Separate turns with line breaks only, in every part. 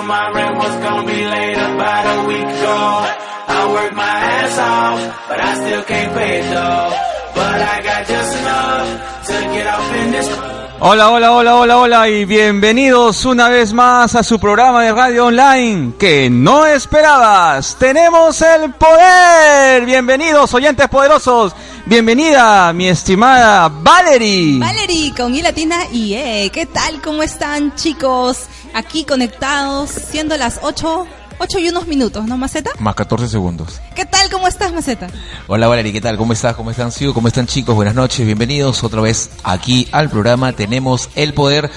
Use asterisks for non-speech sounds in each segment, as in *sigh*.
My rent was gonna be late about a week ago. I worked my ass off, but I still can't pay it though. But I got just enough to get off in this.
Hola, hola, hola, hola, hola y bienvenidos una vez más a su programa de radio online que no esperabas. Tenemos el poder. Bienvenidos oyentes poderosos. Bienvenida mi estimada Valerie.
Valerie con mi latina y eh, ¿qué tal? ¿Cómo están chicos? Aquí conectados, siendo las 8, 8 y unos minutos, ¿no, Maceta?
Más 14 segundos.
¿Qué tal? ¿Cómo estás, Maceta?
Hola Valerie, ¿qué tal? ¿Cómo estás? ¿Cómo están, Siu? ¿Cómo están, chicos? Buenas noches, bienvenidos otra vez aquí al programa. Tenemos el poder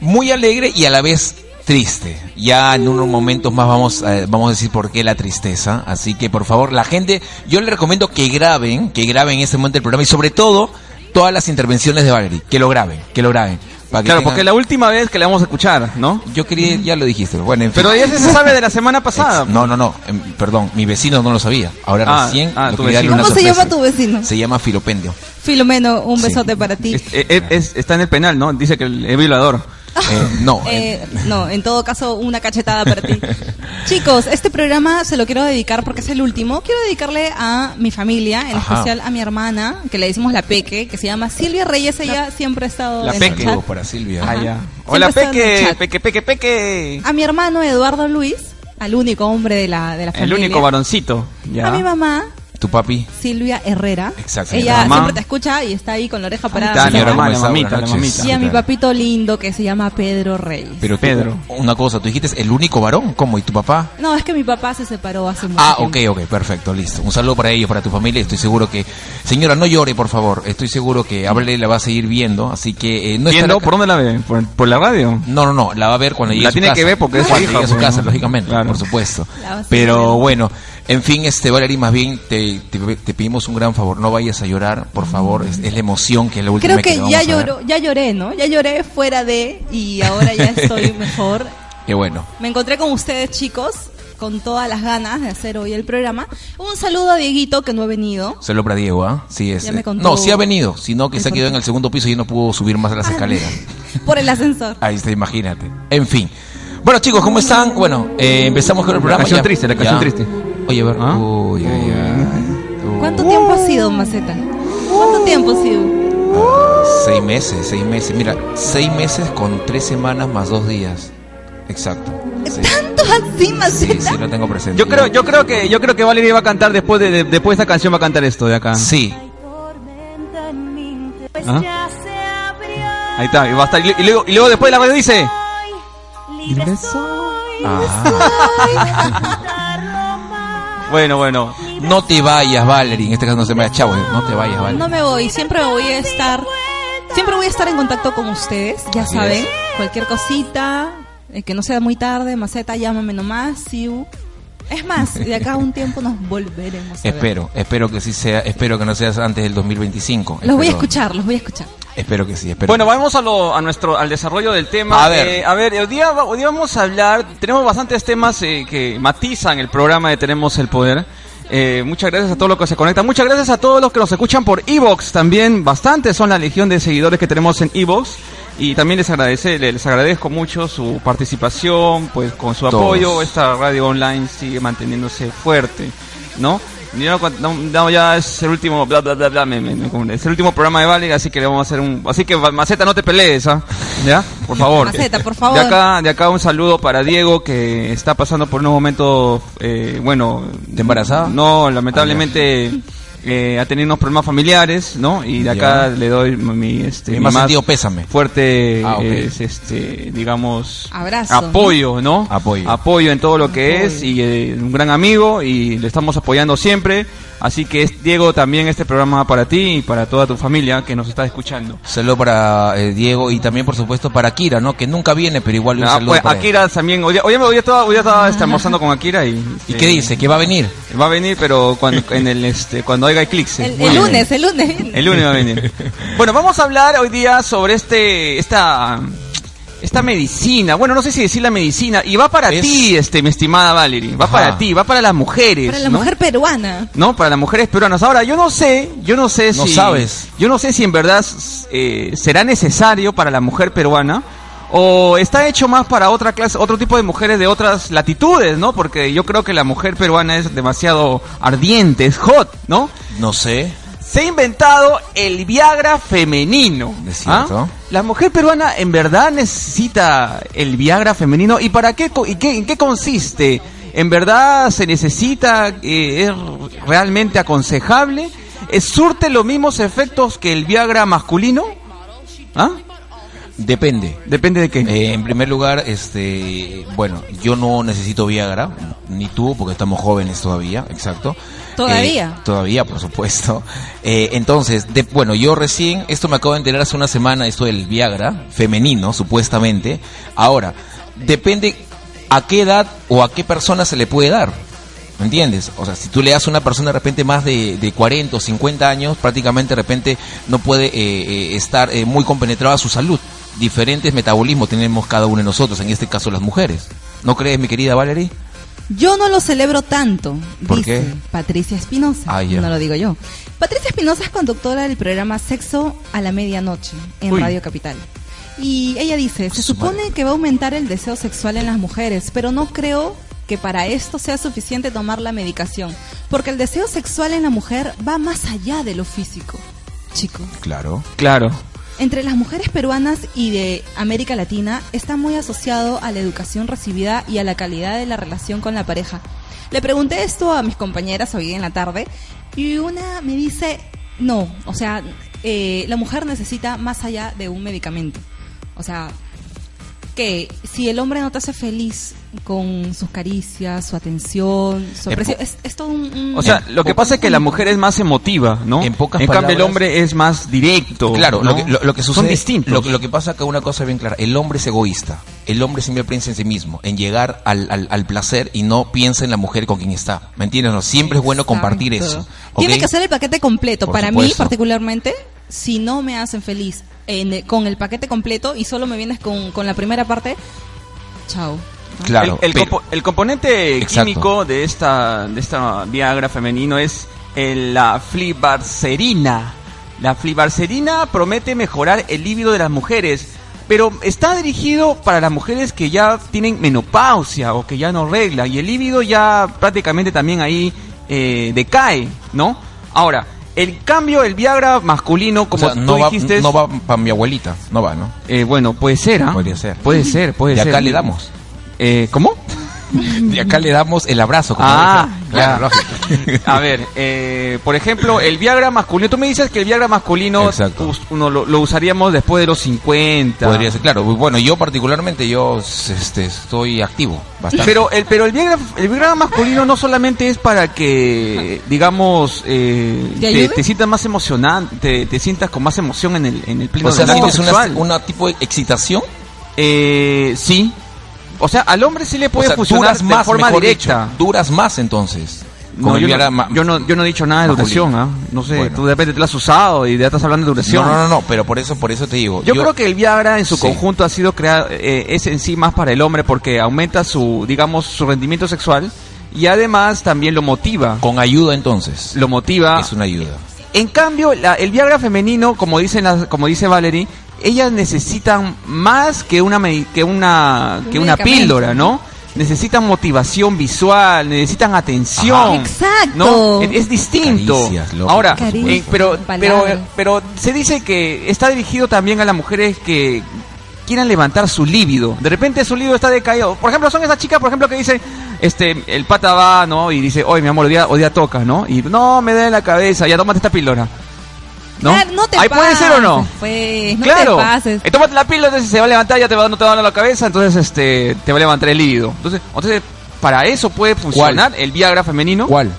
muy alegre y a la vez triste. Ya en unos momentos más vamos, a- vamos a decir por qué la tristeza. Así que, por favor, la gente, yo les recomiendo que graben, que graben en este momento el programa y sobre todo todas las intervenciones de Valerie, que lo graben, que lo graben. Para que
Claro,
tengan-
porque es la última vez que la vamos a escuchar, ¿no?
Yo quería, ya lo dijiste, bueno, en fin.
Pero ella se sabe de la semana pasada.
No, no, no, em, perdón, mi vecino no lo sabía. Ahora
Ah,
recién
ah,
lo
tu
quería darle
vecino.
una
¿Cómo se llama
sorpresa.
tu vecino?
Se
*laughs*
llama Filopendio.
Filomeno, un
Sí.
besote para ti.
Es- es- es- está en el penal, ¿no? Dice que el- es violador.
Eh, no, eh,
Eh, no, en todo caso, una cachetada
*laughs*
para ti. Chicos, este programa se lo quiero dedicar porque es el último. Quiero dedicarle a mi familia, en
Ajá.
especial a mi hermana, que le decimos la Peque, que se llama Silvia Reyes. Ella siempre ha estado
La
en
Peque.
el chat.
Saludos para Silvia.
Ajá.
Ah, ya. Hola,
Siempre está en el
Peque.
chat.
Peque, Peque, Peque.
A mi hermano Eduardo Luis, al único hombre de la, de la
El
Ah, familia.
único varoncito. Ya.
A mi mamá,
Tu papi.
Silvia Herrera.
Exacto.
Ella
Mamá.
siempre te escucha y está ahí con la oreja parada.
está,
Así
señora,
que-
mamá,
¿cómo
la
está?
mamita, la
Buenas noches.
mamita.
y a mi
¿Qué tal?
papito lindo que se llama Pedro Reyes.
Pero tú-
Pedro.
una cosa, tú dijiste el único varón, ¿cómo? ¿Y tu papá?
No, es que mi papá se separó hace mucho
Ah, ok,
tiempo.
ok, perfecto, listo. Un saludo para ellos, para tu familia. Estoy seguro que. Señora, no llore, por favor. Estoy seguro que Hable la va a seguir viendo, así que eh, no estará
¿Viendo?
acá-
¿Por dónde la ve? ¿Por, por la radio?
No, no, no, la va a ver cuando llegue
La
a su
tiene
casa.
que ver porque es su
Cuando
hija,
llegue a su
pues,
casa,
¿no?
lógicamente,
Claro.
por supuesto.
La va a seguir
Pero
viendo.
bueno, en fin, este Valerie, más bien te, te- te pedimos un gran favor. No vayas a llorar, por favor. Es, es la emoción que es la última
Creo que,
le vamos
ya
a dar.
lloró, ya lloré, ¿no? Ya lloré fuera de y ahora
*laughs*
ya estoy mejor.
Qué bueno.
Me encontré con ustedes, chicos, con todas las ganas de hacer hoy el programa. Un saludo a Dieguito que no ha venido.
Saludo para Diego, ¿ah? Sí, es.
Ya me contó.
No, sí ha venido, sino que
El Ah,
se ha quedado en el segundo piso y no pudo subir más a las escaleras.
*laughs* Por el ascensor.
Ahí está, imagínate. En fin. Bueno, chicos, ¿cómo están? Bueno, eh, empezamos con el programa.
canción
ya.
triste, la canción triste.
Oye, a ver.
¿Ah?
Uy, ay, ay. Uy.
¿Cuánto tiempo ha sido, Maceta?
Uh.
¿Cuánto tiempo ha sido?
Ah, seis meses, seis meses. Mira, seis meses con tres semanas más dos días. Exacto. Sí,
¿Tanto así,
sí,
Maceta?
sí, lo tengo presente.
Yo creo, yo creo que, yo creo que Valerie va a cantar después de, de- después de esta canción va a cantar esto de acá.
Sí,
¿Ah? Ahí está, y va a estar- y luego, y luego después de la radio dice. Libre soy.
Ah.
Bueno, bueno.
no te vayas, Valerie. En este caso no se me vayas, chavo. No te vayas, Valerie.
No me voy, siempre voy a estar, siempre voy a estar en contacto con ustedes, ya
Así
saben,
es.
cualquier cosita, eh, que no sea muy tarde, Maceta, llámame nomás, Siu. Es más, de acá a un tiempo nos volveremos. A ver.
Espero, espero que sí sea, espero que no seas antes del 2025.
Los voy a
Espero-
escuchar, los voy a escuchar.
Espero que sí, espero.
Bueno, vamos a lo, a nuestro, al desarrollo del tema.
A ver.
Eh, a ver, hoy día, va- hoy día vamos a hablar, tenemos bastantes temas eh, que matizan el programa de Tenemos el Poder. Eh, muchas gracias a todos los que se conectan. Muchas gracias a todos los que nos escuchan por Evox también. Bastantes son la legión de seguidores que tenemos en Evox. Y también les, agradece, les agradezco mucho su participación, pues con su
Todos.
apoyo. Esta radio online sigue manteniéndose fuerte, ¿no? Ya, cu- no, no, ya es el último bla bla bla bla me- me- me- es el último programa de Vale así que le vamos a hacer un así que Maceta no te pelees ¿ah? ya por favor
Maceta, por favor.
de acá de acá un saludo para Diego que está pasando por unos momentos eh, bueno
¿Te embarazada?
no lamentablemente eh, ha tenido unos problemas familiares no y de acá
Ya.
le doy mi este
Mi más sentido pésame.
fuerte
Ah, ok.
es, este digamos
Abrazo.
apoyo no
Apoyo.
apoyo en todo lo que
Apoyo.
es y eh, un gran amigo y le estamos apoyando siempre. Así que es- Diego también este programa para ti y para toda tu familia que nos está escuchando.
Saludo para eh, Diego y también, por supuesto, para Kira, ¿no? Que nunca viene, pero igual un
Ah,
saludo
pues,
para él.
Akira también, hoy día, hoy día- hoy día estaba, hoy día estaba este, almorzando con Akira y,
¿Y
eh,
qué dice? ¿Que va a venir?
Va a venir, pero
*laughs*
cuando, en el, este, cuando haya eclipse.
El,
Muy
el
bien.
lunes, el lunes.
El lunes va a venir. Bueno, vamos a hablar hoy día sobre este esta esta medicina. Bueno, no sé si decir la medicina y va para
Es-
ti, este mi estimada Valerie. Va
Ajá.
para ti, va para las mujeres,
Para la
¿no?
mujer peruana.
No, para las mujeres peruanas. Ahora, yo no sé, yo no sé
No
si...
sabes.
Yo no sé si en verdad eh, será necesario para la mujer peruana o está hecho más para otra clase, otro tipo de mujeres de otras latitudes, ¿no? Porque yo creo que la mujer peruana es demasiado ardiente, es hot, ¿no?
No sé.
Se ha inventado el Viagra femenino. ¿ah?
Es cierto.
La mujer peruana en verdad necesita el Viagra femenino. ¿Y para qué, co- y qué- en qué consiste? ¿En verdad se necesita? eh, ¿Es realmente aconsejable? Eh, ¿Surte los mismos efectos que el Viagra masculino? ¿Ah?
Depende.
Depende de qué.
Eh, en primer lugar, este, bueno, yo no necesito Viagra, ni tú, porque estamos jóvenes todavía, exacto.
¿Todavía?
Eh, todavía, por supuesto. Eh, entonces, de- bueno, yo recién, esto me acabo de enterar hace una semana, esto del Viagra, femenino, supuestamente. Ahora, depende a qué edad o a qué persona se le puede dar. ¿Me entiendes? O sea, si tú le das a una persona de repente más de, de 40 o 50 años, prácticamente de repente no puede eh, eh, estar eh, muy compenetrada su salud. Diferentes metabolismos tenemos cada uno de nosotros, en este caso las mujeres. ¿No crees, mi querida Valerie?
Yo no lo celebro tanto,
¿Por
dice
qué?
Patricia Espinosa.
Ah, ya.
No lo digo yo. Patricia Espinosa es conductora del programa Sexo a la Medianoche en
Uy.
Radio Capital. Y ella dice, se
Su madre.
supone que va a aumentar el deseo sexual en las mujeres, pero no creo que para esto sea suficiente tomar la medicación, porque el deseo sexual en la mujer va más allá de lo físico. Chico.
Claro.
Claro.
Entre las mujeres peruanas y de América Latina está muy asociado a la educación recibida y a la calidad de la relación con la pareja. Le pregunté esto a mis compañeras hoy en la tarde y una me dice, no, o sea, eh, la mujer necesita más allá de un medicamento. O sea, que si el hombre no te hace feliz con sus caricias, su atención, su
En
aprecio,
po-
es, es todo un... un-
O sea, lo que pasa es que la mujer es más emotiva, ¿no?
En pocas
cambio, el
palabras-
hombre es más directo.
Claro,
¿no?
lo, que, lo- lo que sucede.
Son distintos.
Lo, que- lo que pasa que una cosa bien clara: el hombre es egoísta. El hombre siempre piensa en sí mismo, en llegar al, al- al placer y no piensa en la mujer con quien está. ¿Me entiendes? No, siempre es bueno compartir
Exacto.
eso.
Tiene
¿ok?
que ser el paquete completo.
Por
Para mí,
supuesto.
particularmente, si no me hacen feliz en- con el paquete completo y solo me vienes con, con la primera parte, chao. ¿no?
Claro.
el, el
pero-
compo- el componente
Exacto.
químico de esta, de esta Viagra femenino es el- la flibarcerina. La flibarcerina promete mejorar el líbido de las mujeres, pero está dirigido para las mujeres que ya tienen menopausia o que ya no regla, y el líbido ya prácticamente también ahí eh, decae, ¿no? Ahora, el cambio, el Viagra masculino, como
o sea,
tú
no, va,
dijiste,
no va para mi abuelita. No va, ¿no?
eh, bueno, puede ser, ¿ah?
Podría ser.
Puede ser, puede
De
ser.
acá le damos.
Eh, ¿Cómo?
*laughs* De acá le damos el abrazo. como
Ah,
dicen.
ya.
claro,
*laughs*
lógico.
A ver, eh, por ejemplo, el Viagra masculino. Tú me dices que el Viagra masculino
Exacto.
us- uno lo, lo usaríamos después de los 50.
Podría ser, claro. Bueno, yo particularmente, yo este, estoy activo bastante.
Pero el, pero el, Viagra, el Viagra masculino no solamente es para que, digamos, eh,
¿Te
te,
ayude?
te sientas más emocionante, te, te sientas con más emoción en el, en el pleno
o sea,
del acto
¿sientes una,
sexual.
una tipo de excitación?
Eh, sí. O sea, al hombre sí le
O
puede
sea,
funcionar
duras
de
más,
forma
mejor
directa.
dicho. duras más entonces.
No,
Con
yo,
Viagra
no,
ma-
yo, no, yo no he dicho nada de
masculino.
duración, ¿ah? No sé,
Bueno.
tú de repente te lo has usado y ya estás hablando de duración.
No, no, no, no, pero por eso, por eso te digo.
Yo, creo que el Viagra en su
Sí.
conjunto ha sido creado, eh, es en sí más para el hombre porque aumenta su, digamos, su rendimiento sexual y además también lo motiva.
con ayuda entonces.
Lo motiva.
Es una ayuda.
En cambio, la- el Viagra femenino, como, dicen las- como dice Valerie, ellas necesitan más que una, medi- que una,
Un
que una
medicamento.
píldora, ¿no? Necesitan motivación visual, necesitan atención.
Ajá. Exacto.
¿no? Es, es distinto.
Caricias, lógico,
Ahora,
por
eh,
supuesto.
pero, pero,
Palabras.
pero se dice que está dirigido también a las mujeres que quieran levantar su líbido. De repente su líbido está decaído. Por ejemplo, son esas chicas, por ejemplo, que dicen, este, el pata va, ¿no? Y dice, oye, mi amor, hoy día, hoy día toca, ¿no? Y no, me da en la cabeza, ya tómate esta píldora. ¿No?
Claro, Ah, no te
Ahí puede ser o no.
pases, pues, no
claro.
te pases.
Eh, tómate la píldora, entonces se va a levantar, ya te va, no te va a dar la cabeza, entonces este, te va a levantar el líbido. Entonces, entonces para eso puede funcionar el Viagra femenino.
¿Cuál?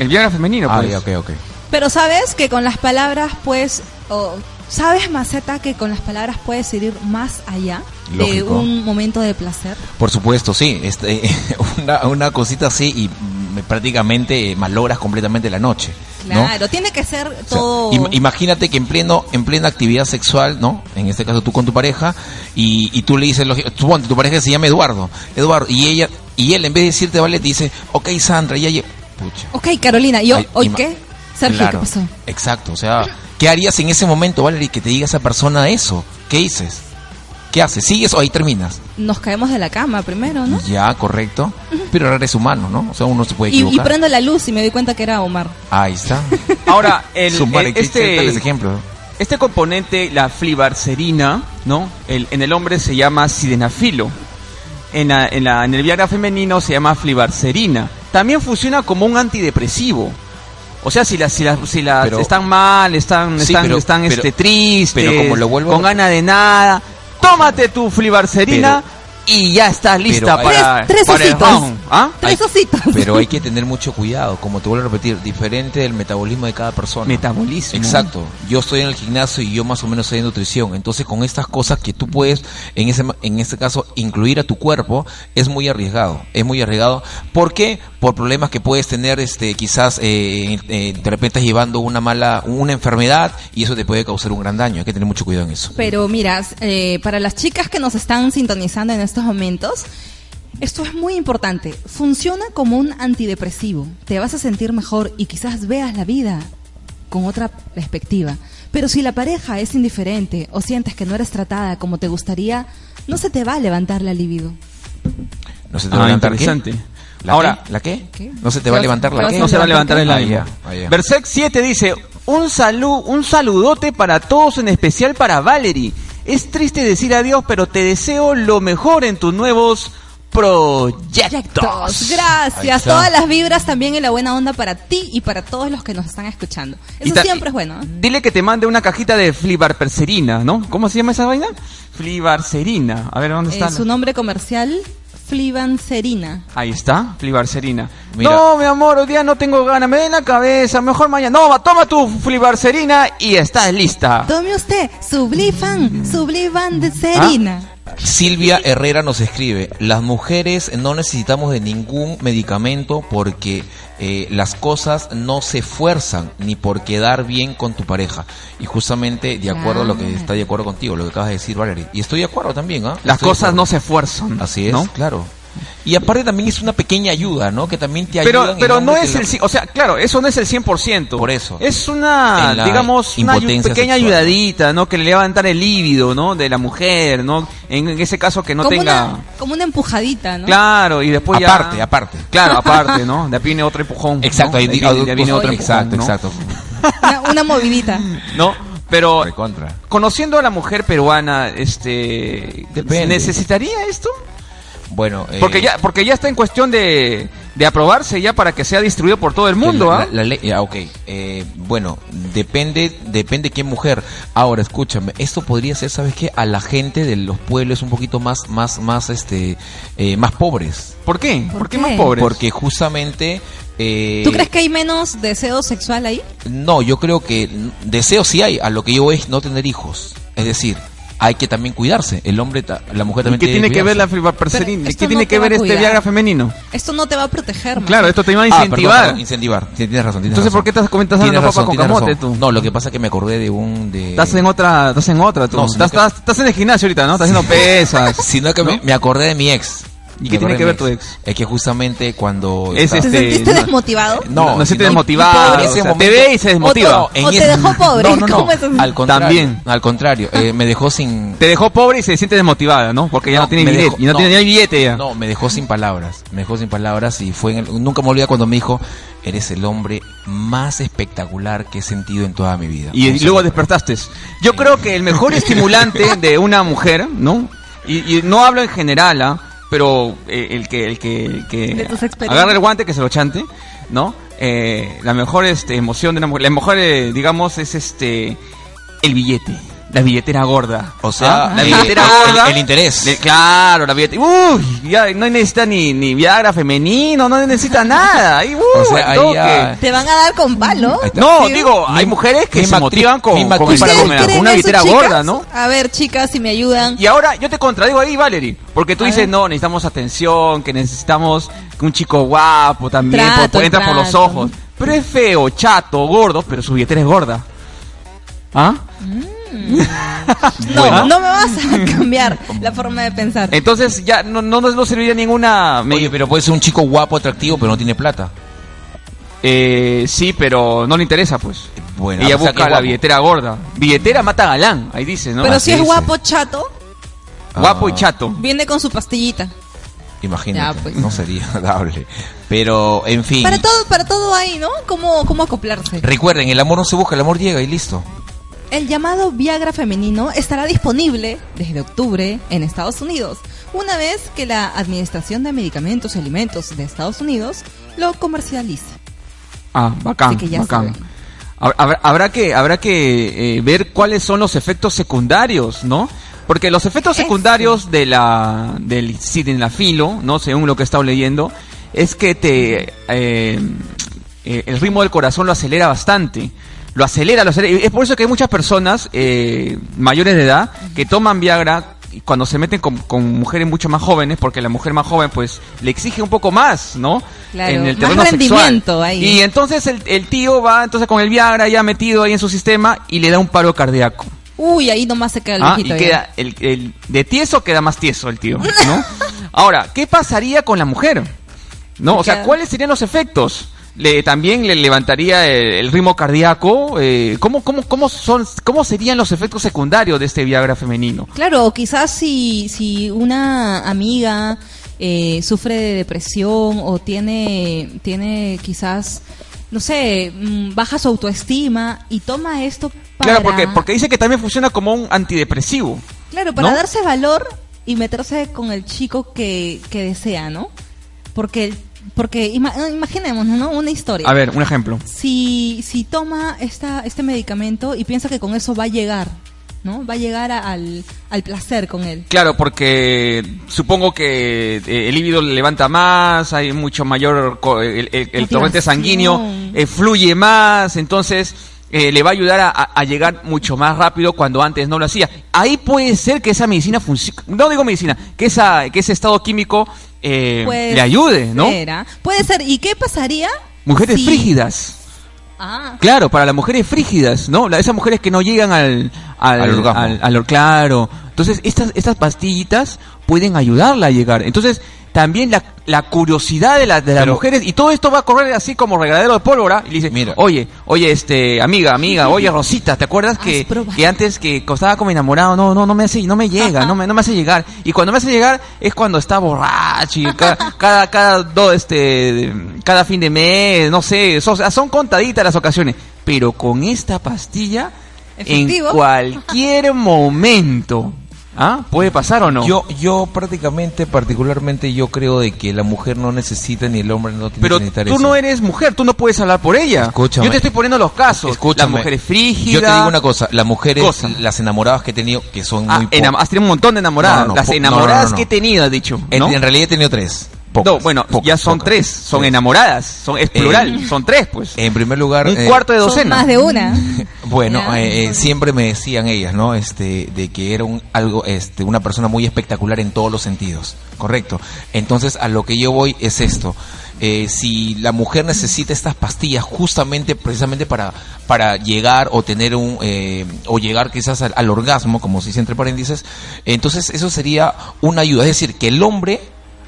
El Viagra femenino,
Ah,
pues.
ya, ok, ok.
Pero sabes que con las palabras, pues, o- sabes, Maceta, que con las palabras puedes ir más allá de
Lógico.
un momento de placer.
Por supuesto, sí. Este, *laughs* una, una cosita así y mm, prácticamente eh, malogras completamente la noche. ¿no?
Claro, tiene que ser
O sea,
todo.
im- imagínate que en pleno en plena actividad sexual, ¿no? En este caso tú con tu pareja y, y tú le dices, lógico- tú, ponte, tu pareja se llama Eduardo, Eduardo y ella y él en vez de decirte vale te dice, ok Sandra, ya lle-". pucha.
Ok, Carolina, ¿yo
Ay,
hoy
ima-
qué? Sergio,
Claro,
¿qué pasó?
Exacto, o sea, ¿qué harías en ese momento, Valerie, que te diga esa persona eso? ¿Qué dices? ¿Qué haces? ¿Sigues o ahí terminas?
Nos caemos de la cama primero, ¿no?
Ya, correcto. Pero eres humano, ¿no? O sea, uno se puede
Y, y
equivocar.
prendo la luz y me doy cuenta que era Omar.
Ahí está. *laughs*
Ahora, el,
Sumar,
eh,
¿qué- qué tal ese
este,
ejemplo?
este componente, la flibarcerina, ¿no? El- en el hombre se llama sidenafilo. En, la, en, la- en el Viagra femenino se llama flibarcerina. También funciona como un antidepresivo. O sea, si las si las si las
Pero-
están mal, están
Sí,
están,
pero-
están
pero-
este tristes,
pero como lo vuelvo-
con ganas de nada, tómate tu flibarcerina y ya estás lista
hay-
para
Tres- tres
para el
ositos.
round, ¿ah?
Tres
Ay,
ositos.
Pero hay que tener mucho cuidado, como te vuelvo a repetir, diferente del metabolismo de cada persona.
Metabolismo.
Exacto. Yo estoy en el gimnasio y yo más o menos estoy en nutrición. Entonces, con estas cosas que tú puedes, en ese ma- en este caso, incluir a tu cuerpo, es muy arriesgado. Es muy arriesgado. ¿Por qué? Por problemas que puedes tener, este, quizás eh, eh, de repente estás llevando una mala, una enfermedad y eso te puede causar un gran daño. Hay que tener mucho cuidado en eso.
Pero mira, eh, para las chicas que nos están sintonizando en estos momentos, esto es muy importante. Funciona como un antidepresivo. Te vas a sentir mejor y quizás veas la vida con otra perspectiva. Pero si la pareja es indiferente o sientes que no eres tratada como te gustaría, no se te va a levantar la libido.
No se te va
Ah,
a levantar qué?
interesante.
¿La
Ahora,
qué? ¿la qué?
¿Qué?
No se te va a
Te vas-
levantar
te
la
vas
qué?
no se va a levantar el
Ah,
ánimo.
ya, ah, ya.
Versec 7 dice, un, salu- un saludote para todos, en especial para Valerie. Es triste decir adiós, pero te deseo lo mejor en tus nuevos proyectos.
Proyectos.
Ahí
Gracias.
está.
Todas las vibras también en la buena onda para ti y para todos los que nos están escuchando.
Y
Eso
ta-
siempre es bueno. ¿eh?
Dile que te mande una cajita de flibarpercerina, ¿no? ¿Cómo se llama esa vaina? Flibarcerina. A ver, ¿dónde está?
Eh, su nombre comercial, Flibanserina.
Ahí está, flibarcerina.
Mira.
No, mi amor, hoy día no tengo ganas, me da en la cabeza, mejor mañana. No, va, toma tu flibarcerina y estás lista.
Tome usted Sublifan, Sublivan
Ah,
de Serina.
Silvia Herrera nos escribe, las mujeres no necesitamos de ningún medicamento porque eh, las cosas no se fuerzan ni por quedar bien con tu pareja. Y justamente de acuerdo a lo que
Claro.
está de acuerdo contigo, lo que acabas de decir Valerie. Y estoy de acuerdo también, ¿ah?
Las
Estoy de
cosas
acuerdo.
no se esfuerzan.
Así es,
¿no?
claro. Y aparte también es una pequeña ayuda, ¿no? Que también te ayuda.
Pero, pero no es el, ci- o sea, claro, eso no es el 100%.
Por eso.
Es una,
En la
digamos, una ayu-
impotencia
pequeña
sexual.
ayudadita, ¿no? Que le levantan el líbido, ¿no? De la mujer, ¿no? En, en ese caso que no
como,
tenga...
una, como una empujadita, ¿no?
Claro, y después ya...
Aparte, aparte.
Claro, aparte, ¿no? De ahí viene otro empujón.
Exacto,
¿no?
ahí
De
di-
viene, de ahí viene otro
exacto,
empujón, ¿no?
exacto.
Una, una
*laughs*
movidita.
¿no? Pero
Recontra.
conociendo a la mujer peruana, este,
Depende.
¿necesitaría esto?
Bueno, eh,
Porque ya, porque ya está en cuestión de, de aprobarse ya para que sea distribuido por todo el mundo,
La-
¿ah?
la- la ley- ah, ok. Eh, bueno, depende, depende qué mujer. Ahora, escúchame, esto podría ser, ¿sabes qué? A la gente de los pueblos un poquito más, más, más, este, eh, más pobres.
¿Por qué? ¿Por,
¿Por
qué
qué?
más pobres?
Porque justamente. eh,
¿Tú crees que hay menos deseo sexual ahí?
No, yo creo que n- deseo sí hay. A lo que yo voy es no tener hijos. Es decir, hay que también cuidarse. El hombre, ta- la
¿Y
mujer también
qué tiene que ver la
cuidarse.
Pero
flibarpercerina?
esto
¿Qué
no
tiene
te
que
va
ver
a
este
cuidar.
Viagra femenino?
Esto no te va a proteger, man.
Claro, esto te iba a
Ah, perdón,
incentivar.
perdón, incentivar. Sí, Tienes razón. Tienes
Entonces,
razón.
¿por qué estás comiendo- estás
Tienes
dando papa con
tienes
camote,
razón.
tú?
No, lo que pasa es que me acordé de un. De...
estás en otra, estás en otra, tú.
No,
estás,
sino que-
estás- estás en el gimnasio ahorita, ¿no? Estás haciendo pesas.
sino que me,
¿no?
me acordé de mi ex.
¿Y
Me
qué tiene
acordé
que
de
ver tu
mi
ex?
Es que justamente cuando...
Es
estaba-
¿Te
este,
sentiste
no.
desmotivado?
No,
No, no se
sino-
te desmotivado.
Pobre, ese
o sea, te
momento-
ve y se desmotiva.
O te dejó pobre,
No, no, no.
¿cómo es eso?
Al contrario.
También.
Al contrario. eh, me dejó sin...
Te dejó pobre y se siente desmotivada, ¿no? Porque ya no, tiene
me
billete.
dejó-
y no, tiene ni billete ya.
No, me dejó sin palabras. Me dejó sin palabras y fue en el- nunca me olvidé cuando me dijo, eres el hombre más espectacular que he sentido en toda mi vida.
y,
Un
luego
saludo.
despertaste. Yo creo que el
*laughs*
mejor estimulante de una mujer, ¿no? Y, y no hablo en general, ¿ah? pero eh, el que, el que, el
De
que
tus experiencias.
agarra el guante que se lo chante, ¿no? Eh, la mejor este, emoción de una mujer, la mejor, eh, digamos, es este el billete. La billetera gorda.
O sea,
¿ah? la
eh,
billetera
el-
gorda.
el interés.
Le- claro, la billetera. Uy, ya no necesita ni, ni Viagra femenino, no necesita nada. Ahí, uh,
O sea,
al
ahí
toque.
ya-
Te van a dar con palo.
Ahí está.
No,
Sí.
digo, hay mujeres que
mi
se
matriz-
motivan con,
mi
con-
matriz-
para
¿Ustedes
comer, con
creen
una
eso,
billetera
chicas?
gorda, ¿no?
A ver, chicas, si me ayudan.
Y ahora yo te contradigo ahí, Valerie, porque tú
A
dices,
ver.
no, necesitamos atención, que necesitamos que un chico guapo también,
Trato,
por- por- entra por los
trato.
ojos. Pero es feo, chato, gordo, pero su billetera es gorda. ¿Ah?
Mm.
*laughs*
No,
Bueno. Eh,
no me vas
*laughs*
a cambiar la forma de pensar.
Entonces ya no, no, no serviría ninguna... me-
Oye, pero puede ser un chico guapo, atractivo, pero no tiene plata.
eh, sí, pero no le interesa, pues.
Bueno,
Ella
o sea que
busca la
guapo.
billetera gorda. Billetera mata galán, ahí dice, ¿no?
Pero
así
si es
dice.
guapo chato,
Ah.
Guapo y chato.
Viene con su pastillita.
Imagínate,
Ya, pues.
no sería *laughs* agradable. Pero, en fin.
Para todo, para todo hay, ¿no? ¿Cómo, cómo acoplarse?
Recuerden, el amor no se busca, el amor llega y listo.
El llamado Viagra femenino estará disponible desde octubre en Estados Unidos, una vez que la Administración de Medicamentos y Alimentos de Estados Unidos lo comercialice.
Ah, bacán,
Así que ya
bacán.
saben.
Hab- Habrá, habrá que, habrá que eh, ver cuáles son los efectos secundarios, ¿no? Porque los efectos
Eso.
secundarios de la, del sildenafilo, ¿no? Según lo que he estado leyendo, es que te, eh, eh, el ritmo del corazón lo acelera bastante. Lo acelera, lo acelera. Y Es por eso que hay muchas personas eh, mayores de edad que toman Viagra y cuando se meten con, con mujeres mucho más jóvenes, porque la mujer más joven pues le exige un poco más, ¿no?
Claro,
en el
más
terreno sexual.
rendimiento ahí.
Y entonces el, el tío va entonces con el Viagra ya metido ahí en su sistema y le da un paro cardíaco.
Uy, ahí nomás se queda el
Ah, y
viejito ¿eh? ya.
queda el, el- de tieso queda más tieso el tío,
*laughs*
¿no? Ahora, ¿qué pasaría con la mujer? No, o sea,
Queda-
¿cuáles serían los efectos? Le, también le levantaría el, el ritmo cardíaco. eh, ¿cómo, cómo, cómo, son, ¿Cómo serían los efectos secundarios de este Viagra femenino?
Claro, o quizás si, si una amiga eh, sufre de depresión o tiene, tiene quizás, no sé, mm, baja su autoestima y toma esto para...
Claro, porque, porque dice que también funciona como un antidepresivo.
Claro, para
¿No?
darse valor y meterse con el chico que, que desea, ¿no? Porque, el- porque ima- eh, imaginémonos, ¿no? Una historia.
A ver, un ejemplo.
Si, si toma esta, este medicamento y piensa que con eso va a llegar, ¿no? Va a llegar a- al, al placer con él.
Claro, porque supongo que eh, el líbido le levanta más, hay mucho mayor, co- el, el- el torrente
Motivación.
sanguíneo eh, fluye más, entonces eh, le va a ayudar a, a- a llegar mucho más rápido cuando antes no lo hacía. Ahí puede ser que esa medicina funcione, no digo medicina, que, esa, que ese estado químico eh,
Pues,
le ayude, ¿no?
será. Puede ser. ¿Y qué pasaría?
Mujeres
si-
frígidas.
Ah,
Claro, para las mujeres frígidas, ¿no? La- Esas mujeres que no llegan al, al,
Al orgasmo.
al- al or- claro. Entonces, estas, estas pastillitas pueden ayudarla a llegar. Entonces, también la, la curiosidad de, la- de las
Pero-
mujeres, y todo esto va a correr así como regadero de pólvora, y le dice,
Mira.
oye, oye, este, amiga, amiga, oye, Rosita, ¿te acuerdas que,
probado?
que antes que estaba como enamorado, no, no, no me hace, no me llega, no me, no me hace llegar. Y cuando me hace llegar es cuando está borracho y ca- *laughs* cada, cada, do- este, cada fin de mes, no sé, so- son contaditas las ocasiones. Pero con esta pastilla,
Efectivo.
en cualquier momento, ¿ah? ¿Puede pasar o no?
Yo, yo prácticamente, particularmente, yo creo de que la mujer no necesita ni el hombre no tiene
pero
que necesitar
tú
eso.
no eres mujer, tú no puedes hablar por ella.
Escúchame.
Yo te estoy poniendo los casos.
Escúchame,
La mujer es frígida.
Yo te digo una cosa, las mujeres,
Cosa.
las enamoradas que he tenido, que son
Ah,
muy
enam-
pocas.
has tenido un montón de enamoradas.
No, no,
Las
po- no,
enamoradas
no, no.
que he tenido, has dicho.
En,
ah, ¿no?
en realidad he tenido tres. Pocas,
No, bueno,
pocas,
ya son
pocas.
tres, son
Tres.
enamoradas, son es
Eh,
plural, son tres pues.
En primer lugar,
un
eh,
cuarto de
son
docena.
más de una.
*laughs*
*laughs* Bueno,
Ya,
eh, eh,
entonces.
siempre me decían ellas, ¿no? Este, de que era un, algo, este, una persona muy espectacular en todos los sentidos, correcto. Entonces, a lo que yo voy es esto. Eh, si la mujer necesita estas pastillas justamente, precisamente para, para llegar o tener un, eh, o llegar quizás al, al orgasmo, como se dice entre paréntesis, entonces eso sería una ayuda. Es decir, que el hombre,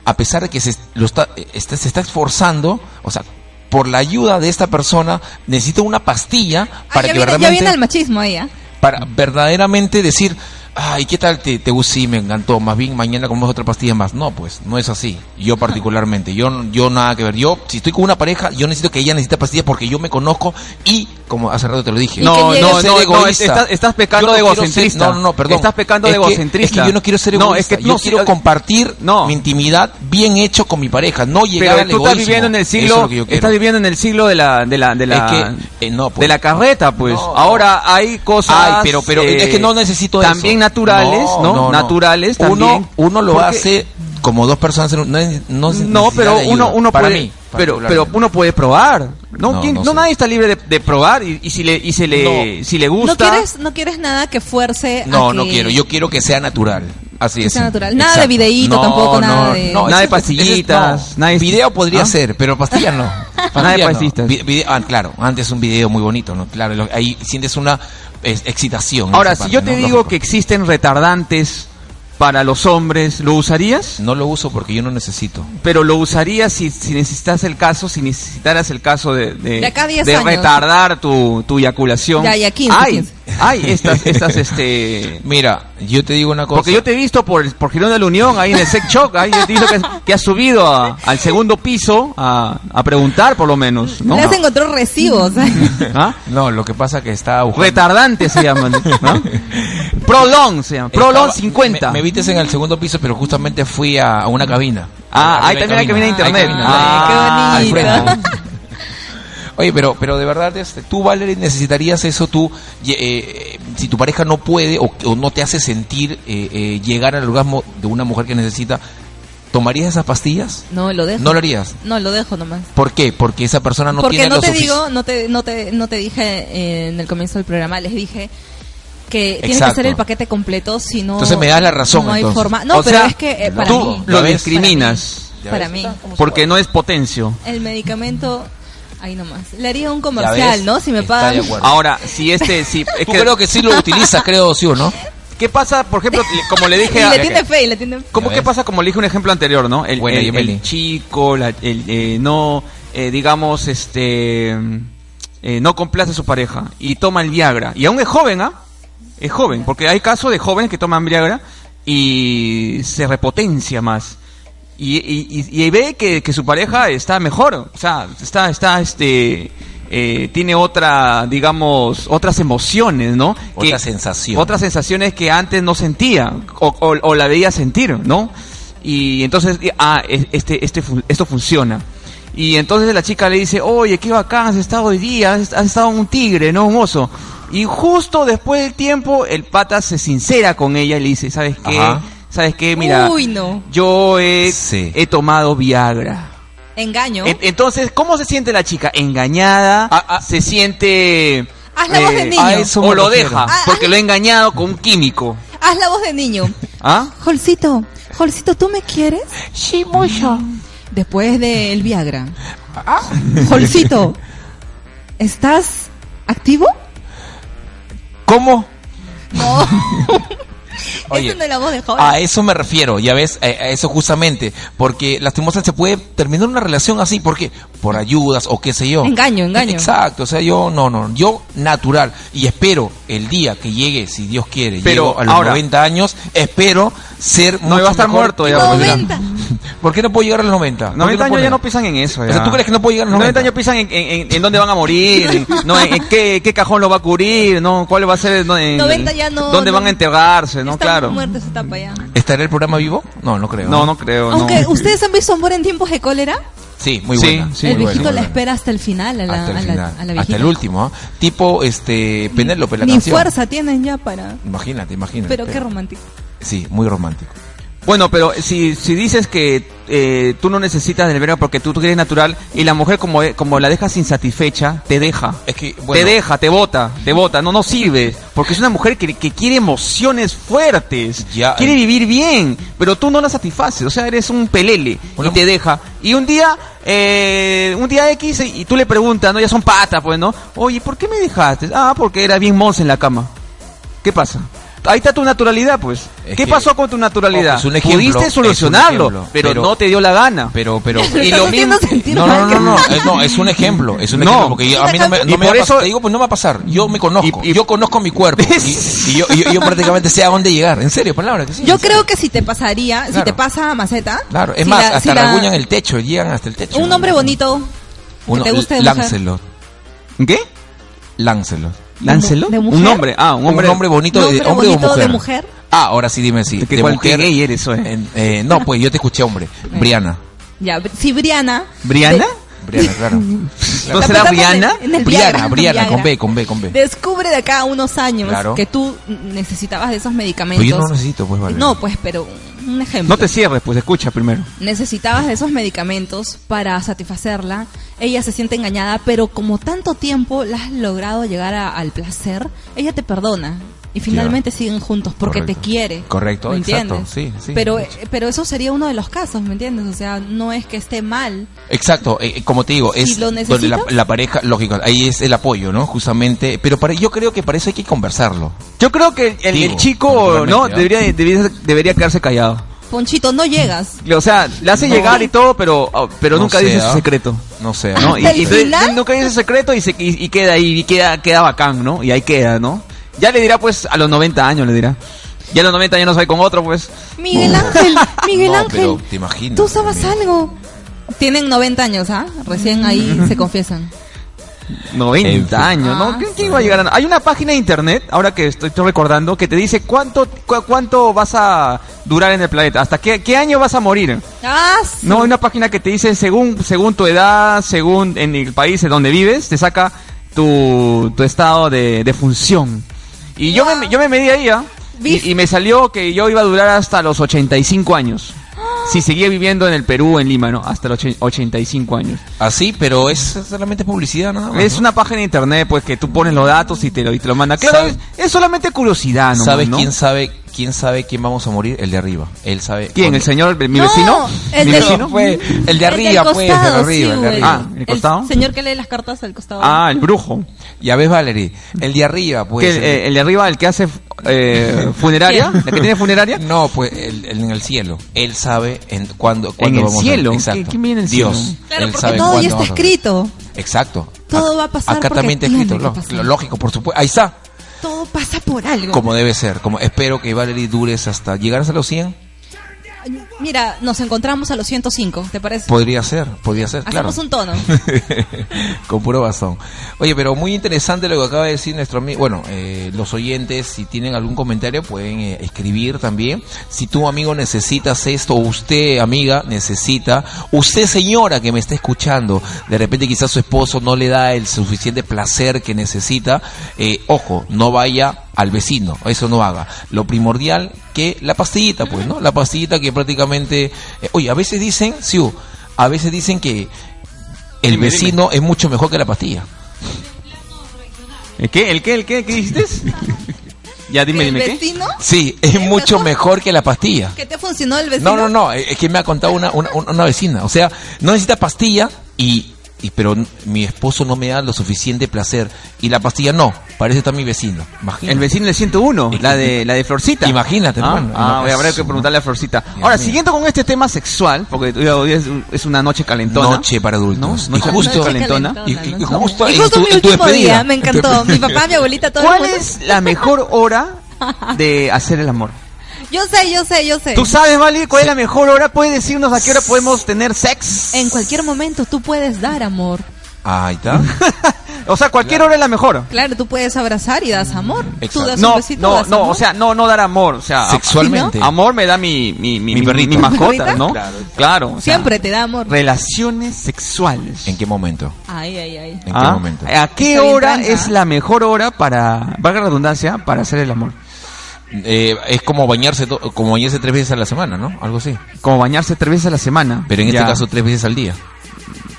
a pesar de que se, lo está, está- se está esforzando, o sea, por la ayuda de esta persona, necesita una pastilla
Ah,
para
ya, viene, ya
que verdaderamente
viene el machismo ahí, ¿ah?
para verdaderamente decir ay qué tal te te gustó? Sí, me encantó más bien mañana comemos otra pastilla más no pues no es así yo particularmente yo no- yo nada que ver yo si estoy con una pareja yo necesito que ella necesita pastillas porque yo me conozco y como hace rato te lo dije
que
No,
llegue-
no,
ser
no, no,
egoísta.
estás, estás pecando
Yo no
de
quiero ser-
egocentrista.
no, no, no, perdón.
Estás pecando
Es
de
que-
egocentrista.
Es que yo no quiero ser egoísta.
No, es que
yo
no,
quiero
sí,
compartir
no.
mi intimidad bien hecho con mi pareja, no llegar
Pero
al
tú estás
egoísmo.
viviendo en el
Eso es
siglo,
lo que yo quiero.
estás viviendo en el siglo de la de la de la
Es que, eh, no, pues.
de la carreta, pues.
No, no.
Ahora hay cosas
Ay, pero, pero
eh,
es que no necesito eso.
también naturales, ¿no? Naturales
uno,
también.
Uno lo
Porque-
hace como dos personas. en un- No, es- no, es
No,
necesidad
pero
de
uno,
ayuda,
uno
para
puede,
mí,
pero, pero
particularmente.
uno puede probar. No,
No,
¿Quién-
no
no,
sé.
nadie está libre de, de probar y, y si le, y se le,
No.
si le
No
gusta.
quieres, no quieres nada que fuerce a
No,
que-
no quiero. Yo quiero que sea natural. Así
Que
es.
sea natural. Nada de videíto tampoco,
Nada
nada de-
de
eso es- eso es-
pastillitas,
no.
nada de-
Video podría
¿Ah?
ser, pero pastillas no.
Nada de
Pastillas no.
pastillitas.
Vi- video- ah, claro. Antes un video muy bonito, ¿no? Claro. lo- ahí sientes una es, excitación.
Ahora,
esa
si yo
parte,
te
¿no?
digo
Lógico.
que existen retardantes para los hombres, ¿lo usarías?
No lo uso porque yo no necesito.
Pero lo usarías si, si necesitas el caso, si necesitaras el caso de, de,
De acá a 10
de
años.
retardar tu, tu eyaculación.
Ya, ya, 15,
Ay,
15.
Hay estas,
*laughs*
estas, este...
Mira, yo te digo una cosa.
Porque yo te he visto por, el- por Girón de la Unión, ahí en el Sex Shock, ahí yo te he visto que, que has subido a- al segundo piso a, a preguntar, por lo menos, ¿no?
Le has
*laughs*
encontrado recibos.
¿Ah?
No, lo que pasa que estaba buscando...
Retardante se llaman, ¿no? Prolong se llama, Prolong
Estaba-
50.
Me, me viste en el segundo piso, pero justamente fui a, a una cabina.
Ah,
A- a
ahí
una
también hay cabina de internet.
Hay cabina.
Ah,
Al
qué bonito.
frente. Oye, pero, pero de verdad, este, tú, Valerie, necesitarías eso tú, ye- eh, eh, si tu pareja no puede o, o no te hace sentir eh, eh, llegar al orgasmo de una mujer que necesita, ¿tomarías esas pastillas?
No, lo dejo.
No lo harías.
No, lo dejo nomás.
¿Por qué? Porque esa persona no
Porque
tiene
no
lo
te
sufici-
digo, no te, no te, no te dije eh, en el comienzo del programa, les dije que tiene que
Exacto.
ser el paquete completo, si no.
Entonces me das la razón,
No hay
entonces.
forma. No,
O
pero
sea,
es que eh, para
tú
mí.
lo
para mí,
discriminas.
Ya
Para
ves,
mí.
está como
Porque no es potencio.
El medicamento, ahí nomás. Le haría un
Ya ves,
comercial, ¿no? Si me
está
pagan.
de acuerdo.
Ahora, si este, si es
Tú
que-
creo que sí *laughs* lo utilizas, creo, sí o no.
¿qué pasa? Por ejemplo, le- como le
*laughs* Y
dije a,
eh,
le tiene fe, y le tiene fe.
¿Cómo
Ya
que
ves.
pasa? Como le dije un ejemplo anterior, ¿no? El,
Buena,
el-
Yemeli.
el chico, la- el eh, no, eh, digamos, este, mm, eh, no complace a su pareja y toma el Viagra. Y aún es joven, ¿ah? Es joven, porque hay casos de jóvenes que toman Viagra y se repotencia más. Y, y- y- y ve que, que su pareja está mejor, o sea, está, está, este, eh, tiene otra, digamos, otras emociones, ¿no?
Otra sensación.
Otra otras sensaciones que antes no sentía o, o- o la veía sentir, ¿no? Y entonces, y- ah, es- este, este, fun- esto funciona. Y entonces la chica le dice, oye, qué bacán, has estado hoy día, has, has estado un tigre, ¿no? Un oso. Y justo después del tiempo, el pata se sincera con ella y le dice, ¿sabes qué?
Ajá.
¿Sabes qué? Mira,
Uy, no.
yo he,
Sí.
he tomado Viagra.
Engaño.
este
En- Entonces, ¿cómo se siente la chica? ¿Engañada?
Ah, ah.
¿Se siente...
Haz la voz de niño.
a
eh, eso
o
me
lo
refiero.
deja,
Ah,
porque
ah.
lo ha engañado con un químico.
Haz la voz de niño.
¿Ah?
Jolcito, Jolcito, ¿tú me quieres? Mm.
Sí, mucho. Ah.
Después del Viagra. Jolcito, ¿estás activo?
¿Cómo?
No. *laughs*
Oye,
Esa no es la voz de joven.
A eso me refiero, ya ves, a, a eso justamente, porque lastimosamente se puede terminar una relación así, ¿por qué? Por ayudas o qué sé yo.
Engaño, engaño.
Exacto, o sea, yo no, no, yo natural y espero el día que llegue, si Dios quiere,
Pero
llego a los
ahora-
90 años, espero ser
No,
mucho
iba a estar
mejor.
muerto ya.
¿Por qué no? pues,
90.
¿Por qué no puedo llegar a los 90? ¿Por qué
90 años
puedo?
ya no piensan en eso.
O
ya.
sea, ¿tú crees que no puedo llegar a los 90?
años piensan en, en- en- en dónde van a morir, en, no, en, en qué, qué cajón lo va a cubrir, no, cuál va a ser, no, en-
90 ya no-
dónde
no-
van a enterrarse, no,
Está
claro.
muerto esa etapa ya.
¿Estará el programa vivo? No, no creo. ¿eh?
No, no creo.
Aunque
no.
ustedes han visto Amor en tiempos de cólera,
Sí, muy
Sí,
buena.
sí,
el
muy buena,
viejito
muy
la
buena.
espera hasta el final a la,
hasta el
a la-
final,
a la
hasta el
viejita.
último, ¿ah? tipo este Penélope la
Ni
canción.
fuerza tienen ya para.
Imagínate, imagínate.
Pero qué romántico.
Sí, muy romántico.
Bueno, pero si, si dices que eh, tú no necesitas del verano porque tú, tú quieres natural y la mujer como, como la dejas insatisfecha, te deja.
Es que, bueno.
te deja, te bota, te bota, no, no sirve. Porque es una mujer que, que quiere emociones fuertes,
Ya,
quiere
eh.
vivir bien, pero tú no la satisfaces, o sea, eres un pelele
Bueno.
y te deja. Y un día, eh, un día X, y tú le preguntas, ¿no? Ya son patas, pues, ¿no? Oye, ¿por qué me dejaste? Ah, porque era bien monza en la cama. ¿Qué pasa? Ahí está tu naturalidad, pues.
Es
¿Qué
que-
pasó con tu naturalidad?
Ojo, es un ejemplo,
Pudiste
es un
solucionarlo,
ejemplo,
pero,
pero-
no te dio la gana.
Pero,
*laughs*
pero.
Lo
y
estás
lo
haciendo
mismo.
sentir
No, no,
mal.
no, no, no, es, no, es un ejemplo. Es un
No.
ejemplo. Porque yo- a mí no me,
Y
no me
por
va a pasar.
eso-
Te digo, pues no me va a pasar. Yo me conozco.
Y- y-
yo conozco mi cuerpo. Y, y yo, y yo- yo prácticamente sé a dónde llegar. En serio, palabra que sí.
Yo
en serio.
creo que si te pasaría, si
Claro.
te pasa maceta.
Claro, es
si
más,
la-
hasta
si la-
rasguñan el techo. Llegan hasta el techo.
Un hombre bonito.
Uno-
que te guste de mujer.
Lancelot.
¿Qué?
Lancelot.
¿Láncelo?
¿De mujer?
Un hombre, ah, un hombre.
Un hombre bonito,
¿Un
de,
hombre
hombre
bonito
o
de
mujer.
mujer?
Ah, ahora sí dime si.
¿De qué
de
cuál-
mujer.
qué gay eres, oe?
En- eh, no, pues yo te escuché hombre.
*laughs*
Briana.
Ya, si Briana.
¿Briana?
Briana, claro.
¿No
*laughs* La
será
pasamos
Briana?
En, en el Viagra,
Briana,
en
Briana,
Viagra.
con B, con B, con B.
Descubre de acá a unos años
Claro.
que tú necesitabas de esos medicamentos.
Pero yo no necesito, pues, vale.
No, pues, pero un ejemplo.
No te cierres, pues escucha primero.
Necesitabas de esos medicamentos para satisfacerla. Ella se siente engañada, pero como tanto tiempo la has logrado llegar a- al placer, ella te perdona. Y finalmente siguen juntos porque
Correcto.
te quiere.
Correcto,
¿me
exacto,
entiendes?
sí, sí.
Pero, pero eso sería uno de los casos, ¿me entiendes? O sea, no es que esté mal.
Exacto, eh, eh, como te digo,
Si
es
lo
donde la,
necesitas.
la pareja, lógico, ahí es el apoyo, ¿no? Justamente, pero para, yo creo que para eso hay que conversarlo.
Yo creo que el, el
Digo,
chico,
naturalmente,
¿no?
¿ah?
Debería, debería, debería quedarse callado.
Ponchito, no llegas.
O sea, le hace
No.
llegar y todo, pero, oh, pero
No
nunca
sé,
dice su
¿ah?
secreto.
No sé.
¿no? Y,
¿Del
y entonces
final?
nunca dice su secreto y, se, y, y queda ahí, y queda, queda bacán, ¿no? Y ahí queda, ¿no? Ya le dirá, pues, a los 90 años le dirá. Ya a los 90 años no soy con otro, pues.
Miguel
*laughs*
Ángel, Miguel
Mm. No,
Ángel.
pero te imaginas,
Tú usabas
Dios mío.
algo.
Tienen 90 años, ¿ah? Recién ahí
Mm.
se
*laughs*
confiesan.
90
En fin.
años, ¿no?
Ah,
¿Quién, quién iba a llegar a- Hay una página de internet, ahora que estoy, estoy recordando, que te dice cuánto, cu- cuánto vas a durar en el planeta, hasta qué, qué año vas a morir.
¡Ah! su-
No, hay una página que te dice según, según tu edad, según en el país en donde vives, te saca tu, tu estado de, de función. Y yo, me, yo me medí ahí, ¿ah?
¿Viste?
y, y me salió que yo iba a durar hasta los 85 años. Si seguía viviendo en el Perú, en Lima, ¿no? Hasta los ochen- 85 años.
Así, pero es solamente publicidad, nada más.
Es
¿no?
una página de internet, pues, que tú pones los datos y te lo, y te lo manda. Claro,
¿Sabe-
es, es solamente curiosidad, ¿no?
¿Sabes
¿no?
quién sabe quién sabe quién vamos a morir? El de arriba. Él sabe.
¿Quién?
cuándo.
¿El señor? ¿Mi
No,
vecino?
el
¿Mi
del-
vecino?
Fue el de arriba,
del
pues, el de
costado,
arriba,
sí,
el de
güey.
arriba.
Ah, ¿el costado?
señor que lee las cartas al costado.
Ah, el brujo.
Ya ves, Valerie. El de arriba, pues.
Que el, eh, el de arriba, el que hace *laughs* eh, funeraria, la que tiene funeraria.
No, pues el- el en el cielo. Él sabe en cuándo,
En
cuándo
el
vamos a-
cielo.
Exacto.
¿Qui- ¿Quién viene en el
Dios.
cielo?
claro,
Él
porque
sabe
todo
cuándo
ya está
vamos a-
escrito.
Exacto.
Todo
Ac-
va a pasar
Acá
porque
también está
tiene
escrito.
que
lo-
pasar.
lo lógico, por supuesto. Ahí está.
Todo pasa por algo.
Como debe ser. Como espero que Valerie dures hasta llegar a los 100.
Mira, nos encontramos a los 105, ¿te parece?
Podría ser, podría ser, Pues, claro.
Hacemos un
*laughs*
tono.
Con puro bastón. Oye, pero muy interesante lo que acaba de decir nuestro amigo. Bueno, eh, los oyentes, si tienen algún comentario, pueden eh, escribir también. Si tu amigo necesitas esto, usted, amiga, necesita, usted, señora, que me está escuchando, de repente quizás su esposo no le da el suficiente placer que necesita, eh, ojo, no vaya al vecino, eso no haga. Lo primordial que la pastillita, pues, ¿no? La pastillita que prácticamente. eh, oye, a veces dicen, Siu, a veces dicen que el
Dime,
vecino es mucho mejor que la pastilla.
¿El qué? ¿El qué? ¿El qué? ¿Qué *laughs* dijiste? ya dime,
¿El
dime qué.
vecino?
Sí, es mucho
mejor?
mejor que la pastilla.
¿Que te funcionó el vecino?
No, no, no, eh, es que me ha contado una, una, una vecina. O sea, no necesita pastilla y, y- pero mi esposo no me da lo suficiente placer y la pastilla no, parece está mi vecino. Imagínate.
El vecino del 101, la de, la de Florcita.
Imagínate,
Ah,
hermano.
ah, voy a- habrá que
Imagínate.
preguntarle a Florcita. Ahora,
mío.
siguiendo con este tema sexual, porque hoy es, es una noche calentona.
Noche para adultos.
¿No?
Ah,
Y
Noche-
justo-
noche calentona.
Y, y- y justo,
Y
en
justo
tu-
mi
en tu
último
despedida.
día, me encantó. Mi papá, mi abuelita, todo el
¿Cuál
mundo.
es la mejor hora de hacer el amor?
Yo sé, yo sé, yo sé.
¿Tú sabes, Vali, cuál es la mejor hora? ¿Puedes decirnos a qué hora podemos tener sex?
En cualquier momento tú puedes dar amor.
Ah, Ahí *laughs* está.
*laughs* o sea, cualquier hora es la mejor.
Claro, tú puedes abrazar y das amor. Tú
Exacto.
das un
No,
besito,
no,
das
no,
amor.
o sea, no, no dar amor, o sea,
Ah, Sexualmente.
am- amor me da mi, mi, mi,
Mi
mi-
perrito.
mi mascota,
¿Perrita?
¿no?
Claro.
Claro, o sea,
siempre te da amor.
relaciones sexuales.
¿En qué momento?
Ay, ay, ay.
¿En
Ah,
qué momento?
¿A qué
Está bien
hora
tranza,
es
¿ah?
la mejor hora para, valga la redundancia, para hacer el amor?
Eh, es como bañarse, to- como bañarse tres veces a la semana, ¿no? Algo así.
Como bañarse tres veces a la semana.
Pero en este
Ya.
caso tres veces al día.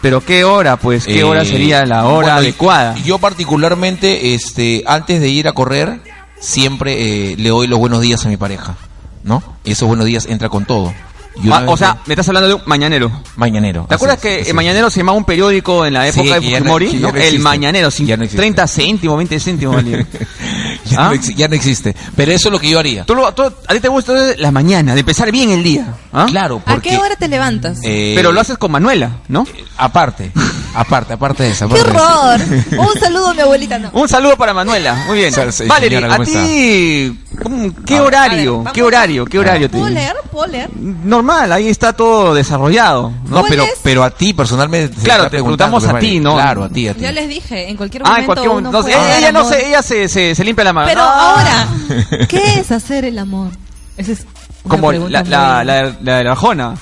Pero qué hora, pues, qué
Eh,
hora sería la hora
bueno,
adecuada.
Yo particularmente, este, antes de ir a correr, siempre eh, le doy los buenos días a mi pareja, ¿no? Esos buenos días entra con todo. Y una
Ah,
vez
o sea,
que-
me estás hablando de un mañanero.
mañanero.
¿Te acuerdas que eh, Mañanero se llamaba un periódico en la
Sí,
época de
que ya no-
Fujimori?
que ya
¿no?
no
el
existe.
Mañanero, cin-
Ya no existe.
30 céntimos, 20 céntimos.
*laughs*
valía.
*laughs* Ya,
¿Ah?
no exi- ya no existe. Pero eso es lo que yo haría.
Tú lo- tú- a ti te gusta entonces, la mañana, de empezar bien el día. ¿ah?
Claro,
¿A
porque.
qué hora te levantas?
eh,
Pero lo haces con Manuela, ¿no? *laughs*
Aparte, aparte, aparte de esa.
¡Qué
aparte de esa.
horror! *laughs* Un saludo a mi abuelita,
*laughs*
no.
Un saludo para Manuela, muy bien.
Sal- sal-
Valerie,
señora,
a
¿cómo
ti, ¿cómo- ¿qué
A ver,
horario?
vamos
¿Qué
a-
horario? ¿Qué horario? te-
¿Puedo leer? ¿Puedo leer?
Normal, ahí está todo desarrollado. ¿no?
No, pero,
¿Cuál es?
pero a ti personalmente. se
Claro,
está
te
preguntando,
preguntamos a
pues,
ti,
María.
¿no?
Claro, a ti, a ti.
Ya les dije, en cualquier momento.
Ah, en cualquier
uno
momento. no sé, Ah.
puede
ella,
dar
ella no
amor.
se, ella se, se, se limpia la mano.
Pero
No.
ahora,
*laughs*
¿qué es hacer el amor? Esa es una
Como la, la,
pregunta muy-
la, la de la Arjona.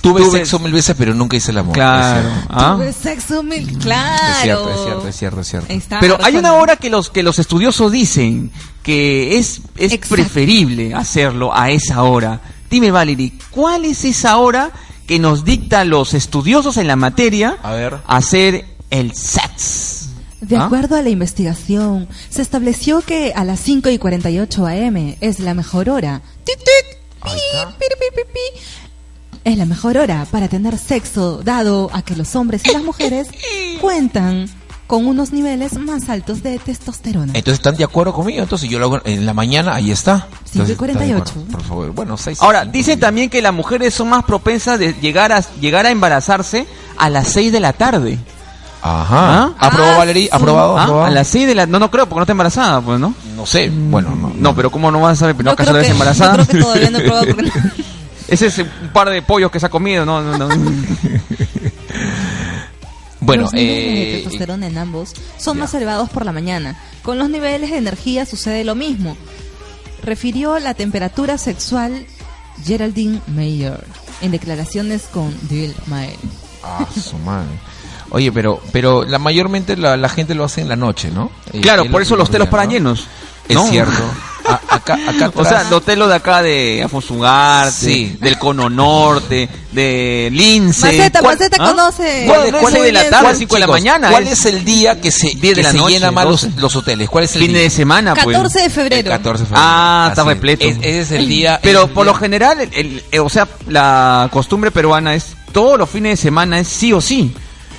Tuve
Tuve-
sexo mil veces, pero nunca hice el amor.
Claro.
Es
¿ah?
Tuve sexo mil-
cierto,
Claro.
es cierto, es cierto, es cierto. Es cierto.
Ahí está,
Pero hay
Arjona.
una hora que los que los estudiosos dicen que es es
Exacto.
preferible hacerlo a esa hora. Dime, Valerie, ¿cuál es esa hora que nos dictan los estudiosos en la materia
A ver.
hacer el sex?
De
¿Ah?
acuerdo a la investigación, se estableció que a las 5 y 48 am es la mejor hora. Tit, tit, pi,
Ahí está.
piri, pi, pi, pi. Es la mejor hora para tener sexo, dado a que los hombres y las *coughs* mujeres cuentan con unos niveles más altos de testosterona.
Entonces están de acuerdo conmigo, entonces yo lo hago en la mañana, ahí está.
Cinco y
Entonces,
cuarenta y
están de
ocho.
acuerdo, Por favor, bueno, seis.
Ahora,
cinco,
dicen
cinco.
también que las mujeres son más propensas de llegar a llegar a embarazarse a las 6 de la tarde.
Ajá.
¿Ah?
¿Aprobó
Ah,
Valerie?
sí.
¿Aprobado?
Ah,
¿Aprobado?
A las 6 de la... No, no creo, porque no está embarazada, pues, ¿no?
No sé. Bueno, no.
No, pero ¿cómo no vas a saber? ¿No, acaso
creo
eres
que,
embarazada?
*laughs* no creo que
*laughs*
todavía no he probado porque no-
Ese es un par de pollos que se ha comido, ¿no? no, no.
*laughs*
Bueno,
los niveles de
eh,
testosterona en ambos son
ya.
más elevados por la mañana. Con los niveles de energía sucede lo mismo. Refirió la temperatura sexual Geraldine Mayer en declaraciones con Bill Maher.
Ah, su madre. Oye, pero, pero la mayormente la, la gente lo hace en la noche, ¿no? Eh,
claro,
es
por
lo
eso los telos
primordial,
paran
¿no?
llenos.
Es
¿no?
cierto. A- acá, acá
*laughs* O sea,
atrás-
los telos de acá de Afosugarte,
Sí.
del Cono Norte, de Lince.
Maceta,
¿Cuál-
Maceta
ah?
conoce.
¿Cuál,
Muy
cuál es de la
bien.
tarde,
¿Cuál,
5 de la
chicos,
mañana?
¿Cuál es el día que se,
10
que
de la
se
noche,
llena más los,
12.
los hoteles? ¿Cuál es el
fin
día?
de semana, pues.
14 de febrero.
El 14 de febrero.
Ah, está
Así es.
repleto.
Es- ese es el día.
Pero
el
por
día-
lo general, el- el- eh, o sea, la costumbre peruana es todos los fines de semana es sí o sí,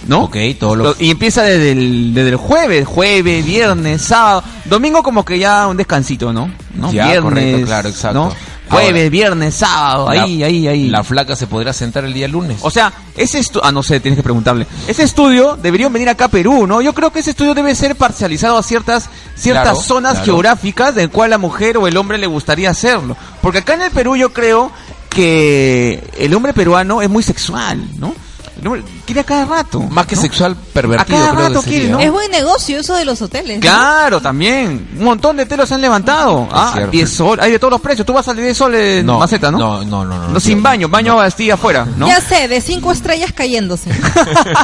¿no?
Ok, todos los-
Lo- Y empieza desde el, desde el jueves, jueves, viernes, sábado, domingo como que ya un descansito, ¿no? ¿No?
Ya, correcto, claro, exacto.
¿no?
Ahora,
Jueves, viernes, sábado, ahí,
la-
ahí, ahí.
La flaca se podrá sentar el día lunes.
o sea, ese estudio, ah, no sé, tienes que preguntarle. Ese estudio deberían venir acá a Perú, ¿no? Yo creo que ese estudio debe ser parcializado a ciertas, ciertas
Claro,
zonas
claro.
geográficas del cual la mujer o el hombre le gustaría hacerlo. Porque acá en el Perú yo creo que el hombre peruano es muy sexual, ¿no? El hombre quiere a cada rato.
más que
¿no?
sexual, pervertido,
A cada
creo que
rato
sería.
quiere, ¿no?
Es buen negocio eso de los hoteles. ¿no?
Claro, también. Un montón de telos se han levantado. Ah,
cierto.
10 soles. Hay de todos los precios. Tú vas al 10 soles
No,
maceta, ¿no?
no, no, no, no.
sin baño, baño así afuera, ¿no?
Ya sé, de cinco estrellas
*laughs*
cayéndose.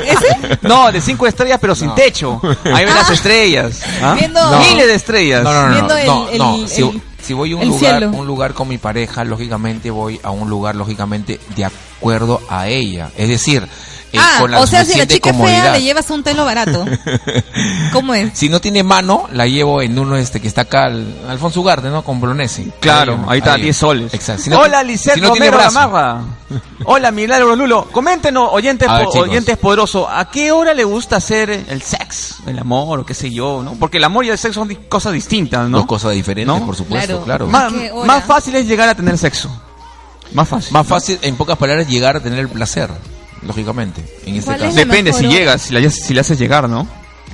¿Ese?
No, de cinco estrellas, pero sin
No.
techo. Ahí ven las estrellas. ¿ah?
Viendo-
No.
Miles de estrellas.
No, no, no,
Viendo
no,
el-
no,
el-
no. Si,
el-
si voy a un
el
lugar,
cielo.
un lugar con mi pareja, lógicamente voy a un lugar, lógicamente, de acuerdo a ella. Es decir,
*laughs*
eh,
ah,
con la
o sea, si la
suficiente
chica es fea,
comodidad.
le llevas un telo
*laughs*
barato. ¿Cómo es?
Si no tiene mano, la llevo en uno este que está acá, al- Alfonso Ugarte, ¿no? Con Bronesi.
Claro, ahí está, 10 soles.
Exacto. Si no
Hola,
ti-
Lisette
si no tiene
Romero
brazo.
Gamarra. Hola, Milagro Lulo. Coméntenos, oyentes,
A ver,
po-
chicos.
oyentes poderosos, ¿a qué hora le gusta hacer el sexo? El amor, o qué sé yo, ¿no? Porque el amor y el sexo son di- cosas distintas, ¿no?
Dos cosas diferentes,
¿No?
por supuesto,
Claro.
claro.
Má-
¿A qué hora?
más fácil es llegar a tener sexo. Más fácil.
Más fácil, en pocas palabras, llegar a tener el placer, lógicamente, en este
¿Cuál
caso.
es la
Depende si
mejor hora?
llegas, si la- si le haces llegar, ¿no?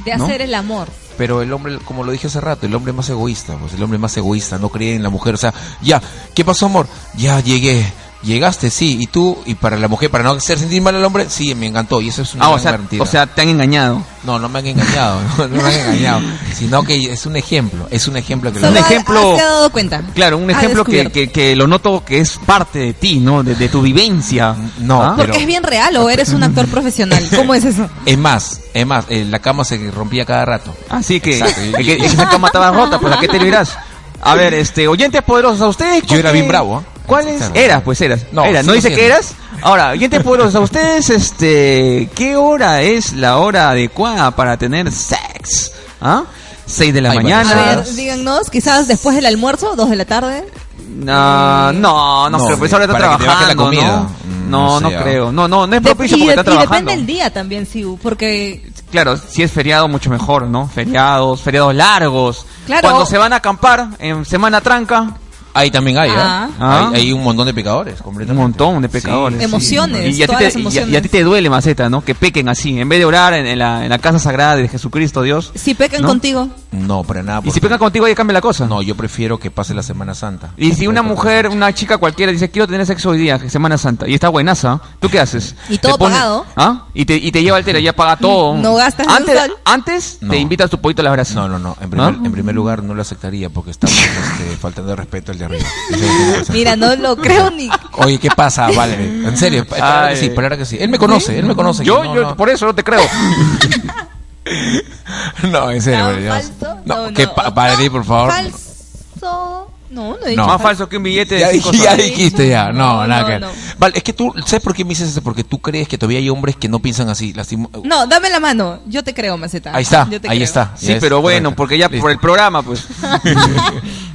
De
¿No?
hacer el amor.
Pero el hombre, como lo dije hace rato, el hombre más egoísta, pues el hombre más egoísta, no cree en la mujer. O sea, ya, ¿qué pasó, amor? Ya llegué. Llegaste, sí, y tú, y para la mujer, para no hacer sentir mal al hombre, sí, me encantó, y eso es una
Ah, o
gran
sea,
mentira.
o sea, te han engañado.
no, no me han engañado, *laughs* no, no me han
*laughs*
engañado, sino que es un ejemplo, es un ejemplo que
Un
lo-
Solo ha-
ejemplo-
ha- ¿Te has dado cuenta?
Claro, un
Ha
ejemplo que,
descubierto.
que, que lo noto que es parte de ti, ¿no? De, de tu vivencia.
No,
¿Ah?
pero-
Porque es bien real o eres un actor profesional. ¿Cómo es eso?
Es más, es más, eh, la cama se rompía cada rato.
Así que,
Exacto,
es
yo-
que esa cama estaba rota, pues ¿a qué te librás? A ver, este, oyentes poderosos, ¿a ustedes?
Yo era
qué-
bien bravo, ¿eh?
¿Cuál es?
Claro.
Eras, pues eras.
No,
No,
sigo
no dice que
siendo.
eras. Ahora, oyentes poderosos, ¿a ustedes, este, qué hora es la hora adecuada para tener sex? ¿Ah? ¿Seis de la
Hay
mañana?
A
Nada.
ver, díganos, quizás después del almuerzo, dos de la tarde.
No, no, no,
No,
creo. Pues ahora está
para que te baje la
trabajando,
comida.
¿no?
Mm,
No,
no
no
sé, ah.
creo. No, no, no es
De-
propicio
y,
porque está
de- y depende
trabajando.
del día también, sí, porque
Claro, si es feriado mucho mejor, ¿no? Feriados, feriados largos.
Claro.
Cuando se van a acampar en semana tranca,
Ahí también hay, ¿eh?
Ah.
Hay, hay un montón de pecadores,
un
completamente.
montón de pecadores.
Sí, sí.
Emociones.
Y, y a ti
todas
te,
las
y a-
emociones.
y a ti te duele, Maceta, ¿no? Que pequen así. En vez de orar en, en la, en la casa sagrada de Jesucristo, Dios.
si pecan
¿no?
contigo,
No, para nada.
Y si
porque-
pecan contigo, ahí cambia la cosa.
No, yo prefiero que pase la Semana Santa.
Y si una
Porque-
mujer, una chica cualquiera dice, quiero tener sexo hoy día, Semana Santa, y está buenaza, ¿tú qué haces?
Y todo
Te pones-
pagado.
¿Ah? Y te, y te lleva al tele, ya paga todo.
*laughs* No gastas ni un
Antes,
sol.
antes
No.
te invitas tu pollito a la brasa.
No, no, no. En primer,
¿Ah?
en primer lugar, no lo aceptaría porque estamos este, faltando de respeto al de arriba. Eso no tiene que ser.
mira, no lo creo ni.
Oye, ¿qué pasa, Valerie? En serio, pa- palabra que
Ay.
sí, palabra que sí. Él me conoce, él me conoce.
Yo,
que no,
yo
no.
por eso no te
*laughs*
creo.
No, en serio,
Tan
Valerie.
falso.
No, que pa- Valerie, por favor.
Falso. No, no he dicho
No.
Más
falso.
falso que un billete de
Ya,
cinco
dij- ya
soles.
dijiste, ya. No,
No,
nada
no,
que ver.
no.
Vale, es que tú, ¿sabes por qué me dices eso? Porque tú crees que todavía hay hombres que no piensan así. lastimo-
No, dame la mano. Yo te creo, Maceta.
Ahí está,
Yo te
ahí
creo.
está.
Sí,
Ya es,
pero bueno,
correcto.
porque ya
Listo.
por el programa,
*laughs*
pues.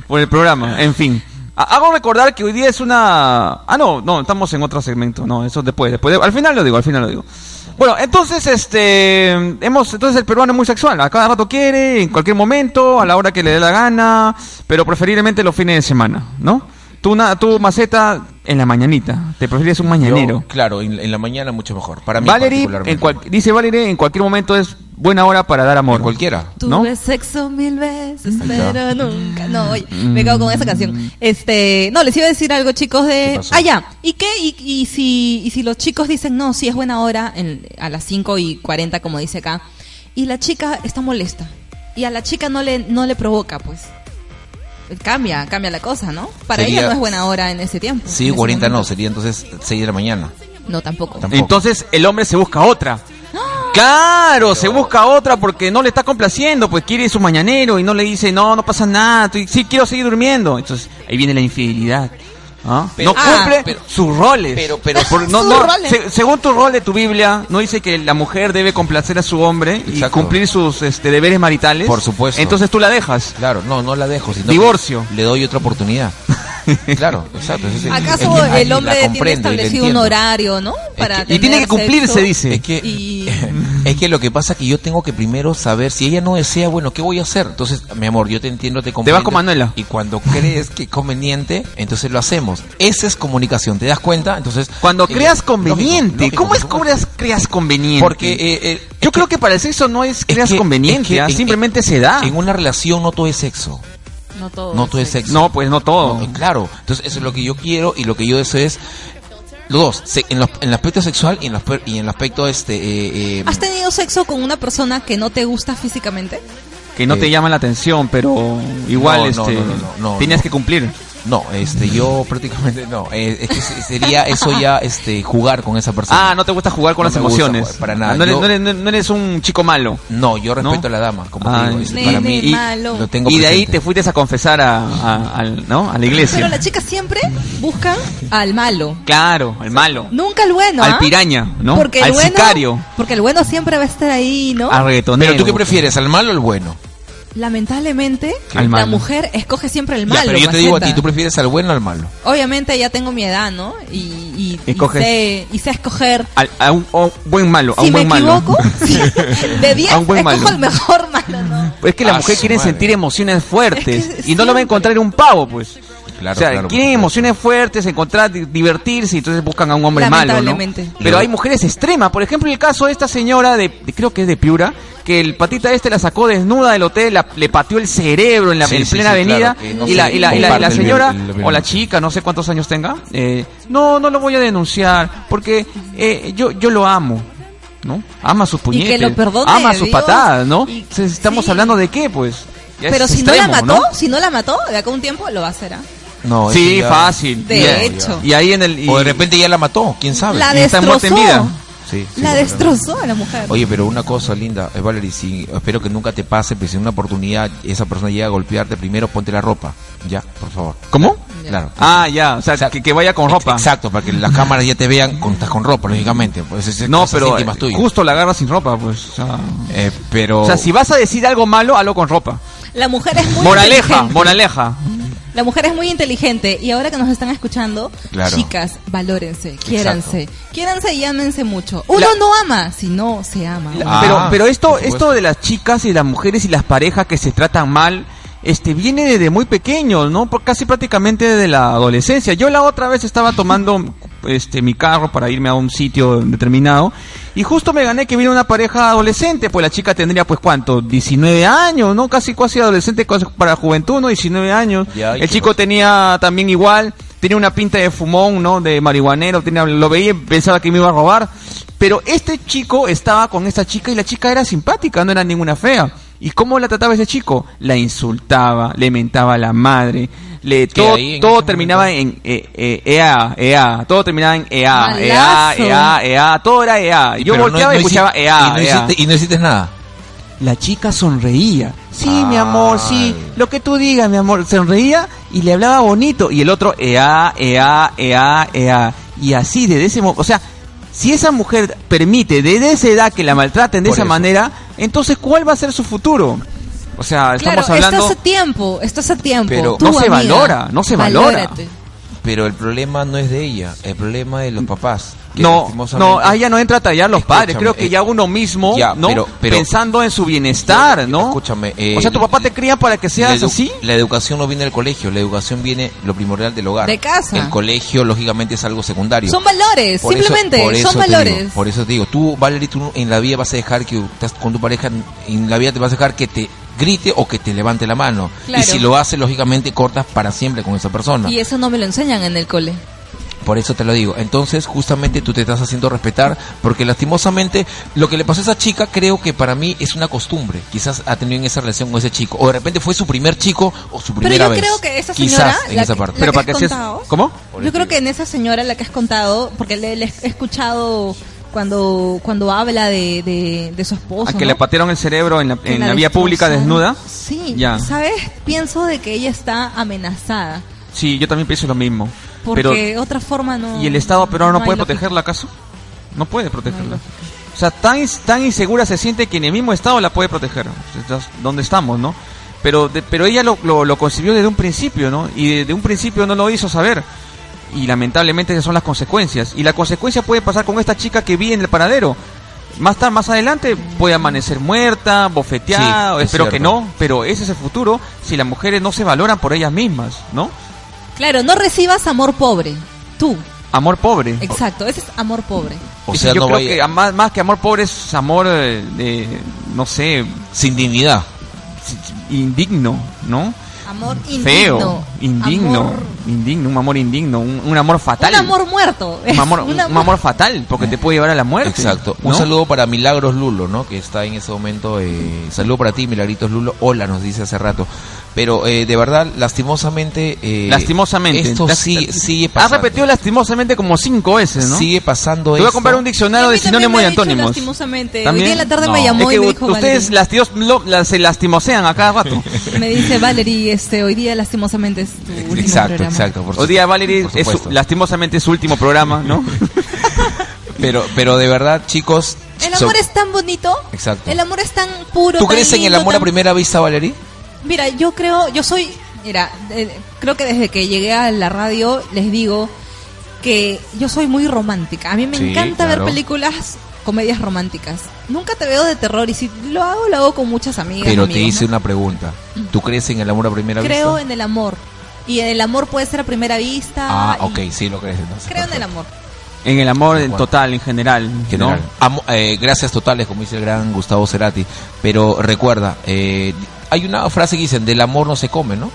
por el programa, en fin. Ha- Hago recordar que hoy día es una... Ah, no, no, estamos en otro segmento, no, eso después, después. Al final lo digo, al final lo digo. Bueno, entonces, este, hemos, entonces el peruano es muy sexual, a cada rato quiere, en cualquier momento, a la hora que le dé la gana, pero preferiblemente los fines de semana, ¿no? Tú, na- tú maceta, en la mañanita, te prefieres un
Yo,
mañanero.
claro, en, en la mañana mucho mejor. Para mí,
Valerie,
particularmente.
en cual- dice Valerie, en cualquier momento es buena hora para dar amor.
Por cualquiera.
¿No?
Tuve sexo mil veces,
Ahí está.
pero nunca. No, oye, me cago con esa canción. Este, no, les iba a decir algo, chicos,
Mm. ¿Qué
de.
pasó?
Ah, ya. ¿Y qué? ¿Y, y si, y si los chicos dicen, no, sí es buena hora, en- a las 5 y 40, como dice acá, y la chica está molesta, y a la chica no le, no le provoca, pues. Cambia, cambia la cosa, ¿no? Para
Sería-
ella no es buena hora en ese tiempo. en
Sí,
ese
40 no,
momento.
sería entonces 6 de la mañana.
No, tampoco.
Tampoco.
Entonces el hombre se busca otra.
¡Ah!
Claro, se busca otra porque no le está complaciendo, pues quiere su mañanero y no le dice, no, no pasa nada, tú- sí quiero seguir durmiendo. Entonces ahí viene la infidelidad. ¿ah?
Pero-
no
Ah,
cumple
pero-
sus roles.
pero- pero-
*laughs*
Por- no,
Sus
no,
roles.
se- según tu rol de tu Biblia, no dice que la mujer debe complacer a su hombre y
Exacto.
cumplir sus este, deberes maritales.
Por supuesto.
Entonces tú la dejas.
Claro, no, no la dejo. sino
Divorcio.
que Le doy
*laughs*
otra oportunidad. Claro, exacto. es- es-
¿Acaso
es que- ahí
el
la
hombre tiene
comprendo y la
establecido un
entiendo.
horario, no?
Y tiene que
tener
cumplirse,
sexo.
dice.
Es que,
Y-
*laughs* es que lo que pasa es que yo tengo que primero saber si ella no desea, bueno, ¿qué voy a hacer? Entonces, mi amor, yo te entiendo, te comprendo.
con Manuela.
Y cuando crees que es conveniente, entonces lo hacemos. Esa es comunicación, ¿te das cuenta? Entonces.
Cuando
eh,
creas
lógico,
conveniente,
lógico,
¿cómo
por
es que
supuesto.
creas, creas conveniente?
Porque eh, eh,
Yo creo que para el sexo no es creas
que-
conveniente,
es que
ah,
en-
simplemente se da.
en una relación no todo es sexo.
No todo.
No todo es sexo.
No, pues no todo.
No, Oh, claro, entonces eso es lo que yo quiero y lo que yo deseo es los dos, se- en, los- en el aspecto sexual y en, los per- y en el aspecto este eh, eh,
Ah,
¿Has tenido sexo con una persona que no te gusta físicamente?
que no te
eh,
llama la atención, pero igual
no,
este,
no, no, no, no,
tienes
no.
que cumplir.
no, este yo prácticamente no, eh, es que se- sería eso
*laughs*
ya este jugar con esa persona.
Ah, no te gusta jugar con
No
las
me gusta
emociones.
jugar, para nada.
Ah, No eres,
Yo-
no eres- no- no eres un chico malo.
No, yo respeto
¿No?
a la dama, como
Ah,
te digo, este,
Nene
para mí
malo.
lo tengo
y de ahí te
presente.
fuiste a confesar a, a- al- ¿no? a la
Pero
iglesia.
las chicas siempre buscan al malo.
Claro, al malo.
Nunca al bueno.
Al
¿ah?
piraña, ¿no?
Porque el
Al
bueno,
sicario.
Porque el bueno siempre va a estar ahí, ¿no?
Al reggaetonero.
Pero tú qué prefieres, al malo o al bueno?
Lamentablemente,
Al
la
malo.
mujer escoge siempre el
Ya,
malo.
pero yo te digo a ti,
Maceta.
¿tú prefieres al bueno o al malo?
Obviamente ya tengo mi edad, ¿no? Y, y, y
Escoges.
sé, y sé escoger.
Al- a un a un buen malo, a
si
un
me
buen malo. *laughs*
equivoco, sí, de 10
A un buen
escojo
malo.
el mejor malo, ¿no?
Es que la
Ah,
mujer
su
quiere
madre.
sentir emociones fuertes
*laughs* Es que
y no lo va
siempre.
a encontrar en un pavo, pues.
Claro,
o sea,
claro, por
quieren
supuesto.
emociones fuertes, encontrar, di- divertirse, y entonces buscan a un hombre malo, ¿no?
Lamentablemente.
Pero hay mujeres extremas. Por ejemplo, el caso de esta señora de, de- creo que es de Piura, que el patita este la sacó desnuda del hotel, la- le pateó el cerebro en, la,
Sí,
en
sí,
plena
sí,
avenida
claro, que no
y, la,
se
y, la, y la- y la
comparte el
señora
bien- el bien-
o la chica, no sé cuántos años tenga, eh, no, no lo voy a denunciar porque eh, yo, yo lo amo. ¿no? Ama sus
Y que
puñetes,
lo perdone,
ama sus
Dios.
patadas, ¿no?
Y-
Entonces, Estamos
sí.
hablando de qué, pues. Ya
Pero
es
si no la
extremo,
mató, si no la mató, de acá a un tiempo lo va a hacer, ¿ah?
No,
Sí,
eso Oh, ya-
fácil.
De
y,
hecho.
Y ahí en el. y-
O de repente ya la mató, quién sabe.
La
Ah, y está muerta en
destrozó.
vida.
Sí, sí,
la
por supuesto.
destrozó a la mujer.
Oye, pero una cosa linda, eh, Valerie, si, espero que nunca te pase, pero si en una oportunidad esa persona llega a golpearte, primero ponte la ropa, ya, por favor.
¿Cómo?
Ya.
Claro.
Ah, ya. O sea,
O sea,
que, que vaya con ropa.
Exacto, para que las cámaras ya te vean con, estás con ropa, lógicamente. Pues, es- es
No,
cosas
pero
íntimas
eh,
tuyas.
justo la agarra sin ropa, pues. O sea,
Eh, pero.
o sea, si vas a decir algo malo, hazlo con ropa.
La mujer es muy
Moraleja,
inteligente.
moraleja.
La mujer es muy inteligente y ahora que nos están escuchando,
Claro.
chicas, valórense, quiéranse. Quiéranse y ámense mucho. Uno
La-
no ama si no se ama.
La-
Ah,
pero pero esto
por supuesto.
esto de las chicas y las mujeres y las parejas que se tratan mal este viene desde muy pequeño, ¿no? Por- casi prácticamente desde la adolescencia. Yo la otra vez estaba tomando este mi carro para irme a un sitio determinado y justo me gané que vino una pareja adolescente, pues la chica tendría pues cuánto, 19 años, ¿no? Casi casi adolescente casi para juventud, ¿no? 19 años.
Ya, ¿y
El
qué
chico
pasó?
tenía también igual, tenía una pinta de fumón, ¿no? De marihuanero, tenía, lo veía y pensaba que me iba a robar. Pero este chico estaba con esta chica y la chica era simpática, no era ninguna fea. ¿Y cómo la trataba ese chico? La insultaba, le mentaba a la madre, le
Que
todo,
ahí en
todo
ese
terminaba en eh, eh, EA, EA, todo terminaba en EA, EA,
Malazo.
EA, EA, todo era EA.
Y
Yo
pero no-
volteaba y
no hici-
escuchaba "Ah, EA,
y no,
EA.
hiciste, y no hiciste nada.
La chica sonreía. Sí, mi amor, sí.
Ay.
Lo que tú digas, mi amor. Sonreía y le hablaba bonito. Y el otro, ea, ea, ea, ea. Y así, desde ese momento. O sea, si esa mujer permite desde esa edad que la maltraten de
Por
esa
eso.
manera, entonces, ¿cuál va a ser su futuro? O sea, estamos
claro,
hablando.
estás a tiempo, estás a tiempo.
Pero
Tú,
no se
amiga,
valora, no se valora.
valórate.
Pero el problema no es de ella, el problema es de los papás. que
No, no,
lastimosamente-
ahí ya no entra a tallar los padres.
Escúchame,
Creo que
eh,
ya uno mismo,
ya,
¿no?
pero- pero-
Pensando en su bienestar, ¿no?
Escúchame, eh,
o sea, tu papá te cría para que
La
seas
edu-
así.
La educación no viene del colegio, la educación viene lo primordial del hogar.
De casa.
El colegio, lógicamente, es algo secundario.
Son valores,
Por eso-
simplemente,
por
son
eso te
valores.
digo, por eso te digo, tú, Valerie, tú en la vida vas a dejar que estás con tu pareja, en la vida te vas a dejar que te grite o que te levante la mano.
Claro.
Y si lo hace, lógicamente cortas para siempre con esa persona.
Y eso no me lo enseñan en el cole.
Por eso te lo digo. Entonces, justamente tú te estás haciendo respetar, porque lastimosamente lo que le pasó a esa chica, creo que para mí es una costumbre. Quizás ha tenido en esa relación con ese chico. O de repente fue su primer chico o su
Pero
primera
yo
vez.
creo que esa señora,
Quizás en
la
esa
que-
parte.
la
Pero para
que
que seas.
has contado?
¿Cómo?
Yo creo que en esa señora la que has contado, porque le, le he escuchado cuando cuando habla de, de, de su esposo.
A que
¿no?
le patearon el cerebro en la,
Que
en la vía
destrozaron.
pública desnuda.
Sí,
Ya.
¿sabes? Pienso de que ella está amenazada.
Sí, yo también pienso lo mismo. Pero,
Porque otra forma no.
¿Y el Estado peruano no,
hay
puede
lógica.
protegerla acaso? No puede protegerla.
No hay
o sea, tan, ins- tan insegura se siente que ni el mismo Estado la puede proteger. Estás- Donde estamos, ¿no? Pero, de- pero ella lo, lo, lo concibió desde un principio, ¿no? Y desde un principio no lo hizo saber. Y lamentablemente esas son las consecuencias. Y la consecuencia puede pasar con esta chica que vi en el paradero. Más tarde, más adelante puede amanecer muerta, bofeteada,
Sí, es
espero que
cierto.
no, pero ese es el futuro si las mujeres no se valoran por ellas mismas, ¿no?
Claro, no recibas amor pobre. Tú.
Amor pobre.
Exacto, ese es amor pobre.
O
Sí,
sea,
yo
no
creo
vaya-
que a- más, más que amor pobre es amor eh, de, no sé,
sin dignidad.
indigno, ¿no?
Amor indigno.
Feo, indigno,
Amor-
indigno, un amor indigno, un, un amor fatal.
Un amor muerto.
Un amor, un-
*laughs* Un
un amor fatal, porque te puede llevar a la muerte.
Exacto. Un
¿no?
saludo para Milagros Lulo, ¿no? Que está en ese momento. Eh, saludo para ti, Milagritos Lulo. Hola, nos dice hace rato. Pero eh, de verdad, lastimosamente. eh,
Lastimosamente.
Esto
Las-
sigue, sigue
Has
pasando.
repetido lastimosamente como cinco veces, ¿no?
Sigue pasando
Te voy a
esto.
comprar un diccionario
A mí
de
también
sinónimos
me
y
ha dicho
antónimos.
lastimosamente. Hoy
¿También?
día en la tarde me
No.
llamó
Es
y
que
me dijo,
ustedes
Valerie.
las tíos lo- las- se lastimosean
*laughs*
a cada rato.
Me dice Valerie, este, hoy día lastimosamente es tu último
Exacto,
programa".
exacto. por
Hoy día
supuesto,
Valerie
por
es su-
supuesto.
lastimosamente es su último programa,
*laughs*
¿no?
Pero, pero de verdad, chicos.
El
so-
amor es tan bonito.
Exacto.
El amor es tan puro.
¿Tú
tan
crees en el
lindo,
amor a
tan-
primera vista, Valerie?
Mira, yo creo, yo soy, mira, eh, creo que desde que llegué a la radio les digo que yo soy muy romántica. A mí me
Sí,
encanta
claro.
ver películas, comedias románticas. Nunca te veo de terror y si lo hago, lo hago con muchas amigas.
Pero te
amigos,
hice
¿no?
una pregunta. ¿Tú crees en el amor a primera
Creo
vista?
en el amor. Y el amor puede ser a primera vista.
Ah,
y
ok, sí lo crees entonces.
Creo en el
perfecto.
amor.
En el amor en
Bueno.
total, en general,
general.
¿no?
Amo- eh, gracias totales, como dice el gran Gustavo Cerati. Pero recuerda, eh, hay una frase que dicen, del amor no se come, ¿no?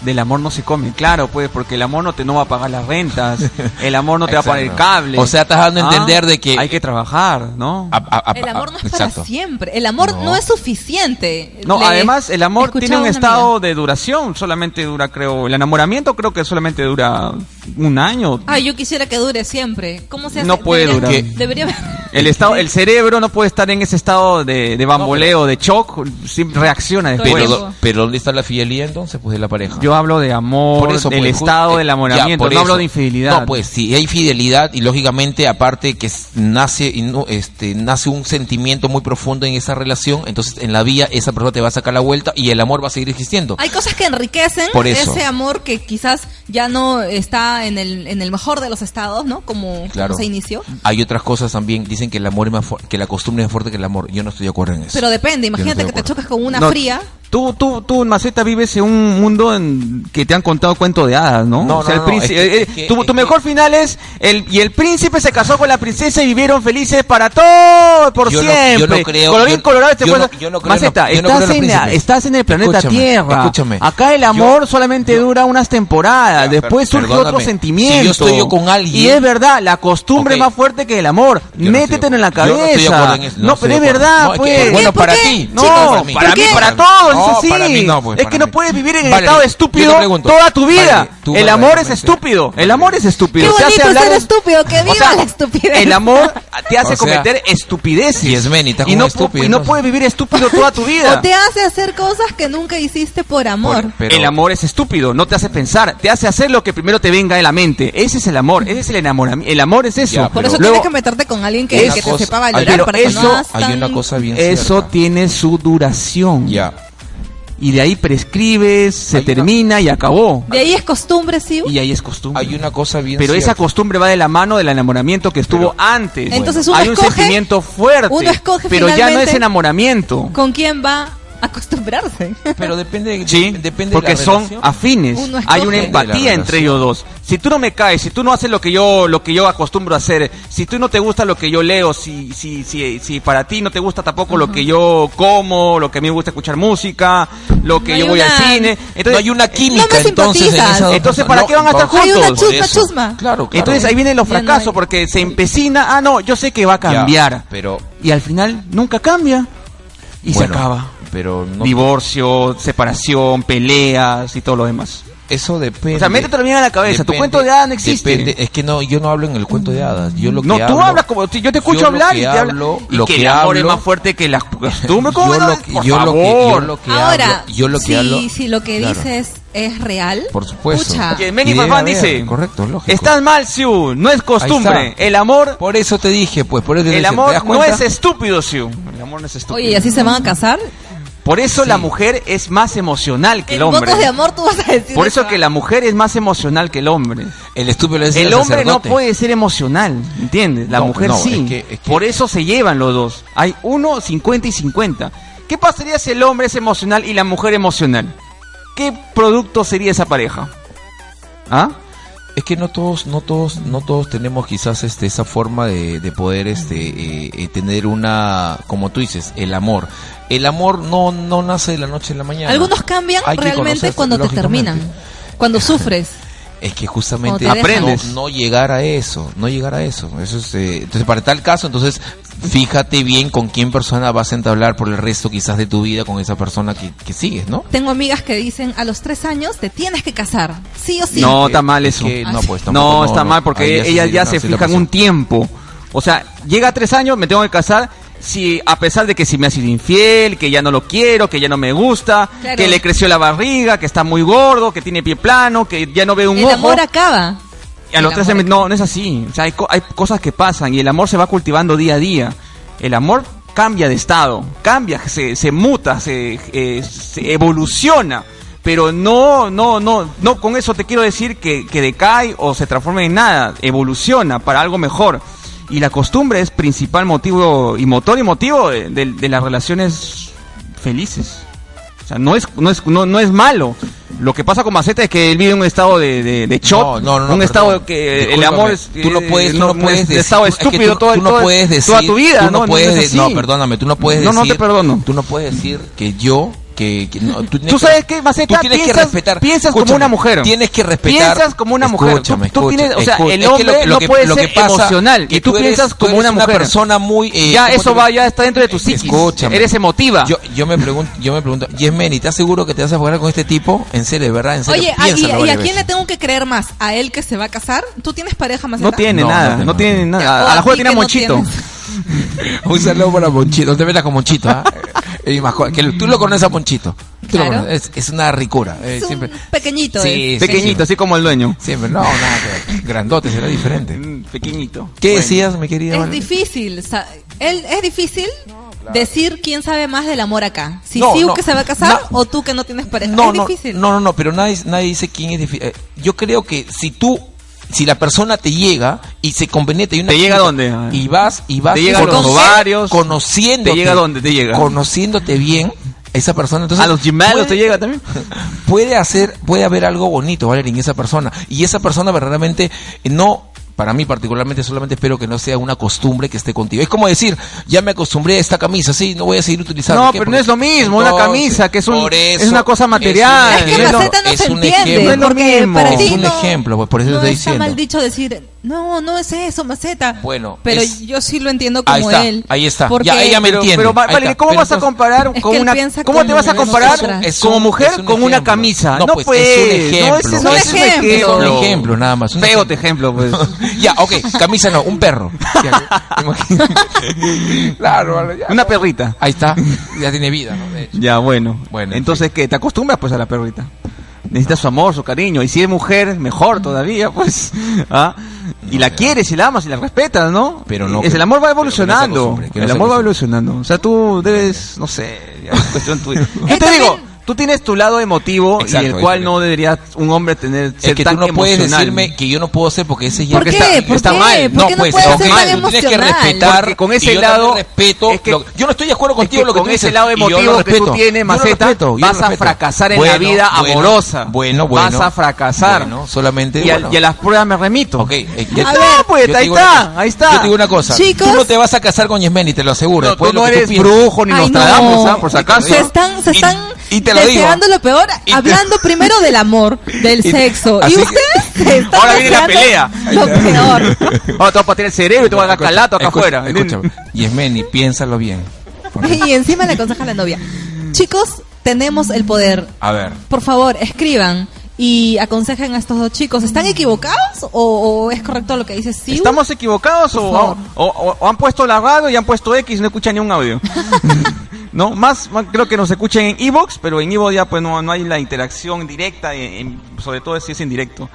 Del amor no se come, claro, pues, porque el amor no te no va a pagar las rentas, el amor no te va a pagar el
*laughs* Exacto.
cable. Ah,
O sea, estás dando a entender de que- Ah.
hay que trabajar, ¿no?
A- a- a-
El amor no es
exacto.
para siempre. El amor no,
No.
es suficiente.
no,
Le-
además el amor
escuchaba
tiene un
una
estado
amiga.
de duración, solamente dura creo, el enamoramiento creo que solamente dura un año.
Ay, yo quisiera que dure siempre. ¿Cómo se hace?
No puede
Debería-
durar.
Debería
El estado, el cerebro no puede estar en ese estado de, de bamboleo, de shock, sí, reacciona
Pero-
después.
Pero,
Bueno.
do- pero ¿dónde está la fidelidad entonces? Pues de la pareja.
Yo hablo de amor, del
pues, ju-
estado
eh,
del
ya,
enamoramiento,
por
no hablo
eso.
de infidelidad.
No, pues si hay fidelidad y lógicamente aparte que s- nace y no- este nace un sentimiento muy profundo en esa relación, entonces en la vía esa persona te va a sacar la vuelta y el amor va a seguir existiendo.
Hay cosas que enriquecen
Por eso.
ese amor que quizás ya no está en el, en el mejor de los estados, ¿no? Como, como
Claro.
se inició.
Hay otras cosas también, dicen que el amor es más fu- que la costumbre es más fuerte que el amor. Yo no estoy de acuerdo en eso.
Pero depende, imagínate
estoy
que
de
te
acuerdo.
chocas con una
No,
fría.
Tú, tú, tú, Maceta, vives en un mundo en que te han contado cuento de hadas, ¿no?
No,
o sea,
no,
el
no,
príncipe-
es que-
eh, eh,
es que-
tu,
es
tu
que-
mejor final es el y el príncipe se casó con la princesa y vivieron felices para todo por
Yo no- yo
siempre.
no creo-
Colorín
yo-
colorado este
yo
cuento-
no- yo no creo en
Maceta,
los- yo no creo
estás,
en los
en la-
príncipes.
estás en el planeta
Escúchame,
Tierra.
escúchame.
Acá el amor solamente dura unas temporadas,
Ya,
después
per-
surge otro
perdóname.
sentimiento.
Si yo estoy yo con alguien-
y es verdad, la costumbre
Ok.
es más fuerte que el amor.
Yo no estoy de
Métetelo en la
acuerdo. Yo no estoy de acuerdo
cabeza.
en eso, no
No,
estoy
pero es
de acuerdo.
verdad,
No, es que-
pues.
bueno,
¿Por
para
qué?
ti.
No,
chicos,
para,
¿Por
mí,
qué?
para todos,
No,
es así.
para mí no, pues,
es
para
que no
mí.
puedes vivir en el
Vale,
estado
yo te
estúpido
pregunto,
toda tu vida.
vale, tú
el
me
amor es
parece-
estúpido, el amor es estúpido.
Qué
Te hace
bonito
hablar
ser
de-
estúpido, que
O
viva
sea,
la estupidez.
El amor te hace
*laughs* O sea,
cometer estupideces.
y es men, y estás
no,
como
pu-
estúpido,
y no
entonces.
puedes vivir estúpido toda
*laughs*
tu vida.
O te hace hacer cosas que nunca hiciste por amor.
Por- pero-
el amor es estúpido, no te hace pensar, te hace hacer lo que primero te venga de la mente. Ese es el amor, ese es el enamoramiento. El amor es eso.
Ya,
Por
pero-
eso
Luego,
tienes que meterte con alguien que,
Una
que te
cosa-
sepa
Ay,
valorar
pero
para que no
eso-
hagas
Hay
tan-
una cosa bien
eso
cierta.
tiene su duración.
Ya.
y de ahí prescribes, se termina y acabó.
De ahí es costumbre, sí.
Y ahí es costumbre.
Hay una cosa bien
Pero esa
cierta.
costumbre va de la mano del enamoramiento que estuvo
Pero-
antes.
Entonces uno
Hay un
escoge-
sentimiento fuerte.
uno escoge
pero ya no
finalmente-
es enamoramiento.
¿Con quién va a acostumbrarse?
Pero depende, de-
Sí,
depende
porque
de la
son
relación.
afines.
Uno escoge.
Hay una
Depende de
empatía
la
entre
relación.
ellos dos. Si tú no me caes, si tú no haces lo que yo lo que yo acostumbro a hacer, si tú no te gusta lo que yo leo, si si si, si para ti no te gusta tampoco lo que yo como, lo que a mí me gusta escuchar música, lo que
No hay
yo voy al
una-
cine, entonces
no hay una química
me
entonces en
simpatizas.
esas dos
Entonces,
personas.
¿para qué van a estar
por-
Hay una
por
chusma,
eso.
chusma.
Claro, claro.
Entonces ahí vienen los
Ya no
fracasos
hay.
porque se empecina, ah no, yo sé que va a
Ya,
cambiar,
pero
y al final nunca cambia y
bueno,
se acaba.
Pero no,
Divorcio, separación, peleas y todo lo demás.
eso depende.
O sea, métetelo bien a la cabeza, tu cuento de hadas no existe.
Depende, es que no, yo no hablo en el cuento de hadas. Yo lo que
no, tú
hablo-
hablas como yo te escucho
yo lo
hablar
que
y te
hablo-
habla, y
lo
que,
que
el amor
hablo-
es más fuerte que la
*laughs*
costumbre. ¿Cómo
yo
no?
lo que,
Por
yo lo que- yo
favor.
lo que
Ahora,
hablo, yo lo que
si,
hablo-
si lo que
Claro.
dices es real,
Por supuesto.
pucha,
Que Manny
Y debe
Farfán
haber,
dice,
eh, correcto, lógico.
estás mal, Siu, no es
Ahí
costumbre,
está.
el amor,
Por eso te dije, pues, por eso te
el
decía, ¿te das
amor no
cuenta?
es estúpido, Siu. El amor no es estúpido.
oye, ¿y así se van a casar?
Por eso la mujer es más emocional que
En
el hombre.
votos de amor tú vas a decir
Por eso que la mujer es más emocional que el hombre.
El estúpido le decía
el
al
hombre
sacerdote.
no puede ser emocional, ¿entiendes? La
No,
mujer
no,
sí.
es que- es que-
Por eso se llevan los dos. Hay uno 50 y 50. ¿Qué pasaría si el hombre es emocional y la mujer emocional? ¿Qué producto sería esa pareja? ¿Ah?
Es que no todos, no todos, no todos tenemos quizás este esa forma de, de poder este eh, eh, tener una, como tú dices, el amor. El amor no no nace de la noche a la mañana.
Algunos cambian
Hay que
realmente
conocerse,
cuando te
lógicamente.
terminan, cuando sufres.
Es que justamente
O te dejan.
no, no llegar a eso, no llegar a eso. Eso es, eh, entonces para tal caso, entonces fíjate bien con quién persona vas a entablar por el resto quizás de tu vida con esa persona que, que sigues, ¿no?
Tengo amigas que dicen a los tres años te tienes que casar, sí o sí.
No, está mal
Es
eso.
que no, pues, tampoco,
no, está mal
Ahí
porque
sí
ellas
sería
ya
una
se
cierta
fijan
presión.
un tiempo. O sea, llega a tres años, me tengo que casar. Si, a pesar de que si me ha sido infiel, que ya no lo quiero, que ya no me gusta,
Claro.
que le creció la barriga, que está muy gordo, que tiene pie plano, que ya no ve un
el
ojo.
amor acaba.
Y a los
El
tres
amor
meses- no, no es así. O sea, hay, co- hay cosas que pasan y el amor se va cultivando día a día. El amor cambia de estado, cambia, se, se muta, se, eh, se evoluciona. Pero no, no, no, no, con eso te quiero decir que, que decae o se transforma en nada, evoluciona para algo mejor. Y la costumbre es principal motivo y motor y motivo de, de- de las relaciones felices. O sea, no es, no es, no, no es malo. Lo que pasa con Maceta es que él vive en un estado de, de, de shock,
No, no, no, no,
un
perdón.
estado que el
Discúlpame,
amor es
tú no
eh,
puedes, tú no
un
puedes
est-
decir,
estado
tú- es que
estúpido
tú,
todo-
tú no
todo-
puedes decir,
toda tu vida,
tú no,
no
puedes,
es
de-
así.
no, perdóname, tú no puedes
No, no
decir,
te perdono.
tú no puedes decir que yo que, que no, tú, tienes
Tú
que-
sabes qué, Maceta,
tú tienes
piensas-
que respetar,
piensas como
Escúchame,
una mujer.
tienes que respetar,
Piensas como una mujer. Tú-
escúchame,
tú tienes- o
escúchame,
sea, el
escu- es que lo-
hombre
lo
no
que-
puede
lo que
ser
pasa
emocional,
que
y tú
eres-
piensas como
eres
una mujer.
persona muy eh,
ya
¿cómo
eso
te-
va, ya está dentro de tu psiquis.
Escúchame.
Eres emotiva.
Yo, yo me pregunto, yo me pregunto, Yesmeni, ¿te aseguro que te vas a jugar con este tipo? En serio, de ¿verdad? En serio,
Oye, ¿a-
piénsalo
¿y, y a
varias
quién le
veces.
tengo que creer más? ¿A él que se va a casar? ¿Tú tienes pareja más
no tiene
No,
nada,
no
no,
tengo.
tiene nada.
O
A,
a
la juega
ti
tiene a
Oh, que no
Monchito.
tienes.
Un saludo para Ponchito, no te metas con Ponchito, ¿ah? *laughs* Eh, más co- que lo- tú lo conoces a Ponchito. Tú lo
Claro.
conoces, es, es una ricura. eh,
Es un
siempre,
pequeñito.
Sí,
¿eh?
Pequeñito, así como el dueño.
siempre, no, nada, que ver. grandote, será diferente.
Mm, Pequeñito.
¿Qué
Bueno.
decías, mi querida?
Es
Valen?
difícil, sa- él, es difícil decir quién sabe más del amor acá. Si
No,
Siu
no,
que se va a casar
no.
o tú que no tienes pareja.
No,
es
no,
difícil.
no, no, no, pero nadie, nadie dice quién es difícil. Eh, Yo creo que si tú, si la persona te llega y se conveniente, y una
¿Te llega
química,
dónde? Ah.
Y vas, y vas,
Te llega a los
conoci-
ovarios.
conociéndote,
Te llega dónde, te llega.
conociéndote bien. Esa persona, entonces.
a los gemelos
puede-
te llega también.
puede hacer, puede haber algo bonito, Valerie, en esa persona. Y esa persona verdaderamente eh, no, para mí particularmente, solamente espero que no sea una costumbre que esté contigo. Es como decir, ya me acostumbré a esta camisa, sí, no voy a seguir utilizando.
No, pero no es lo mismo, una camisa, que es un-
por
es una cosa material.
Es que
Es lo-
Maceta no
es
se
un
entiende.
ejemplo.
No es lo
porque
mismo.
para ti
Es un
no-
ejemplo, pues, por eso
no
te estoy
está
diciendo.
mal dicho decir, no, no es eso, Maceta.
Bueno,
pero
es-
yo sí lo entiendo como
Ahí está,
él.
ahí está.
porque-
Ya ella me
Pero,
entiende.
pero Va-
Ahí
Valerie,
está.
¿cómo
Pero
vas a
entonces-
comparar
Es
con
que él
una
piensa
cómo te
como
vas a
nosotras.
comparar
Es
como
un-
mujer
es un
con una
ejemplo.
camisa?
No,
No,
pues,
pues,
es un
no, ese
ejemplo.
no
Es
es
un
un
ejemplo.
ejemplo.
Es un ejemplo, *laughs* nada más, un
Feo te ejemplo, pues.
Ya, ok, camisa no,
*laughs*
un perro. Ya, imagino. *laughs* claro, vale, ya.
Una perrita.
Ahí está, ya tiene vida, ¿no? De hecho.
Ya, bueno.
Bueno, en
Entonces, ¿qué? ¿Te acostumbras pues a la perrita? Necesitas su amor, su cariño. Y si es mujer,
Mm.
mejor todavía,
*laughs*
pues. ¿Ah? Y la quieres, y la amas, y la respetas, ¿no?
Pero no
Es,
que-
el amor va
pero que no se
evolucionando.
acostumbre, que no
el
se
amor va
acostumbre. *laughs*
evolucionando. O sea, tú debes, no sé, ya, es cuestión tuya. Yo
Él
te digo,
también-
tú tienes tu lado emotivo
Exacto,
y el cual
eso
no debería un hombre tener ser
es que tú
tan
no puedes
emocional.
decirme que yo no puedo ser porque ese ya
¿Por
Porque
qué?
está-
¿Por
está
qué?
mal.
¿Por
No,
qué no,
pues
puedes ser
ok,
tan
tú tienes que
emocional?
respetar
Porque con
y
ese
yo
lado-
también respeto.
es que-
lo- yo no estoy de acuerdo
Es que
contigo en lo que
con
tú
ese
dices,
lado
y yo lo
emotivo que tú
respeto,
tienes,
yo lo
Maceta,
respeto, yo
vas
lo
a
respeto.
fracasar en la
Bueno,
vida
bueno,
amorosa.
Bueno, bueno.
Vas a fracasar.
Bueno, solamente.
y, a,
bueno.
y a las pruebas me remito.
Ok, eh,
Ahí
yo-
está,
yo
pues,
te
ahí
digo una
está,
cosa.
ahí está.
Yo te digo una cosa.
Chicos.
tú no te vas a casar con Yasmeni, te lo aseguro.
No,
Después
tú
lo
no
que tú
eres
piensas.
brujo ni
Ay,
Nostradamus,
no.
¿ah? por si acaso.
Se están, se
Y-
están
y te lo digo.
deseando lo peor,
Y te-
hablando primero del amor,
*laughs*
del
te-
sexo.
así
y
que-
ustedes se están
Ahora viene la pelea.
deseando Lo peor.
Ahora te vas a patear el cerebro y te vas a dar calato acá
Escucha,
afuera.
Escúchame. Yasmeni, piénsalo bien.
*laughs* y encima le aconseja a la novia. Chicos, tenemos el poder.
A ver.
Por favor, escriban y aconsejen a estos dos chicos. ¿Están equivocados o, o es correcto lo que dice Siu?
¿Estamos equivocados o,
Por favor.
o- o- o han puesto la radio y han puesto X y no escuchan ni un
*laughs*
audio? no, más, más creo que nos escuchen en Evox, pero en Evox ya pues no, no hay la interacción directa, en- en- sobre todo si es en directo.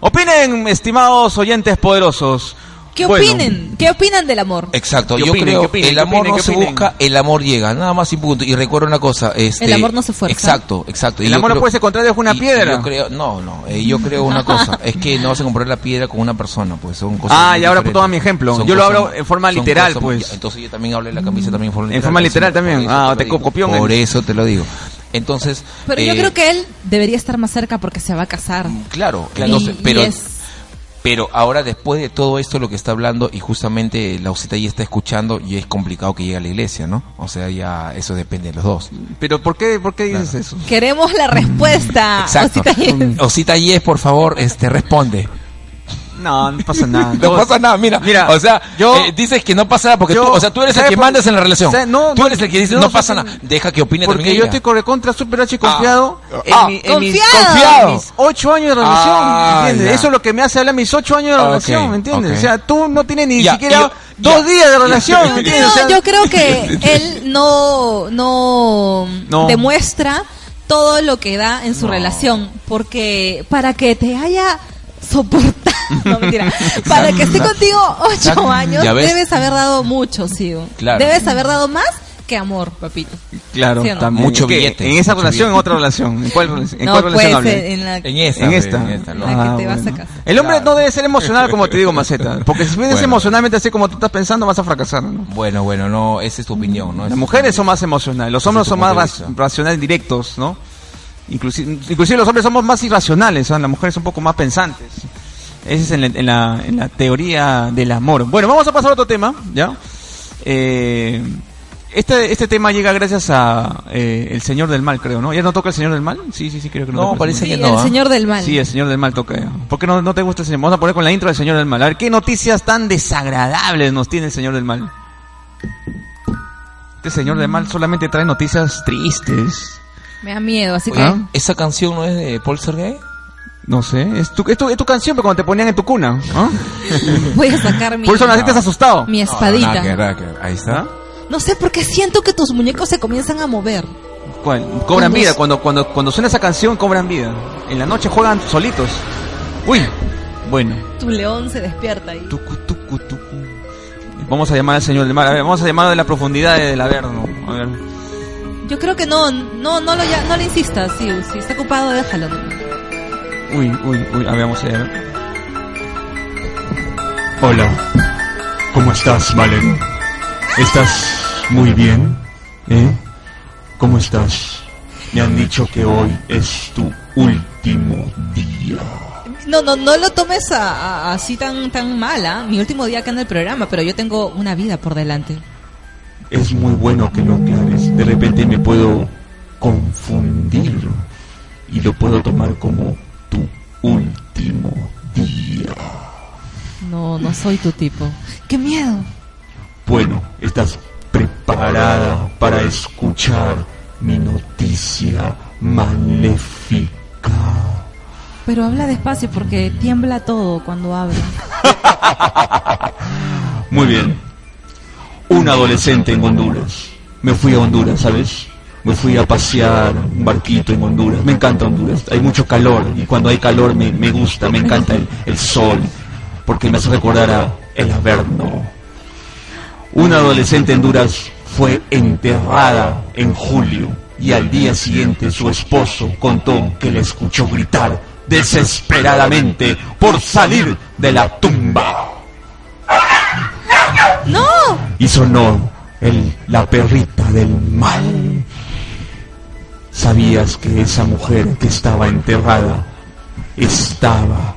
Opinen, estimados oyentes poderosos.
¿Qué
Bueno, Eh,
opinen? ¿Qué opinan del amor?
Exacto,
¿Qué
yo
opinen,
creo
qué opinen,
el
qué
amor
opinen,
no
qué
se
opinen?
busca, el amor llega, nada más y punto. Y recuerda una cosa, este,
El amor no se fuerza.
Exacto, exacto. y
El
yo
amor no
creo-
puede ser contrario con una
y- y
piedra.
Yo creo, no, no, eh, yo creo una cosa, es que no vas a comprar la piedra con una persona, pues son cosas
Ah,
muy
y ahora
diferentes.
toma mi ejemplo.
Son
Yo lo
cosas-
hablo en forma
son
literal,
cosas-
pues.
ya, Entonces yo también hablo de la camisa también en forma literal.
forma
por
literal
eso- por
también.
eso
Ah,
lo
te
digo,
copió en
Por
el-
eso te lo digo. Entonces,
Pero yo
eh,
creo que él debería estar más cerca porque se va a casar.
Claro, claro,
Y-
entonces,
y
pero
es-
pero ahora después de todo esto lo que está hablando y justamente la usita ya está escuchando y es complicado que llegue a la iglesia, ¿no? O sea, ya eso depende de los dos.
Pero ¿por qué, por qué dices eso?
Queremos la respuesta.
Exacto. Mm.
Osita
Mm.
Yes.
Osita Yes, por favor, este responde.
No, no *laughs* pasa nada.
No pasa nada, mira.
Mira,
o sea,
yo-
eh, dices que no pasa nada porque
yo-
tú, o sea, tú eres el
¿sabes
que
por-
mandas en la relación.
o sea, no,
tú
no,
eres el que dice,
no,
no, pasa
porque-
nada. Deja que opine
Porque
también
yo
ella.
estoy corre- contra Super H confiado en,
Ah.
mi- en mis,
Confiado.
en mis ocho años de relación,
Ah,
¿entiendes?
ya.
Eso es lo que me hace hablar mis ocho años de
Ah, ok,
relación, ¿me entiendes?
ok.
O sea, tú no tienes ni
Ya,
siquiera
yo-
dos
ya.
días de relación, *laughs* ¿me
Yo
entiendes?
creo,
O sea,
yo creo que él no, no,
No.
demuestra todo lo que da en su relación, porque para que te haya soportado, *laughs* no, mentira, para que esté contigo ocho
Exacto.
años,
Ya ves.
debes haber dado mucho, sí.
Claro.
Debes haber dado más que amor, papito.
claro,
¿Sí o no?
también.
Mucho
Es que
billete,
En esa
mucho
relación, en
billete.
otra relación. ¿En cuál, relación- en
no,
cuál relación
pues,
hablé?
en la...
en esta.
En esta.
en esta, ¿no?
Ah, que te vas a casar.
El hombre no debe ser emocional, como te *laughs* digo, Maceta. Porque si vienes
Bueno.
emocionalmente así como tú estás pensando, vas a fracasar. ¿no?
Bueno, bueno, no, esa es tu opinión, ¿no? Esa
Las
es
mujeres
tu
son más emocionales, los hombres
Desde
son
tu
más
punto de
ra-
vista.
racionales directos, ¿no? Inclusi- Inclusive, los hombres somos más irracionales, ¿ah? las mujeres son un poco más pensantes. Esa es en la, en la- en la teoría del amor. Bueno, vamos a pasar a otro tema, ¿ya? Eh, este, este tema llega gracias a eh, El Señor del Mal, creo, ¿no? ¿Ya no toca El Señor del Mal? Sí, sí, sí, creo que no.
No,
toca El
parece
Señor
Sí,
que no,
el
¿ah?
señor del mal.
Sí, el señor del mal toca. ¿Por qué no, no te gusta el señor? Vamos a poner con la intro del señor del mal. A ver, ¿qué noticias tan desagradables nos tiene el señor del mal? Este señor del mal solamente trae noticias tristes.
Me da miedo, así que...
Oye, ¿Esa canción no es de Paul Sergei?
No sé, es tu, es tu, es tu canción, pero cuando te ponían en tu cuna. ¿ah?
Voy a sacar mi,
Por eso naciste asustado.
mi
Nada Ah, que ver,
espadita.
nada que ver. Ahí está.
¿Ah?
No sé por qué siento que tus muñecos se comienzan a mover.
¿Cuál? Cobran
Cuando
vida.
es-
Cuando, cuando, cuando suena esa canción, cobran vida. En la noche juegan solitos. Uy, bueno.
Tu león se despierta ahí.
Tucu, tucu, tucu. Vamos a llamar al señor del mal. A ver, vamos a llamarlo de la profundidad del averno. A ver.
Yo creo que no, no, no lo, ya, no le insistas, sí, si está ocupado, déjalo.
Uy, uy, uy, a ver, vamos allá.
Hola, ¿cómo estás, Valen? ¿Estás muy bien? ¿Eh? ¿Cómo estás? Me han dicho que hoy es tu último día.
No, no, no lo tomes a- a- así tan, tan mala. Mi último día acá en el programa, pero yo tengo una vida por delante.
Es muy bueno que lo aclares. De repente me puedo confundir y lo puedo tomar como tu último día.
No, no soy tu tipo. ¡Qué miedo!
Bueno, ¿estás preparada para escuchar mi noticia maléfica?
Pero habla despacio porque tiembla todo cuando habla.
Muy bien. Un adolescente en Honduras. Me fui a Honduras, ¿sabes? Me fui a pasear un barquito en Honduras. Me encanta Honduras. Hay mucho calor y cuando hay calor me, me gusta, me encanta el, el sol. Porque me hace recordar a el Averno. Una adolescente en Honduras fue enterrada en julio y al día siguiente su esposo contó que le escuchó gritar desesperadamente por salir de la tumba.
¡No!
Y sonó el, la perrita del mal. ¿Sabías que esa mujer que estaba enterrada estaba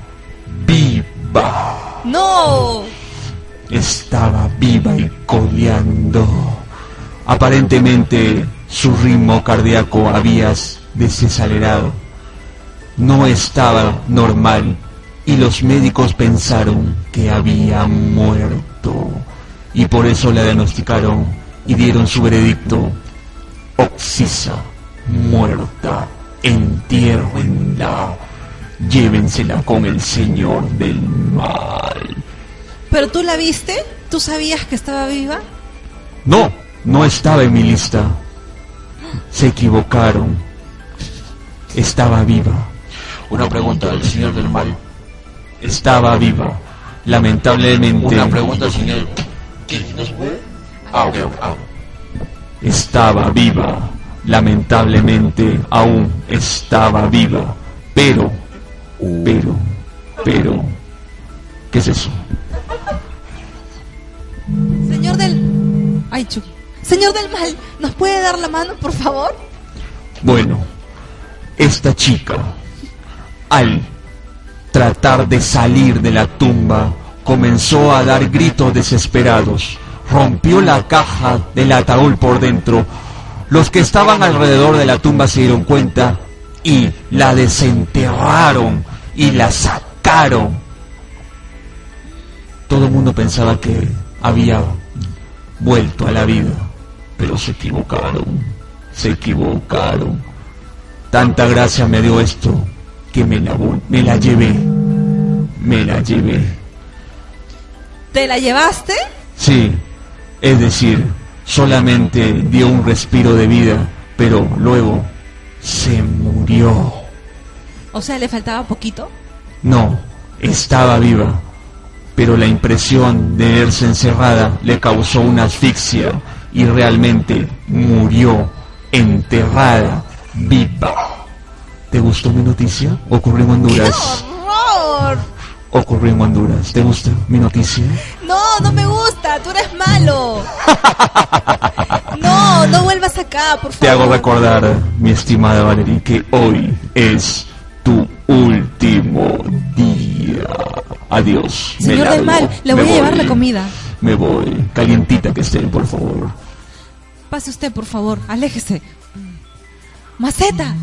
viva?
¡No!
estaba viva y coleando. Aparentemente su ritmo cardíaco había desacelerado. No estaba normal y los médicos pensaron que había muerto y por eso la diagnosticaron y dieron su veredicto. Oxisa, muerta, entiérrenla, llévensela con el señor del mal.
¿Pero tú la viste? ¿Tú sabías que estaba viva?
No, no estaba en mi lista. Se equivocaron. Estaba viva.
Una pregunta al señor del mal.
Estaba viva. Lamentablemente.
Una pregunta al señor. ¿Qué? ¿No se puede? Ah, ok, ok, ah.
Estaba viva. Lamentablemente aún estaba viva. Pero, pero, pero. ¿Qué es eso?
Señor del... Ay, Chu. Señor del mal, ¿nos puede dar la mano, por favor?
Bueno, esta chica, al tratar de salir de la tumba, comenzó a dar gritos desesperados. Rompió la caja del ataúd por dentro. Los que estaban alrededor de la tumba se dieron cuenta y la desenterraron y la sacaron. Todo el mundo pensaba que había vuelto a la vida, pero se equivocaron, se equivocaron. Tanta gracia me dio esto que me la, vol- me la llevé, me la llevé.
¿Te la llevaste?
Sí, es decir, solamente dio un respiro de vida, pero luego se murió.
O sea, le faltaba poquito.
No, estaba viva, pero la impresión de verse encerrada le causó una asfixia y realmente murió enterrada viva. ¿Te gustó mi noticia? Ocurrió en Honduras.
¡Horror!
Ocurrió en Honduras. ¿Te gusta mi noticia?
No, no me gusta, tú eres
*laughs*
malo. No, no vuelvas acá, por favor.
Te hago recordar, mi estimada Valerie, que hoy es tu último día. Adiós. me
Señor del
largo,
mal, le
me
voy a llevar
voy,
la comida.
Me voy. Calientita que esté, por favor.
Pase usted, por favor, aléjese. Maceta,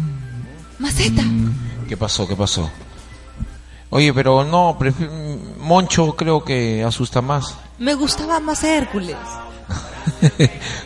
maceta.
Ah, ¿Qué pasó? ¿Qué pasó? Oye, pero no, prefi- Moncho creo que asusta más.
Me gustaba más Hércules.
Ah,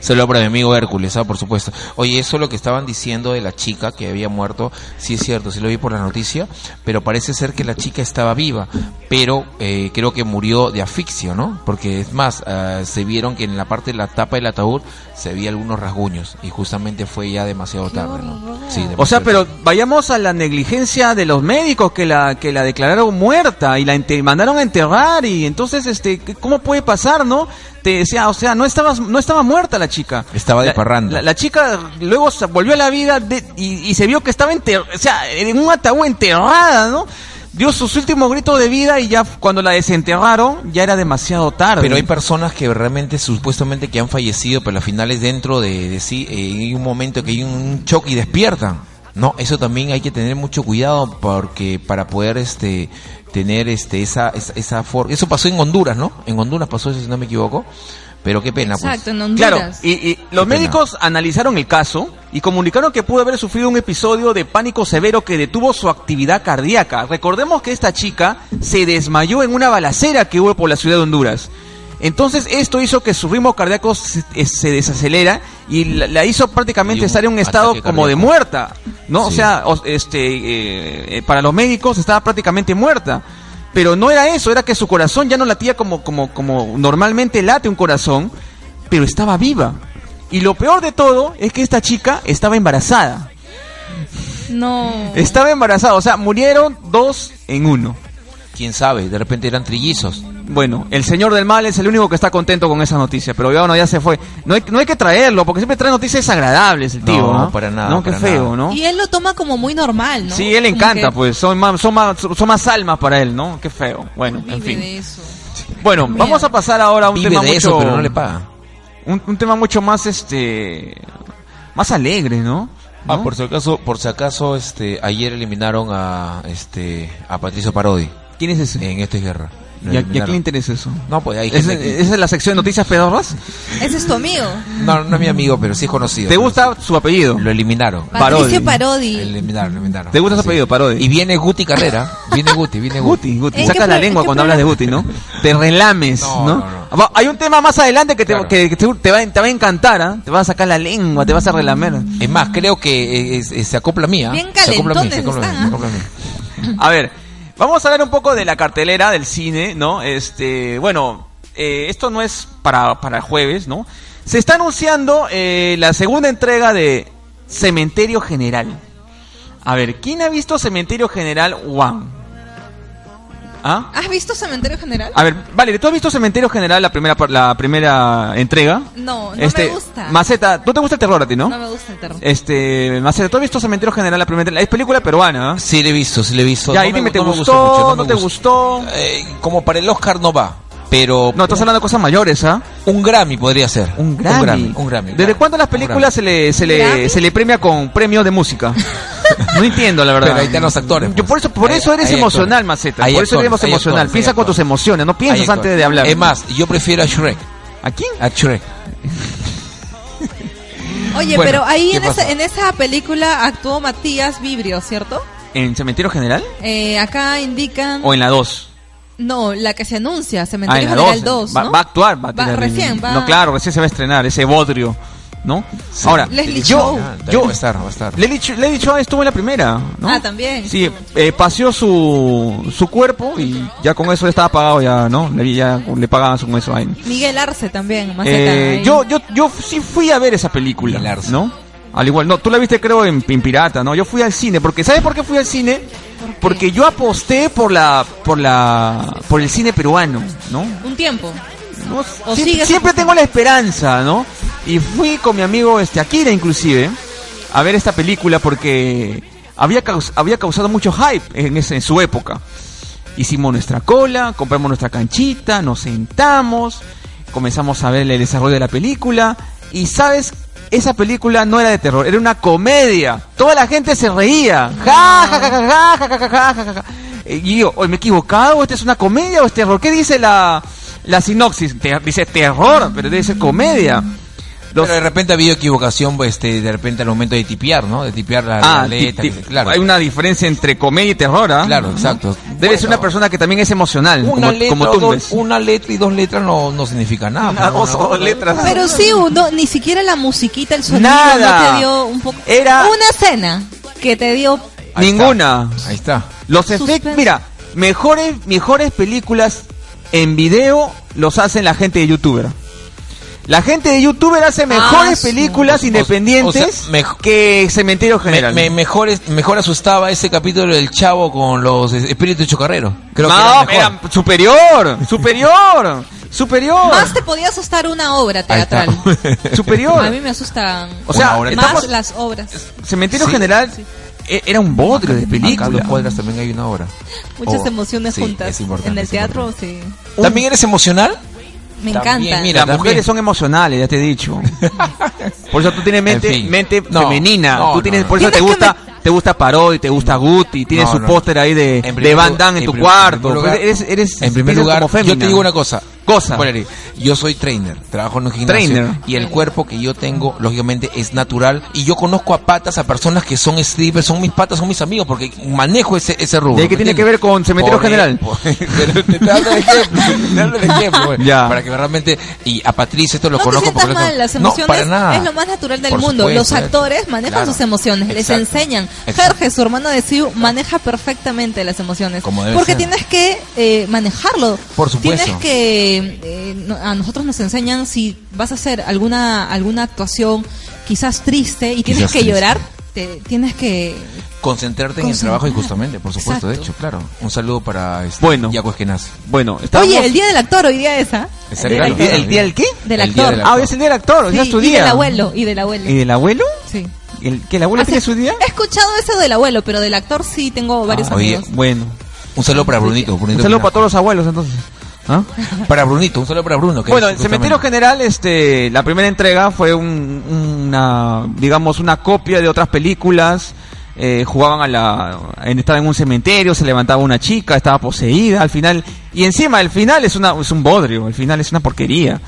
Se lo para mi amigo Hércules, ah, por supuesto. Oye, eso lo que estaban diciendo de la chica que había muerto, sí es cierto, sí lo vi por la noticia, pero parece ser que la chica estaba viva, pero eh, creo que murió de asfixia, ¿no? Porque es más, ah, se vieron que en la parte de la tapa del ataúd se veía algunos rasguños y justamente fue ya demasiado tarde, ¿no? Sí,
O sea,
demasiado
pero vayamos a la negligencia de los médicos que la que la declararon muerta y la ente- mandaron a enterrar y entonces este cómo puede pasar, ¿no? Te decía, o sea, no estabas no estaba muerta la chica.
Estaba de
La-
parranda.
La, la chica luego se volvió a la vida de- y, y se vio que estaba enter- o sea, en un ataúd enterrada, ¿no? Dio sus últimos gritos de vida y ya cuando la desenterraron ya era demasiado tarde.
Pero hay personas que realmente supuestamente que han fallecido, pero al final es dentro de, de sí, eh, hay un momento que hay un choque y despiertan. No, eso también hay que tener mucho cuidado porque para poder este tener este esa esa, esa for- eso pasó en Honduras, ¿no? En Honduras pasó eso si no me equivoco. Pero qué pena pues.
Exacto, en Honduras.
Claro, y, y los
pena.
médicos analizaron el caso y comunicaron que pudo haber sufrido un episodio de pánico severo que detuvo su actividad cardíaca. Recordemos que esta chica se desmayó en una balacera que hubo por la ciudad de Honduras. Entonces esto hizo que su ritmo cardíaco se, eh, se desacelera y la, la hizo prácticamente
Y un
estar en un
ataque
estado como de
cardíaco.
muerta, ¿no? O
Sí.
sea, o- este, eh, eh, para los médicos estaba prácticamente muerta. Pero no era eso, era que su corazón ya no latía como, como, como normalmente late un corazón, pero estaba viva. Y lo peor de todo es que esta chica estaba embarazada.
No.
Estaba embarazada, o sea, murieron dos en uno.
quién sabe, de repente eran trillizos.
Bueno, el señor del mal es el único que está contento con esa noticia, pero ya, bueno, ya se fue. No hay, no hay que traerlo, porque siempre trae noticias desagradables el
No,
tío, ¿no?
para nada,
No, qué
para
feo,
nada.
¿no?
Y él lo toma como muy normal, ¿no?
Sí, él le
Como
encanta,
que
pues, son más, son, más, son más almas para él, ¿no? Qué feo. Bueno,
vive
en fin.
de eso.
Bueno, vamos a pasar ahora a un
Vive de
tema mucho...
eso, pero no le paga.
un, un tema mucho más, este... Más alegre, ¿no?
Ah,
¿No?
por si acaso, por si acaso, este, ayer eliminaron a, este, a Patricio Parodi
¿Quién es ese?
en esta guerra. Lo
Eh, ¿Y a, y a quién le
eliminaron.
interesa eso?
No, pues hay
¿Ese-
gente que-
¿Esa es la sección de noticias pedorras?
Ese es tu amigo.
No, no es mi amigo, pero sí es conocido.
¿Te gusta su apellido?
Lo eliminaron.
Pa- Parodi.
Patricio Parodi.
Eliminaron, eliminaron.
¿Te gusta su
Sí.
apellido, Parodi?
Y viene Guti Carrera. Viene Guti, viene
Guti,
Guti.
Guti.
¿En
Sacas
qué
la
pro-
lengua
en qué
cuando hablas de Guti, ¿no? Te relames, ¿no?
No, no, no.
Ah, va, Hay un tema más adelante que te,
Claro.
que- que te, te va, te va a encantar, ¿ah? Te va a sacar la lengua, te vas a relamer.
Es más, creo que eh, es- es- se acopla a mí, ¿ah?
Bien
Se acopla a mí, se
calentones
acopla a
están,
mí,
¿ah?
se acopla a mí.
A ver, vamos a hablar un poco de la cartelera del cine, ¿no? Este, bueno, eh, esto no es para, para jueves, ¿no? Se está anunciando eh, la segunda entrega de Cementerio General. A ver, ¿quién ha visto Cementerio General 1? ¿Ah?
¿Has visto Cementerio General?
A ver, Valeria, ¿tú has visto Cementerio General, la primera, par- la primera entrega?
No, no
Este,
me gusta.
Maceta, ¿no te gusta el terror a ti, no?
No me gusta el terror.
Este, Maceta, ¿tú has visto Cementerio General, la primera entrega? Es película peruana, ¿ah?
Sí, le he visto, sí, le he visto.
Ya,
No
ahí
me
dime,
gu-
¿te
no me
gustó?
mucho,
¿No te
me
gustó?
Eh, como para el Oscar no va, pero
No, estás hablando de cosas mayores, ¿ah?
un Grammy podría ser.
Un Grammy.
Un Grammy, un Grammy.
¿Desde cuándo a las películas se le, se, le,
¿Grammy?
se le premia con premios de música? *laughs* No entiendo, la verdad.
Pero ahí están los actores,
Yo
pues.
por eso, por
Ahí-
eso eres
ahí
emocional,
actores.
Maceta.
Ahí
por eso
actores,
eres
ahí
emocional.
actores,
Piensa
ahí
con tus
actores.
emociones, no piensas
Ahí actores.
antes de hablar.
Es más, yo prefiero a Shrek.
¿A quién?
A Shrek.
Oye,
Bueno,
pero ahí
¿qué
en esa,
pasó?
en esa película actuó Matías Vibrio, ¿cierto?
¿En Cementerio General?
Eh, acá indican...
¿O en la 2?
No, la que se anuncia,
Ah,
Cementerio
en la
General
2.
2,
va,
¿no?
va a actuar, va a tirar el-
Recién, va...
No, claro, recién se va a estrenar ese bodrio, ¿no? Ahora,
Leslie
yo,
Chow.
Ah, también
Oh. yo,
va a estar, va a estar.
Lady, Ch- Lady Chua estuvo en la primera, ¿no?
Ah, también.
Sí, eh, paseó su, su cuerpo y ya con eso estaba pagado ya, ¿no? Le, ya le pagaban con eso ahí.
Miguel Arce también, Maceta.
Eh,
ahí.
yo, yo, yo sí fui a ver esa película,
Miguel Arce.
¿no? Al igual, no, tú la viste creo en, en Pirata, ¿no? Yo fui al cine, porque ¿sabes por qué fui al cine? Porque yo aposté por la, por la, por el cine peruano, ¿no?
Un tiempo.
No,
¿O
sie-
sigues-
siempre tengo la esperanza, ¿no? Y fui con mi amigo este Akira inclusive a ver esta película porque había caus- había causado mucho hype en, ese- en su época. Hicimos nuestra cola, compramos nuestra canchita, nos sentamos, comenzamos a ver el desarrollo de la película y sabes esa película no era de terror, era una comedia. Toda la gente se reía. Ja, ja, ja, ja, ja, ja, ja, ja, ja, ja, ja. Y yo, "Oye, ¿me he equivocado? ¿Esta es una comedia o es terror? ¿Qué dice la, la sinopsis? Te- dice terror, pero debe ser comedia. Los-
Pero de repente ha habido equivocación, pues, este, de repente al momento de tipear, ¿no? De tipear la, la
Ah,
letra,
ti-
que
ti-
se- claro.
Hay una diferencia entre comedia y terror, ¿ah?
Claro, exacto.
Debe ser
Bueno,
una persona que también es emocional,
una
como,
letra,
como
o
tú.
dos- Ah,
ves.
pues. una letra y dos letras no, no significa nada. pues,
Una,
¿no?
dos,
Una-
dos letras.
Pero sí, uno, ni siquiera la musiquita, el sonido
Nada.
no te dio un poco.
Era-
una escena que te dio.
Ahí está.
Ninguna.
Ahí está.
Los efectos,
Suspense.
mira, mejores, mejores películas en video los hacen la gente de youtuber. La gente de youtuber hace mejores
Ah, su-
películas
o- o
independientes
sea, mej-
que Cementerio
Me,
General.
me- mejor, es- mejor asustaba ese capítulo del chavo con los eh, espíritus chocarreros. Creo que era
no,
el mejor.
era superior, superior, superior,
Más te podía asustar una obra
Ahí está.
teatral.
*laughs*
A mí
superior.
me asustan
O sea,
Una hora.
más
estamos-
las obras.
Cementerio General eh, era un bodrio de
Acá a dos
película.
cuadras también hay una hora.
Muchas
Oh,
emociones
sí,
juntas.
es importante,
en el
es
teatro,
importante.
sí.
¿También eres emocional?
Me
También,
encanta.
mira.
Las
también.
mujeres son emocionales, ya te he
*laughs*
dicho. Por eso tú tienes mente,
En fin.
mente
No,
femenina.
no,
tú tienes,
no, Mm.
por eso te
Tienes que
gusta, te gusta Parodi, te gusta Guti, tienes
No,
su
no.
póster ahí de,
En
de
primer
Van
lu-
Damme en tu
primer-
cuarto. Pues
primer lugar-
eres, eres,
en primer
piensas
lugar,
como fémina.
yo te digo una cosa.
Cosa.
Valerie, yo soy trainer, trabajo en un gimnasio.
Trainer.
Y el cuerpo que yo tengo, lógicamente, es natural. Y yo conozco a patas, a personas que son strippers, son mis patas, son mis amigos, porque manejo ese, ese rubro.
¿Y ahí qué
¿me
tiene
entiendes?
que ver con Cementerio
Por-
General?
por- *laughs* pero te hablo de ejemplo, te hablo de ejemplo, güey,
Ya.
Para que realmente, y a Patricia esto
No
lo
te
conozco.
sientas
porque lo
mal,
conozco.
las
no,
emociones
para nada.
es lo más natural del
Por
mundo.
supuesto, eh.
Los
es-
actores manejan
claro.
sus emociones,
Exacto.
les enseñan.
Exacto.
Jorge, su hermano de Siu, maneja perfectamente las emociones.
Como debe
porque
ser.
tienes que eh, manejarlo.
Por supuesto.
Tienes que. eh, no- a nosotros nos enseñan si vas a hacer alguna, alguna actuación quizás triste y tienes
Quizás
que
triste.
llorar. este, tienes que...
Concentrarte en el
Concentrar.
trabajo y justamente, por supuesto, de
Exacto.
hecho, claro. Un saludo para este,
Bueno.
Yaco Esquenazi.
Bueno, estamos...
Oye, el día del actor hoy día ¿ah? esa.
Exacto.
¿El día- el día del qué?
Del
El día
actor.
del
Ah, hoy es el día del actor, hoy es tu
y
día.
del abuelo, y del abuelo.
¿Y del abuelo?
Sí.
¿El, ¿Que el abuelo
Hace-
tiene su día?
He escuchado eso del abuelo, pero del actor sí tengo varios
Ah, oye,
amigos.
Bueno.
Un saludo para Brunito. Brunito
Un saludo
Pinaco.
para todos los abuelos entonces. ¿Ah?
Para Brunito, un saludo para Bruno. que
Bueno,
es
el cementerio
justamente-
general, este, la primera entrega fue un- una, digamos, una copia de otras películas. Eh, jugaban a la, en, estaba en un cementerio, se levantaba una chica, estaba poseída, al final, y encima el final es una, es un bodrio, el final es una porquería.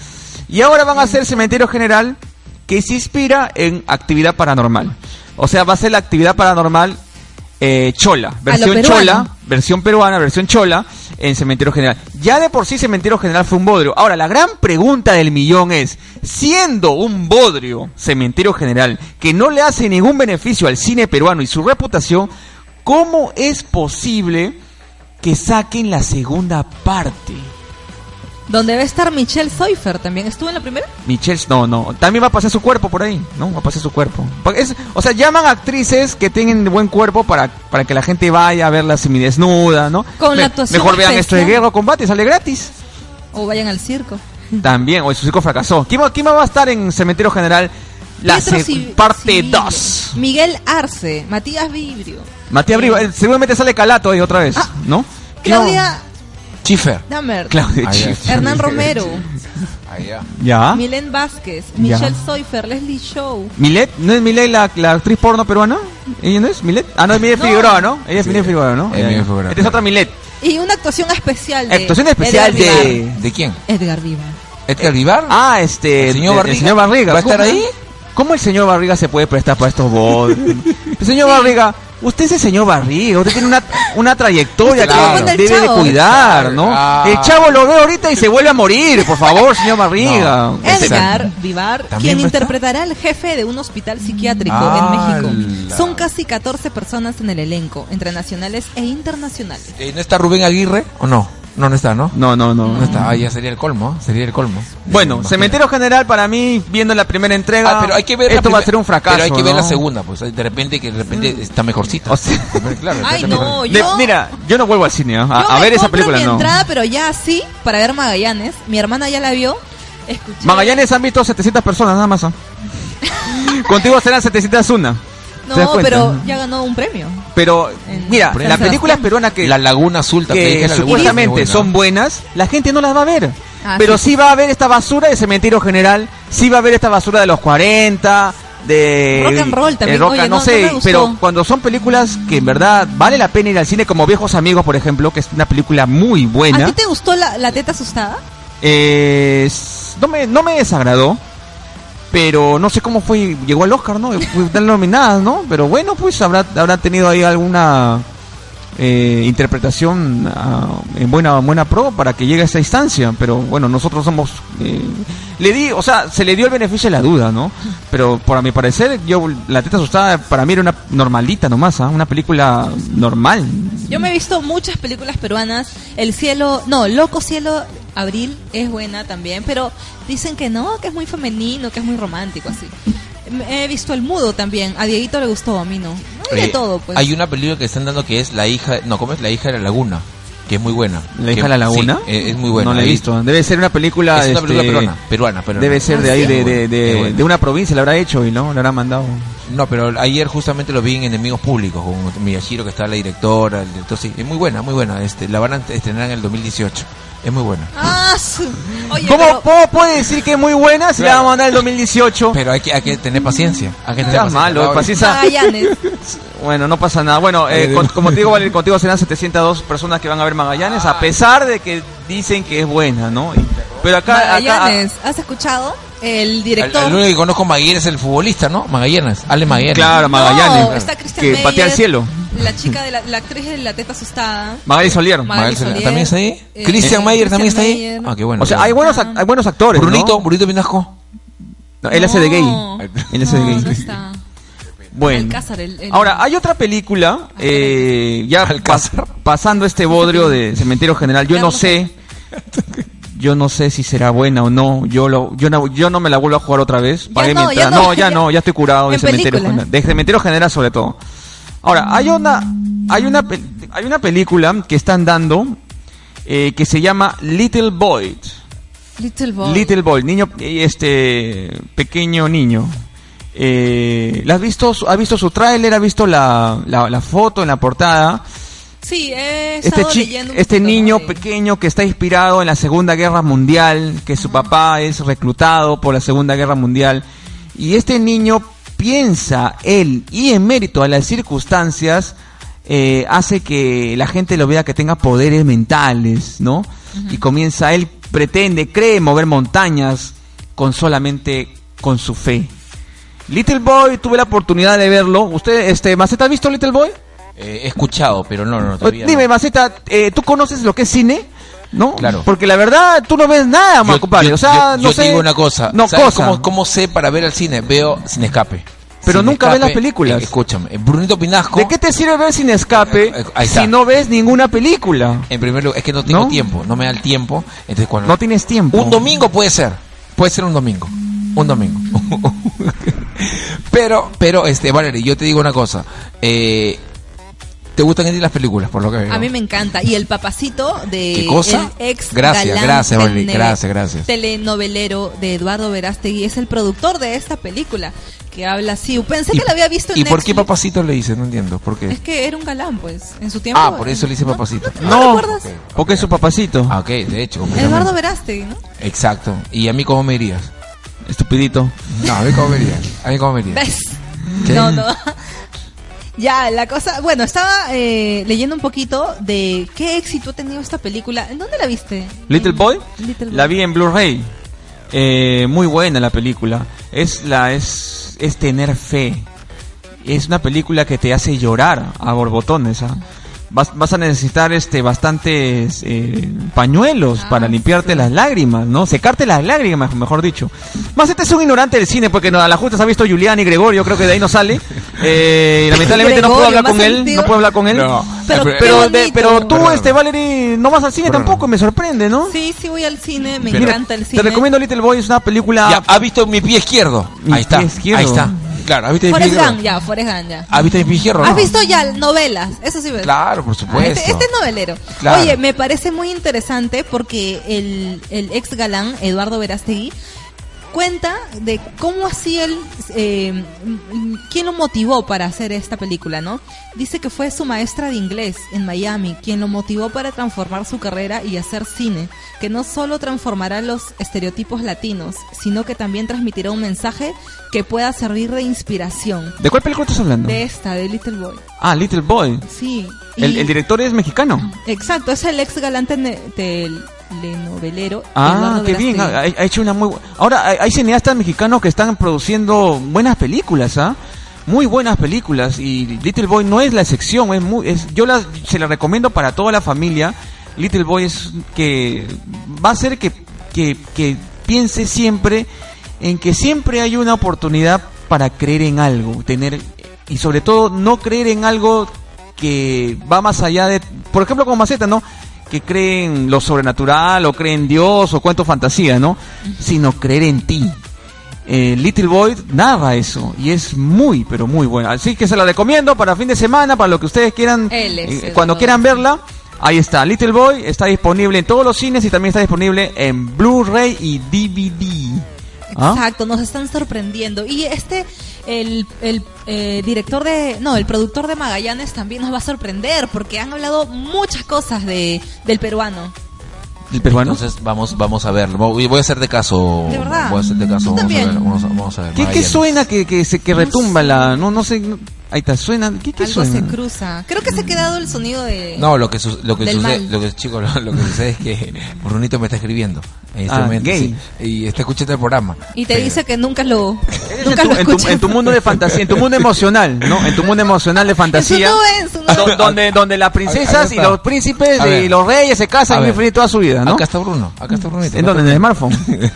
Y ahora van a hacer cementerio general que se inspira en actividad paranormal. O sea, va a ser la actividad paranormal eh, chola, versión
peruano.
chola, versión peruana, versión chola, en Cementerio General. Ya de por sí Cementerio General fue un bodrio. Ahora, la gran pregunta del millón es, siendo un bodrio Cementerio General, que no le hace ningún beneficio al cine peruano y su reputación, ¿cómo es posible que saquen la segunda parte?
Donde va a estar Michelle Seufer también. ¿Estuvo en la primera?
Michelle, no, no. También va a pasar su cuerpo por ahí, ¿no? Va a pasar su cuerpo. Pa- es- o sea, llaman a actrices que tengan buen cuerpo para, para que la gente vaya a verla semidesnuda, ¿no?
Con la actuación
Mejor vean esto de
especial.
guerra o combate, sale gratis.
O vayan al circo.
También, o el circo fracasó. ¿Quién, va- quién va a estar en Cementerio General? La
Pietro
se-
Ci-
parte
Cirillo.
2.
Miguel Arce, Matías Vibrio,
Matías Briva, eh, seguramente sale Calato ahí otra vez,
Ah.
¿no?
Claudia
Chifer.
Dammer,
Claudio
Ahí
Chif.
Hernán Romero,
Allá.
¿Ya?
Milén Vázquez,
¿Ah? Ya.
Michelle Seufer, Leslie Show.
¿Milet? ¿No es Milet la, la actriz porno peruana? ¿Ella no es Milet? Ah, no, es Milet
No.
Figueroa, ¿no? Ella es Milet Figueroa, ¿no?
es
Ya,
Milet
ya.
Figueroa.
Esta es otra Milet.
Y una actuación especial de.
Actuación especial
Edgar
de-
Vivar.
¿De quién?
Edgar Vivar.
¿Edgar Vivar?
Ah, este.
El señor
de- de
Barriga.
señor Barriga.
¿Va a estar
¿Cómo-
ahí?
¿Cómo el señor Barriga se puede prestar para estos
*laughs*
bots? señor Barriga, usted es el señor Barriga, usted tiene una, una trayectoria
Usted como
que
cuenta el
debe de
chavo.
cuidar, ¿no?
Claro.
El chavo lo ve ahorita y se vuelve a morir, por favor, señor Barriga. Pues,
No.
Ese-
Edgar Vivar,
¿También
quien
va a estar?
interpretará al jefe de un hospital psiquiátrico
Ah,
en México.
la-
Son casi 14 personas en el elenco, entre nacionales e internacionales.
Eh, ¿No está Rubén Aguirre o no? No, no está, ¿no?
No, no, no.
No está. Ah, ya sería el colmo. ¿eh? Sería el colmo.
Bueno,
Imagínate.
Cementerio General para mí, viendo la primera entrega,
Ah, pero hay que ver la
esto va a
primer-
ser un fracaso.
Pero hay que ver
¿no? Mm.
la segunda, pues de repente que de repente está mejorcita.
O sea-
Pero claro,
*laughs*
Ay,
está mejor.
no,
De-
yo-
mira, yo no vuelvo al cine, ¿ah? a,
Yo
a
me
ver esa
compro
película
mi
no.
entrada, pero ya así, para ver Magallanes. Mi hermana ya la vio. Escuché.
Magallanes han visto 700 personas nada
*laughs*
más. ¿ah? Contigo serán 701. ¿Te das
No,
cuenta?
pero ya ganó un premio.
Pero,
En-
mira,
Por
las
ejemplo.
películas peruanas que,
La Laguna Azul también,
que
que la Laguna Azul es
supuestamente
buena.
son buenas, la gente no las va a ver.
Ah,
pero
sí.
sí va a ver esta basura de cementerio general, sí va a ver esta basura de los 40, de...
Rock and roll
de
también.
rock
Oye,
and- no,
no- no
sé,
me gustó.
pero cuando son películas que en verdad vale la pena ir al cine, como Viejos Amigos, por ejemplo, que es una película muy buena.
¿A ti te gustó la, la teta asustada?
Eh, s- no, me, no me desagradó, pero no sé cómo fue, llegó al Oscar, ¿no? Fue tan nominadas, ¿no? Pero bueno, pues habrá, habrá tenido ahí alguna eh, interpretación ah, en buena, buena pro para que llegue a esa instancia, pero bueno, nosotros somos... eh, le di, o sea, se le dio el beneficio de la duda, ¿no? Pero para mi parecer, yo La Teta Asustada para mí era una normalita nomás, ¿ah? una película normal.
Yo me he visto muchas películas peruanas. El cielo, no, Loco Cielo Abril es buena también, pero dicen que no, que es muy femenino, que es muy romántico, así. Me- He visto El Mudo también. A Dieguito le gustó, a mí no. Hay de
Eh,
todo, pues.
Hay una película que están dando que es la hija, no, ¿cómo es? La hija de la Laguna, que es muy buena.
¿La hija
Que-
de la laguna?
sí, eh, es muy buena.
No la he
Ahí-
visto. Debe ser una película...
Es una película
este,
peruana, peruana, peruana.
Debe ser de
Ah,
ahí,
sí.
de, de, de-
Qué bueno.
de una provincia, la habrá hecho y no, la habrá mandado.
No, pero ayer justamente lo vi en Enemigos Públicos con Miyashiro que está la directora, el director, sí, es muy buena, muy buena. Este, la van a estrenar en el 2018. Es muy buena.
Ah, su- Oye,
¿Cómo,
pero-
cómo puede decir que es muy buena si la
Claro.
va a mandar el 2018?
Pero hay que, hay que tener paciencia. Hay que tener
Estás
paciencia.
malo,
Ahora-
paciencia.
Magallanes.
Bueno, no pasa nada. Bueno, eh,
Ay,
con-
Dios.
como
*laughs*
te digo, Valeria, contigo serán 702 personas que van a ver Magallanes,
Ah.
a pesar de que dicen que es buena, ¿no? Y- pero acá, ah. acá
Magallanes, ¿has escuchado? El
El,
director.
el único que conozco Magallanes es el futbolista, ¿no? Magallanes, Ale Magallanes.
claro, ah, Magallanes,
No, está Christian
que
Meyer,
patea al cielo.
La chica de la, la actriz de la teta asustada.
Magallanes Solieron.
Magallanes
Magallanes,
Solier,
¿También está ahí?
eh,
Cristian Mayer también está ahí.
Christian Meyer.
Ah, qué bueno.
o sea, hay buenos, ac- hay buenos actores. ¿no?
Brunito, Brunito Pinasco.
No, él hace de gay.
No.
Él hace de
No,
gay.
no está.
Bueno.
Alcázar, el- el-
Ahora, hay otra película, eh, ya pas-
Alcázar.
*laughs*
pasando este bodrio de Cementerio General, yo no
Carlos
sé yo no sé si será buena o no. Yo lo, yo no, yo no me la vuelvo a jugar otra vez. Pagué mi
no, ya
entrada.
no,
no, ya
ya-
no, ya estoy
*laughs*
curado de
En
cementerio
película.
general. De cementerio general sobre todo. Ahora, hay una, hay una, pe- hay una película que están dando eh, que se llama Little Boy.
Little Boy.
Little Boy, niño, eh, este, pequeño niño. Eh, ¿la has visto? su- ¿Has visto su tráiler? ¿Has visto la, la, la foto en la portada?
Sí, he
Este,
estado
chi-
leyendo un
este
poquito
niño
más de-
pequeño que está inspirado en la Segunda Guerra Mundial, que su papá es reclutado por la Segunda Guerra Mundial, y este niño piensa él, y en mérito a las circunstancias, eh, hace que la gente lo vea que tenga poderes mentales, ¿no? Y comienza, él pretende, cree mover montañas con solamente con su fe. Little Boy, tuve la oportunidad de verlo. ¿Usted, este, Maceta, ha visto Little Boy?
Eh, he escuchado, pero no, no,
O-
todavía no.
Pues, Dime, Maceta, eh, ¿tú conoces lo que es cine? ¿No?
Claro.
Porque la verdad, tú no ves nada,
Yo-
más compadre.
yo-
O sea, no
yo- yo
sé.
te digo una cosa.
No,
¿Sabes
cosa.
Cómo, cómo sé para ver al cine? Veo Sin Escape.
Pero
Sin
nunca ves
Escape,
las películas.
eh, escúchame, eh, Brunito Pinasco.
¿De qué te sirve ver sin escape
Eh, eh, ahí está.
si no ves ninguna película?
En primer lugar, es que no tengo
¿No?
tiempo, no me da el tiempo. Entonces, cuando
No tienes tiempo.
Un domingo puede ser. Puede ser un domingo. Un domingo. *laughs* pero, pero, este, Valerie, yo te digo una cosa. Eh, ¿Te gustan a ti las películas, por lo que veo?
A mí me encanta. Y el papacito de.
¿Qué cosa?
el ex
Gracias,
galán
gracias, Valerie,
tene-
gracias, gracias.
Telenovelero de Eduardo Verástegui es el productor de esta película que habla así. Pensé
¿Y-
que la había visto en
¿Y por qué
Netflix.
papacito le dice? No entiendo. ¿Por qué?
Es que era un galán, pues, en su tiempo.
Ah, por eso le dice papacito.
No,
recuerdas?
porque es su papacito.
Ah, ok, de hecho.
Eduardo
completamente.
Verástegui, ¿no?
Exacto. ¿Y a mí cómo me irías?
Estupidito.
No, a mí cómo me irías. A mí cómo me irías.
¿Ves? No, *laughs* no. Ya, la cosa. Bueno, estaba eh, leyendo un poquito de qué éxito ha tenido esta película. ¿En dónde la viste?
Little
En-
Boy,
Little
la
Boy.
vi en Blu-ray. Eh, muy buena la película. Es la es es tener fe. Es una película que te hace llorar a borbotones. ¿ah? Vas, vas a necesitar este bastantes eh, pañuelos
Ah,
para limpiarte las lágrimas, ¿no? Secarte las lágrimas, mejor dicho. Más este es un ignorante del cine porque no, a la justa se ha visto Julián y Gregorio, creo que de ahí no sale.
*laughs*
Eh, lamentablemente no puedo
Gregorio,
hablar con
más
él,
sentido.
no puedo hablar con él.
No.
Pero
Eh,
qué
Pero, de-
bonito.
pero tú,
Perdóname.
este Valerie, no vas al cine
Perdóname.
tampoco, me sorprende, ¿no?
Sí, sí, voy al cine. Me
Pero-
encanta el cine.
Te recomiendo Little Boy, es una película.
Ya, ¿Ha visto mi pie izquierdo?
Mi
ahí está.
pie izquierdo.
Ahí está. Claro, ¿ha visto mi pie
Forrest
izquierdo?
Gump, ya, Forrest Gump, ya.
¿Ha visto mi pie izquierdo?
Ah.
¿Has
No.
visto ya novelas? Eso sí ves.
Claro, por
Ah,
supuesto.
Este, este es novelero.
Claro.
Oye, me parece muy interesante porque el, el ex galán, Eduardo Verástegui, cuenta de cómo así él, eh, mm, quién lo motivó para hacer esta película, ¿no? Dice que fue su maestra de inglés en Miami quien lo motivó para transformar su carrera y hacer cine, que no solo transformará los estereotipos latinos, sino que también transmitirá un mensaje que pueda servir de inspiración.
¿De cuál película estás hablando?
De esta, de Little Boy.
Ah, Little Boy.
Sí.
El,
y-
el director es mexicano.
Exacto, es el ex galante ne- telenovelero.
Ah,
Eduardo
qué bien. Ha,
Verástegui.
ha hecho una muy bu- Ahora, hay, hay cineastas mexicanos que están produciendo buenas películas, ¿ah? Muy buenas películas. Y Little Boy no es la excepción. Es muy, es, yo las se la recomiendo para toda la familia. Little Boy es que va a hacer que, que, que piense siempre en que siempre hay una oportunidad para creer en algo. tener Y sobre todo, no creer en algo que va más allá de, por ejemplo, como Maceta, ¿no? Que creen lo sobrenatural o creen Dios o cuento fantasía, ¿no? Sino creer en ti. Eh, Little Boy nada eso y es muy pero muy buena así que se la recomiendo para fin de semana para lo que ustedes quieran
Él es
eh,
el
cuando
Boy.
quieran verla ahí está Little Boy está disponible en todos los cines y también está disponible en Blu-ray y DVD ¿Ah?
Exacto, nos están sorprendiendo. Y este, el, el, eh, director de. No, el productor de Magallanes también nos va a sorprender porque han hablado muchas cosas de, del peruano.
el peruano
Entonces vamos, vamos a verlo. Voy, voy a hacerte caso.
De verdad.
Voy a hacerte
Tú
caso. Vamos a,
también.
ver, vamos, a, vamos a ver.
¿Qué, qué
Magallanes.
suena que, que, se- que retumba la no no sé no- ahí está suena qué, qué
Algo
suena Mm.
se cruza. Creo que se ha quedado el sonido de.
No, lo que, su- lo que
Del
sucede,
mal.
lo que, chicos, lo, lo que sucede es que Brunito me está escribiendo. En este
Ah,
momento,
gay.
sí. y está escuchando el programa.
Y te dice que nunca lo.
Eres eh. en, tu,
Nunca lo
en tu-
escuchas.
*laughs* en tu mundo de fantasía, en tu mundo emocional, ¿no? En tu mundo emocional de fantasía.
En su nube, en su nube.
do- donde, donde las princesas y
está.
los príncipes
A ver.
y los reyes se
A
casan y
ver.
viven toda su vida, ¿Ah, ¿no?
Acá está Bruno. Acá está Brunito.
¿En
No
dónde? ¿En el smartphone?
te- *laughs*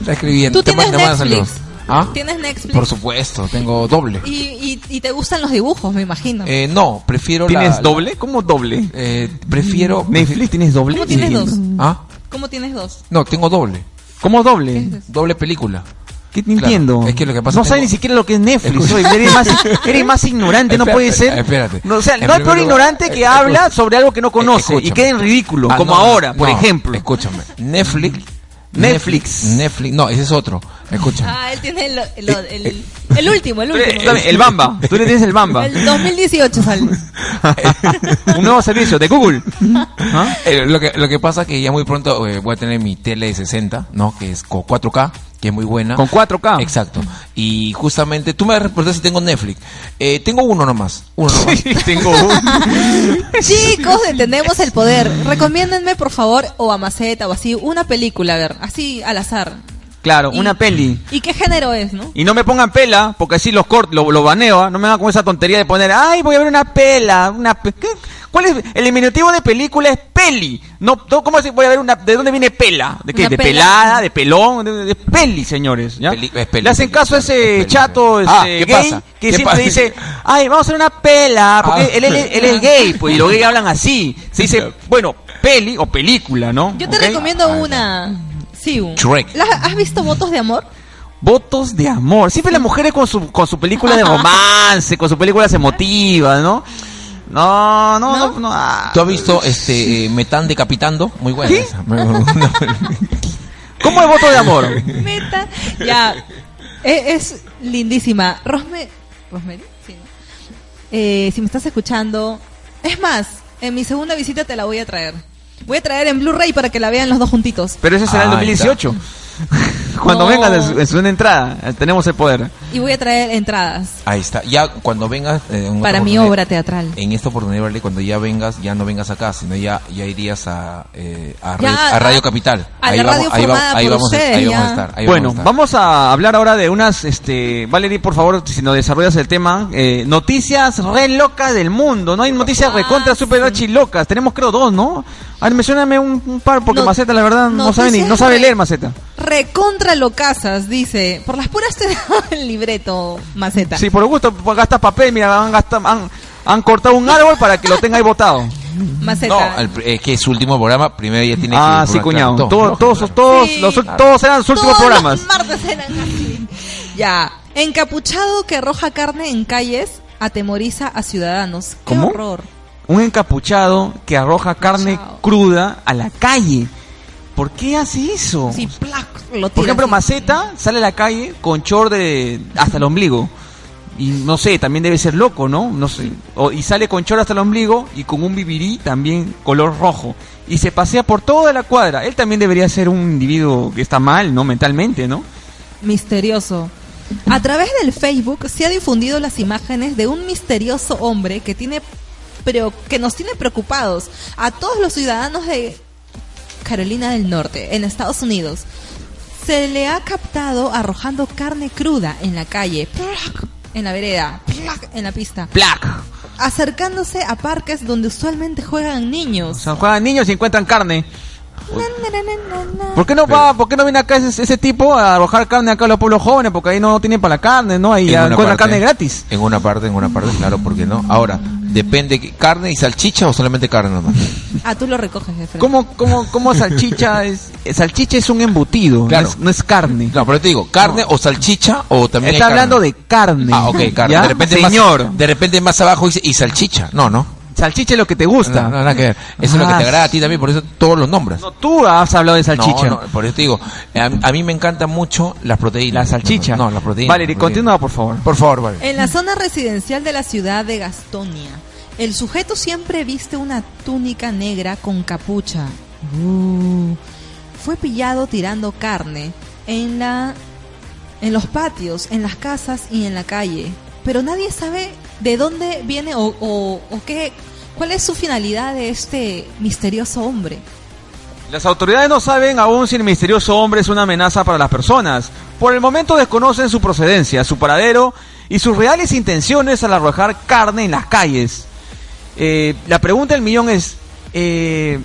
Está escribiendo.
Tú
Te
tienes
manda- te manda
Netflix.
saludos. ¿Ah?
Tienes Netflix.
Por supuesto, tengo doble.
y, y, y te gustan los dibujos, me imagino.
Eh, no, prefiero la-
¿Tienes
la-
doble? ¿Cómo doble?
eh, prefiero.
¿Netflix tienes doble?
¿Cómo tienes
Sí.
dos?
¿Ah?
¿Cómo tienes dos?
No, tengo doble.
¿Cómo doble?
Doble película.
¿Qué te
Claro,
entiendo?
es que lo que pasa
no
es que
sabes
tengo-
ni siquiera lo que es Netflix.
Escucha.
oye, eres, más, eres más ignorante, no
Espérate,
puede ser.
espérate.
No, o sea,
En
no hay
primer
peor
lugar,
ignorante que
eh,
habla
escucha.
sobre algo que no conoce y
Escúchame.
queda en ridículo,
Ah,
como
no,
ahora, por
no,
ejemplo.
Escúchame. Netflix.
Netflix.
Netflix. No, ese es otro. Escúchame.
Ah, él tiene el, el, el- el último, el
Tú
Eh,
eres-
último.
el Bamba, tú le tienes el Bamba.
El 2018 sale.
*laughs* Un nuevo servicio de *laughs* Google. ¿Ah?
Eh, lo, que, lo que pasa es que ya muy pronto eh, voy a tener mi tele de 60, ¿no? Que es con 4K, que es muy buena.
Con 4K.
Exacto. Y justamente, tú me vas a preguntar si tengo Netflix. Eh, tengo uno nomás. Uno nomás.
Tengo un...
Chicos, entendemos el poder. Recomiéndenme, por favor, o a Maceta o así, una película, a ver, así al azar.
Claro,
Y-
una peli.
¿Y qué género es, no?
Y no me pongan pela, porque así los cort, lo, lo baneo, ¿ah? no me hagan con esa tontería de poner, ay, voy a ver una pela, una pe- ¿qué? ¿Cuál es? El diminutivo de película es peli. No, no, ¿cómo así voy a ver una de dónde viene pela? ¿De qué?
Una
de
pela.
pelada, de pelón, de, de peli, señores, ¿ya?
Peli- es peli,
Le hacen
peli,
caso a
claro,
ese
es peli,
chato
sí.
ese
Ah, ¿qué
gay
pasa?
que
¿Qué
siempre
pasa?
dice, ay, vamos a hacer una pela, porque
Ah.
él, él- él es gay, pues, y los gays hablan
*laughs*
así. Se dice, bueno, peli o película, ¿no?
Yo te
¿Ok?
recomiendo
Ah,
una. Sí, un.
Shrek.
¿La- ¿Has visto Votos de Amor?
Votos de amor. Siempre las mujeres con su, con su película de romance, con su película se motivan, ¿no? No, no, no, no. ah.
¿Tú has visto este eh, Me están decapitando? Muy buena.
¿Qué?
esa. *laughs* Una película.
¿Cómo es voto de amor?
*laughs*
Meta. Ya. E- Es, lindísima. Rosme. ¿Rosemary? Sí, ¿no? Eh, si me estás escuchando. Es más, en mi segunda visita te la voy a traer. Voy a traer en Blu-ray para que la vean los dos juntitos.
Pero ese será el
Ahí está.
2018. Cuando
No.
venga de su, en su entrada, eh, tenemos el poder.
Y voy a traer entradas
Ahí está. Ya cuando vengas. eh, en otra
para mi
oportunidad-
obra teatral.
En esta oportunidad, Vale, cuando ya vengas, ya no vengas acá, sino ya, ya irías a, eh, a,
Ya,
Radio, a Radio Capital.
a la radio formada por
vamos,
ustedes,
ahí vamos a
ya.
estar. ahí
bueno,
vamos a estar.
vamos a hablar ahora de unas, este, Valerie, por favor, si nos desarrollas el tema, eh, noticias re locas del mundo, ¿no? Hay noticias
Ah,
recontra super
sí.
locas, tenemos creo dos, ¿no? A ver, mencióname un, un par, porque
No-
Maceta, la verdad, no sabe ni,
noticias
no sabe
re-
leer Maceta.
Recontra locasas, dice. Por las puras te *laughs* da el libreto, Maceta.
Sí, por gusto, pues, gastas papel, mira, han, gasta- han, han cortado un árbol para que lo tenga ahí botado.
Maceta.
No, al pr- es que es su último programa, primero ya tiene
Ah,
que...
sí, cuñado.
Todo,
Todos,
lógico,
todos,
claro.
todos,
Sí.
los, todos eran sus últimos
Todos
programas.
Los martes eran así. ya. Encapuchado que arroja carne en calles atemoriza a ciudadanos. Qué
¿Cómo?
horror.
Un encapuchado que arroja carne
Encapuchado.
cruda a la calle. ¿Por qué hace eso?
Sí, plac, lo tira
Por ejemplo,
así.
Maceta sale a la calle con short de hasta el ombligo. Y no sé, también debe ser loco, ¿no? No sé. O- y sale con short hasta el ombligo y con un bibirí también color rojo. Y se pasea por toda la cuadra. Él también debería ser un individuo que está mal, ¿no? Mentalmente, ¿no?
Misterioso. A través del Facebook se ha difundido las imágenes de un misterioso hombre que tiene preo- que nos tiene preocupados a todos los ciudadanos de Carolina del Norte, en Estados Unidos. Se le ha captado arrojando carne cruda en la calle, ¡plac! en la vereda, ¡plac! en la pista,
Black.
acercándose a parques donde usualmente juegan
O
niños.
sea, juegan niños y encuentran carne. ¿Por qué no va, por qué no viene acá ese, ese tipo a arrojar carne acá a los pueblos jóvenes? Porque ahí no tienen para la carne, ¿no? Ahí
En una
encuentran
parte-
carne gratis.
En una parte, en una parte, claro, porque no. Ahora, depende, que- ¿carne y salchicha o solamente carne nomás?
Ah, tú lo recoges de frente.
¿Cómo, cómo, *laughs* cómo salchicha es? eh, Salchicha es un embutido,
Claro.
no, es, no es carne.
No, pero te digo, ¿carne o salchicha o también
Está
hay carne?
hablando de carne.
Ah, ok, carne.
¿Ya?
De repente
Señor,
Más, de repente más abajo dice, y salchicha. No, no.
salchicha es lo que te gusta.
No, no, nada que ver. Eso es lo que
Ah,
te agrada a ti también, por eso todos los nombres.
No, tú has hablado de salchicha.
No, no, por eso te digo, a, a mí me encantan mucho las proteínas.
La salchicha.
No, las proteínas.
Valerie,
las proteínas.
continúa, por favor.
Por favor, Valerie.
En la zona residencial de la ciudad de Gastonia, el sujeto siempre viste una túnica negra con capucha. Uh. Fue pillado tirando carne en la en los patios, en las casas y en la calle, pero nadie sabe de dónde viene o, o- o qué cuál es su finalidad de este misterioso hombre.
Las autoridades no saben aún si el misterioso hombre es una amenaza para las personas. Por el momento desconocen su procedencia, su paradero y sus reales intenciones al arrojar carne en las calles. Eh, la pregunta del millón es, eh,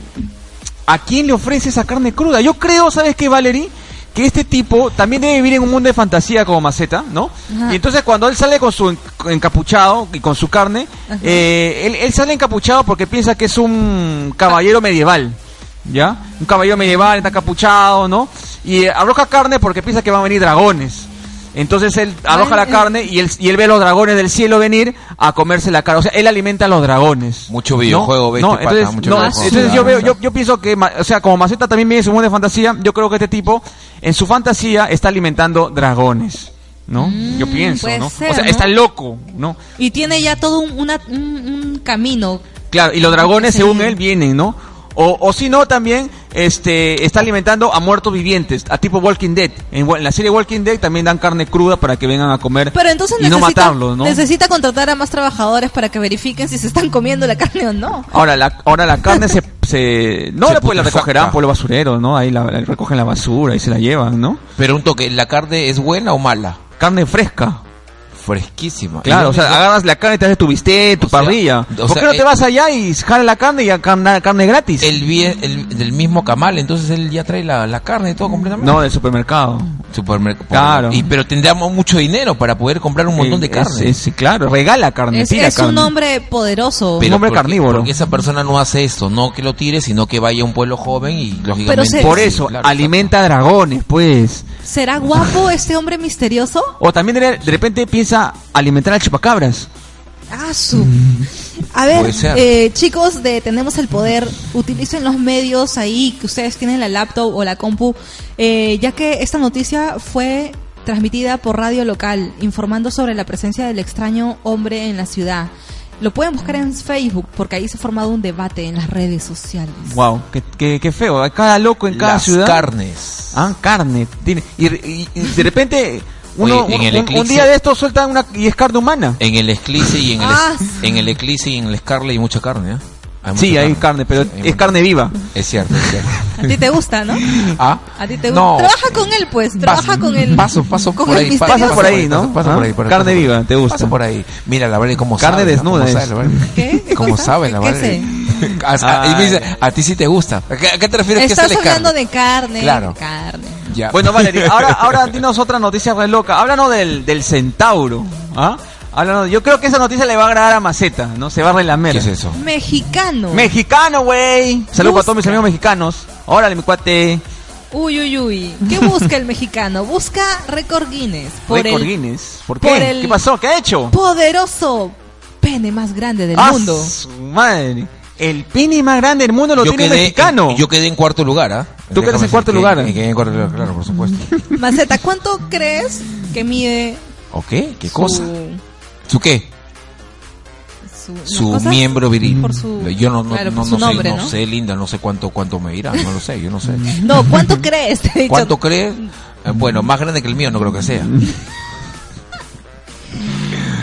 ¿a quién le ofrece esa carne cruda? Yo creo, ¿sabes qué, Valerie? Que este tipo también debe vivir en un mundo de fantasía como Maceta, ¿no?
Ajá.
Y entonces cuando él sale con su en- encapuchado y con su carne,
Ajá.
eh, él, él sale encapuchado porque piensa que es un caballero medieval. ¿ya? Un caballero medieval, está capuchado, ¿no? Y eh, arroja carne porque piensa que van a venir dragones. Entonces él arroja la carne y él, y él ve a los dragones del cielo venir a comerse la carne. O sea, él alimenta a los dragones.
Mucho videojuego,
¿No?
ve
No,
este pata,
entonces,
mucho
no,
videojuego.
entonces yo
Claro.
veo, yo, yo pienso que, ma- o sea, como Maceta también viene de su mundo de fantasía, yo creo que este tipo, en su fantasía, está alimentando dragones. ¿No? yo pienso,
Mm, puede
¿no?
ser,
o sea,
¿no?
está loco, ¿no?
Y tiene ya todo un, una- un- un camino.
Claro, y los dragones,
Sí.
según él, vienen, ¿no? O, o si no, también este, está alimentando a muertos vivientes, a tipo Walking Dead. En, wa- en la serie Walking Dead también dan carne cruda para que vengan a comer
Pero entonces
y
necesita,
no matarlos, ¿no?
necesita contratar a más trabajadores para que verifiquen si se están comiendo la carne o no.
Ahora la, ahora la carne
*laughs*
se, se no
Se
la- pues la
putrefacta.
recogerán por el basurero, ¿no? Ahí la, la recogen la basura y se la llevan, ¿no?
Pero un toque, ¿la carne es buena o mala?
Carne fresca.
Fresquísima.
Claro, o sea, agarras la carne y te haces tu bistec, tu
O sea,
parrilla.
o
¿Por
sea,
qué no te
eh,
vas allá y jalas la carne y a carna- carne gratis?
El, bien, el del mismo camal, entonces él ya trae la, la carne y todo completamente.
no, del supermercado.
Supermercado.
Claro.
Y, pero tendríamos mucho dinero para poder comprar un montón de
Eh,
carne.
es- es- claro, regala carne,
Es,
tira
es
carne.
un hombre poderoso.
Pe- un hombre
porque-
carnívoro.
Porque esa persona no hace esto, no que lo tire, sino que vaya a un pueblo joven y lógicamente.
se-
Por
Sí,
eso,
claro,
alimenta dragones, pues. *laughs*
¿Será guapo este hombre misterioso?
O también de, de repente piensa alimentar al chupacabras.
Ah, su.
Mm.
A
Puede
ver,
ser.
eh, chicos de Tenemos el Poder, utilicen los medios ahí que ustedes tienen la laptop o la compu, eh, ya que esta noticia fue transmitida por radio local, informando sobre la presencia del extraño hombre en la ciudad. Lo pueden buscar en Facebook, porque ahí se ha formado un debate en las redes sociales.
Wow, qué, qué- qué feo. Cada loco en cada
Las
ciudad.
carnes.
Ah, carne. Tiene- Y, y- y de
*laughs*
repente, uno-
Oye, en
un-
el
un,
eclipse- Eh,
un día de estos sueltan una y es carne humana.
En el Eclipse y en el,
Ah,
es- en el Eclipse y en el Scarlet hay mucha carne, ¿eh? Hay
sí,
mucha
hay carne, pero
Sí, hay
es
mucha-
carne viva.
Es cierto,
*laughs*
es cierto.
A ti te gusta, ¿no?
¿Ah?
A ti te gusta.
No.
Trabaja con él, pues. Trabaja
Paso,
con él.
Paso, paso
con
por
el
ahí.
misterioso.
Pasa por ahí, ¿no? ¿Ah?
Paso, paso por ahí. por ahí,
Carne
paso por
viva,
ahí.
¿te gusta?
Paso por ahí. Mira, la Valeria cómo
Carne
sabe. ¿no?
desnuda
¿Cómo
es.
sabe, la Valeria?
¿Qué? ¿Qué
¿Cómo
cosa?
sabe la
¿Qué
Valeria? *laughs* A, a- y me dice, a ti sí te gusta. ¿A qué, a qué te refieres que
Estás
sale
hablando
carne?
de carne.
Claro.
Carne.
Ya.
Bueno,
*laughs*
Valerie, ahora, ahora dinos otra noticia re loca. Háblanos del, del centauro. ¿ah? Háblanos- yo creo que esa noticia le va a agradar a Maceta, ¿no? Se va a relamer.
¿Qué es eso?
Mexicano.
Mexicano, güey. Saludos
Busca.
a todos mis amigos mexicanos. Órale, mi cuate.
Uy, uy, uy. ¿Qué busca el mexicano? Busca récord Guinness por
Record
el
Guinness. ¿Por qué?
por el-
¿Qué pasó? ¿Qué ha hecho?
poderoso pene más grande del
¡Ah,
mundo.
su madre. El pini más grande del mundo lo tiene el mexicano.
yo quedé en cuarto lugar, ¿ah?
Tú quedas en cuarto
Quedé-
lugar. ¿eh?
Quedé en cuarto lugar, claro, por supuesto.
Maceta, ¿cuánto crees que mide
¿O qué? ¿Qué cosa?
su,
¿Su qué?
su, las
Su
cosas?
miembro viril.
Por su-
yo no, no,
claro,
no,
por
no
su
sé,
nombre,
no,
¿no?
sé, Linda, no sé cuánto, cuánto me irá, no lo sé, yo
*laughs*
no sé.
No, ¿cuánto crees? Te he dicho.
¿Cuánto crees? Eh, Bueno, más grande que el mío no creo que sea.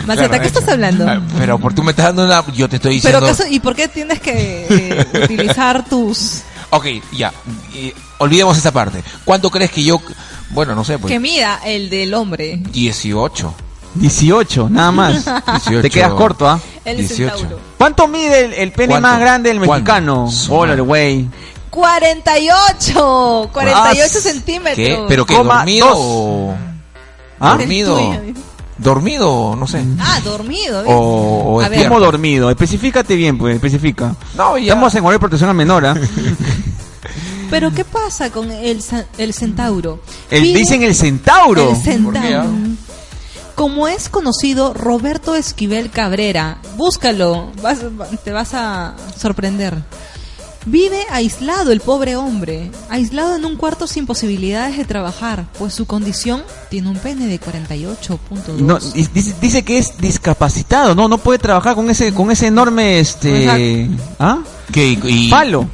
Maceta,
Claro,
¿qué estás hablando?
Ah, Pero por tú me estás dando una... Yo te estoy diciendo...
Pero ¿acaso- ¿Y por qué tienes que eh, utilizar tus...
Ok, ya. Y olvidemos esa parte. ¿Cuánto crees que yo... Bueno, no sé, pues...
que mida el del hombre?
18.
18, nada más.
18.
Te quedas corto, ¿ah?
El
18.
centauro.
¿Cuánto mide el, el pene
¿Cuánto?
más grande del
¿Cuánto?
mexicano?
Su
Órale, güey.
48, 48
Ah,
centímetros.
¿Qué? ¿Pero qué?
Coma
¿Dormido
dos.
o...?
¿Ah?
Del
¿Dormido?
tuyo.
¿Dormido? No sé.
Ah, dormido. ¿ves?
O, o
A
es
ver.
¿Cómo
tierno.
dormido? Especifícate bien, pues, especifica.
No, ya.
Estamos en horario de protección al menor,
*laughs*
¿ah?
Pero ¿qué pasa con el, sa- el centauro?
El-
Pide-
dicen el centauro.
el centauro.
¿Por qué, ah?
Como es conocido Roberto Esquivel Cabrera, búscalo, vas- te vas a sorprender. Vive aislado el pobre hombre, aislado en un cuarto sin posibilidades de trabajar, pues su condición tiene un pene de 48.2.
No, di- dice, dice que es discapacitado, no, no puede trabajar con ese, con ese enorme, este, ¿ah?
¿Qué? Y, y-
Palo.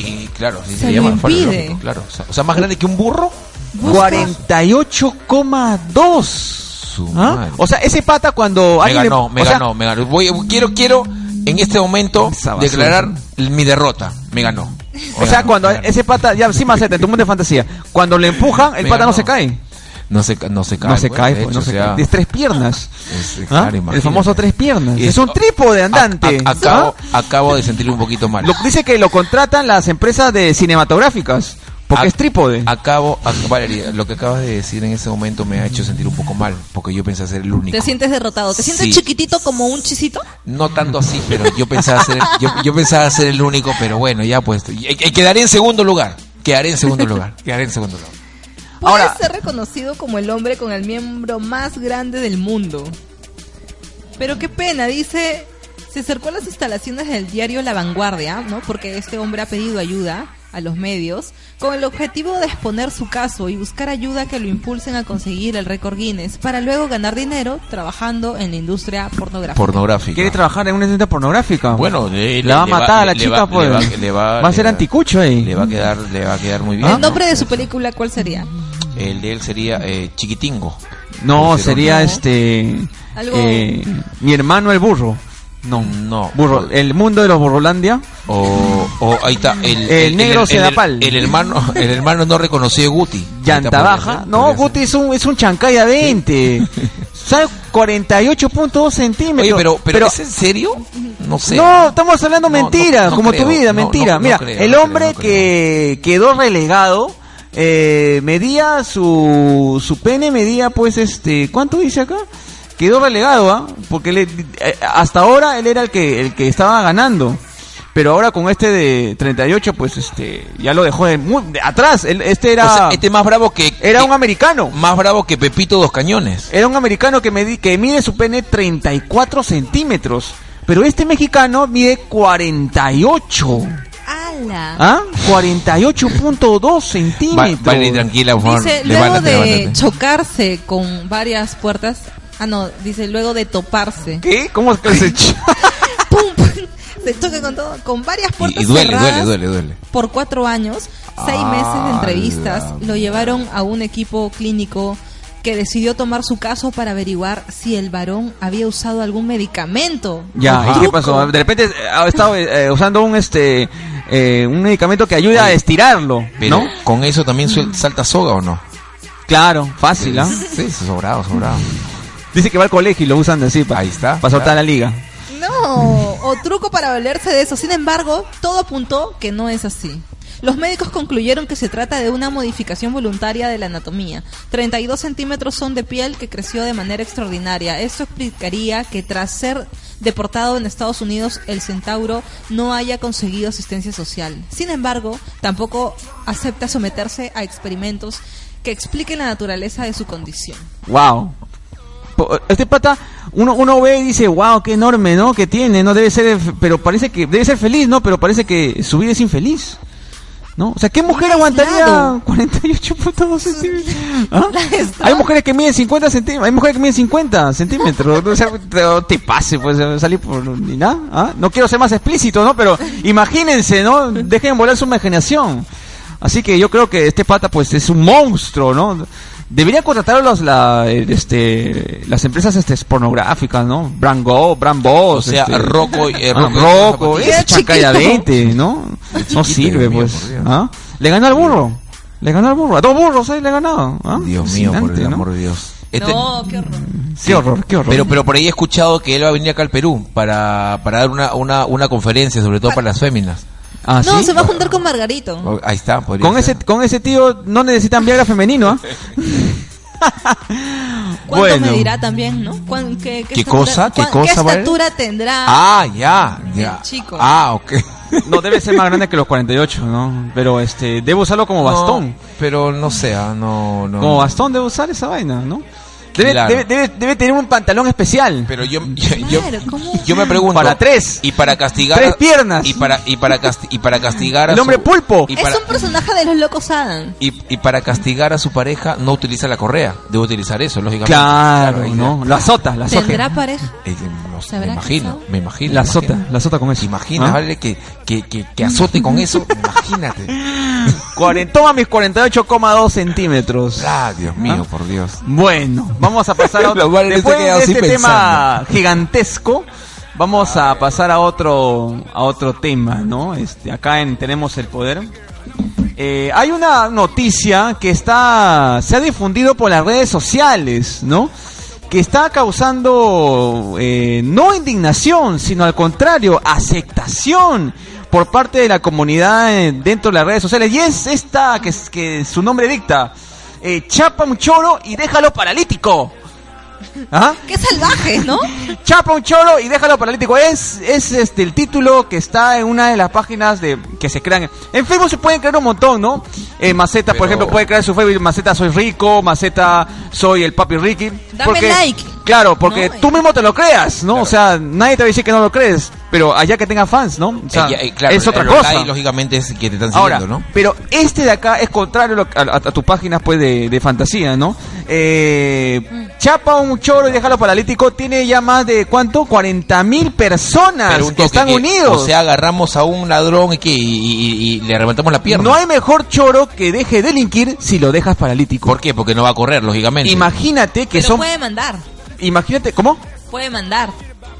y claro, sí,
Se
se
lo
llama falo,
impide.
lógico, claro. O sea, o sea, más grande que un burro.
Busca-
48,2.
Su
¿Ah?
madre.
O sea, ese pata cuando
Me
alguien le-
ganó, me
o sea,
ganó, me ganó. Voy, quiero, quiero en este momento
Esa basura.
declarar mi derrota. Me ganó.
O
Me
sea,
ganó,
cuando
me ganó.
ese pata, ya sí maceta, en tu mundo de fantasía, cuando le empujan, el
Me
pata no
ganó.
se cae.
No se, ca- no se cae.
no se
pues,
cae,
de
pues,
hecho,
no se
o sea,
cae. Es tres piernas.
es-
¿Ah?
claro, imagínate.
el famoso tres piernas.
Y
Es un
esto-
trípode andante.
A-
*laughs*
a- acabo,
¿Ah?
acabo de sentirme un poquito mal.
Lo- dice que lo contratan las empresas de cinematográficas. Porque
Ac-
es trípode.
Acabo, ac- Valeria, lo que acabas de decir en ese momento me ha hecho sentir un poco mal, porque yo pensé ser el único.
Te sientes derrotado. ¿Te sientes
Sí.
chiquitito como un chisito?
No tanto así, pero yo pensaba ser, yo, yo pensaba ser el único, pero bueno, ya pues, y- y quedaré en segundo lugar, quedaré en segundo
*laughs*
lugar, quedaré en segundo lugar.
Puede
Ahora-
ser reconocido como el hombre con el miembro más grande del mundo. Pero qué pena, dice, se acercó a las instalaciones del diario La Vanguardia, ¿no? Porque este hombre ha pedido ayuda a los medios con el objetivo de exponer su caso y buscar ayuda que lo impulsen a conseguir el récord Guinness para luego ganar dinero trabajando en la industria pornográfica.
Pornográfico.
Quiere trabajar en una cinta pornográfica.
Bueno, le, le-
la va a
le
matar a la
le- le
chica,
va-
pues.
le va- le va-
a
le
ser
va-
anticucho eh. ahí.
Le va a quedar, le va a quedar muy bien.
El
¿no?
nombre de su película, ¿cuál sería?
El de él sería eh, Chiquitingo.
No,
Pero
sería
no.
este.
Algo-
eh, mi hermano el burro.
No, no.
Burro, el mundo de los burrolandia.
O, o ahí está el,
El negro Sedapal.
El, hermano, *laughs* el hermano no reconocido de Guti.
Llanta
Ahí está,
baja.
podría ser,
No,
podría ser.
Guti es un, es un chancaya de 20. *laughs* ¿Sabes? 48.2 centímetros.
Oye, pero, pero, ¿es en serio? No sé.
No, estamos hablando
No, no,
mentira,
no
como
creo,
tu vida,
no,
mentira.
no, no
Mira,
creo,
el
no
hombre
creo, no
que quedó relegado eh, medía su, su pene, medía pues este, ¿cuánto dice acá? Quedó relegado, ¿ah? Porque le- eh, hasta ahora él era el que el que estaba ganando. Pero ahora con este de 38 pues este ya lo dejó de, mu- de atrás, Él- este
O
era
sea, este más bravo que.
era un
que-
americano.
Más bravo que Pepito Dos Cañones.
Era un americano que, medi- que mide su pene 34 centímetros. Pero este mexicano mide 48.
¡Ala!
¿Ah? 48.2
Va-
centímetros.
Vale, tranquila, por favor.
Dice, luego
levántate,
de
levántate.
chocarse con varias puertas. Ah, no, dice, luego de toparse.
¿Qué? ¿Cómo es que se ch-
¡Pum! *laughs* Se choca con todo, con varias puertas.
Y, y duele,
cerradas
duele, duele, duele.
Por cuatro años, seis
Ah,
meses de entrevistas,
la
lo llevaron a un equipo clínico que decidió tomar su caso para averiguar si el varón había usado algún medicamento.
Ya, ¿y qué
Truco.
pasó? De repente eh, ha estado eh, usando un este eh, un medicamento que ayuda a estirarlo,
Pero
¿no?
con eso también suel- salta soga o no?
Claro, fácil, ¿ah?
Sí, sobrado, sobrado.
Mm. Dice que va al colegio y lo usan así para,
Ahí está.
para soltar la liga.
No, o truco para valerse de eso. Sin embargo, todo apuntó que no es así. Los médicos concluyeron que se trata de una modificación voluntaria de la anatomía. 32 centímetros son de piel que creció de manera extraordinaria. Esto explicaría que tras ser deportado en Estados Unidos, el centauro no haya conseguido asistencia social. Sin embargo, tampoco acepta someterse a experimentos que expliquen la naturaleza de su condición.
Wow. Po- Este pata, uno, uno ve y dice, wow, qué enorme, ¿no? Que tiene, no debe ser, pero parece que debe ser feliz, ¿no? Pero parece que su vida es infeliz, ¿no? O sea, ¿qué mujer aguantaría
Claro.
48.2
*laughs*
centímetros? ¿Ah?
La está-
Hay mujeres que miden 50 centímetros, hay mujeres que miden 50 centímetros, o sea, te, *laughs* te pase, pues salir por ni nada, ¿ah? No quiero ser más explícito, ¿no? Pero imagínense, ¿no? Dejen volar su imaginación. Así que yo creo que este pata, pues, es un monstruo, ¿no? Deberían contratar los, la, el, este, las empresas este, pornográficas, ¿no? Brango, Brambo,
O sea, Rocco y- eh, Rocco
este, Ah,
y
Rocco,
Zapatilla.
ese
Era
chancalla
chiquito.
20, ¿no? No
Dios
sirve,
mío,
pues.
por Dios.
¿ah? Le ganó al burro. Le ganó al burro. A dos burros ahí le ha ganado. ¿ah?
Dios mío, por el
Fascinante, ¿no?
amor de Dios. Este-
No, qué horror.
Qué horror, qué horror.
Pero, pero por ahí he escuchado que él va a venir acá al Perú para, para dar una, una, una conferencia, sobre todo para las féminas.
Ah,
no,
¿sí?
se va a juntar con Margarito.
O- Ahí está, podría
con, ese,
ser.
con ese tío no necesitan Viagra femenino, ¿ah?
*laughs* ¿Cuánto medirá también, no? ¿Cuán- qué,
¿Qué cosa? ¿Qué
cuán-
cosa,
¿Qué
Valeria?
estatura tendrá?
Ah, ya, ya.
El chico.
Ah, ok.
No, debe ser más grande que los 48, ¿no? Pero este, debo usarlo *laughs* como bastón.
No, pero no sea, no, no.
Como bastón debo usar esa vaina, ¿no? Debe,
Claro.
debe, debe, debe tener un pantalón especial.
Pero yo, yo, yo-
Claro, ¿cómo?
yo me pregunto.
Para tres.
Y para castigar.
Tres piernas.
Y para, y para, casti- y para castigar. a
El hombre
su-
pulpo.
Y
es
para,
un personaje de los locos Adam.
y, y para castigar a su pareja no utiliza la correa. Debe utilizar eso, lógicamente.
Claro,
ahí ya.
¿no? Lo azota, lo
¿Tendrá
azota.
pareja?
Eh, no sé,
¿Se
me
habrá
imagino,
casado?
me imagino.
La
me imagino.
azota, la azota con
¿Te
eso.
imaginas,
¿Ah?
vale, que, que, que, que azote
*laughs*
con eso? Imagínate.
Cuarentoma mis 48,2 centímetros.
Ah, Dios mío, por Dios.
Bueno, vamos a *laughs* pasar a otro.
Los bares se
Después
quedan
de
así
este tema gigantesco, vamos a pasar a otro a otro tema, ¿no? Este, acá en tenemos el poder. Eh, hay una noticia que está se ha difundido por las redes sociales, ¿no? Que está causando eh, no indignación, sino al contrario aceptación por parte de la comunidad eh, dentro de las redes sociales. Y es esta que, es- que su nombre dicta. Eh, chapa un choro y déjalo paralítico. ¿Ah?
Qué salvajes, ¿no?
Chapa un choro y déjalo paralítico. Es, es este el título que está en una de las páginas de que se crean. En Facebook se pueden crear un montón, ¿no? Eh, Maceta, por
Pero-
ejemplo, puede crear su Facebook. Maceta soy rico, Maceta soy el papi Ricky.
Dame like.
Claro, porque
No, eh.
tú mismo te lo creas, ¿no? O sea, nadie te va a decir que no lo crees, pero allá que tenga fans, ¿no? O sea,
Eh, ya, eh, claro,
es otra
los
cosa.
likes, lógicamente es que te están
Ahora,
siguiendo, ¿no?
pero este de acá es contrario a lo- a, a- a tu página pues, de, de fantasía, ¿no? Eh,
Mm.
chapa un choro y déjalo paralítico tiene ya más de, ¿cuánto? 40 mil personas
Pero un
que
toque
están
que-
unidos.
O sea, agarramos a un ladrón y, que, y, y- y le reventamos la pierna.
no hay mejor choro que deje delinquir si lo dejas paralítico.
¿Por qué? Porque no va a correr, lógicamente.
Imagínate que
Pero
son...
puede mandar.
Imagínate, ¿cómo?
Puede mandar.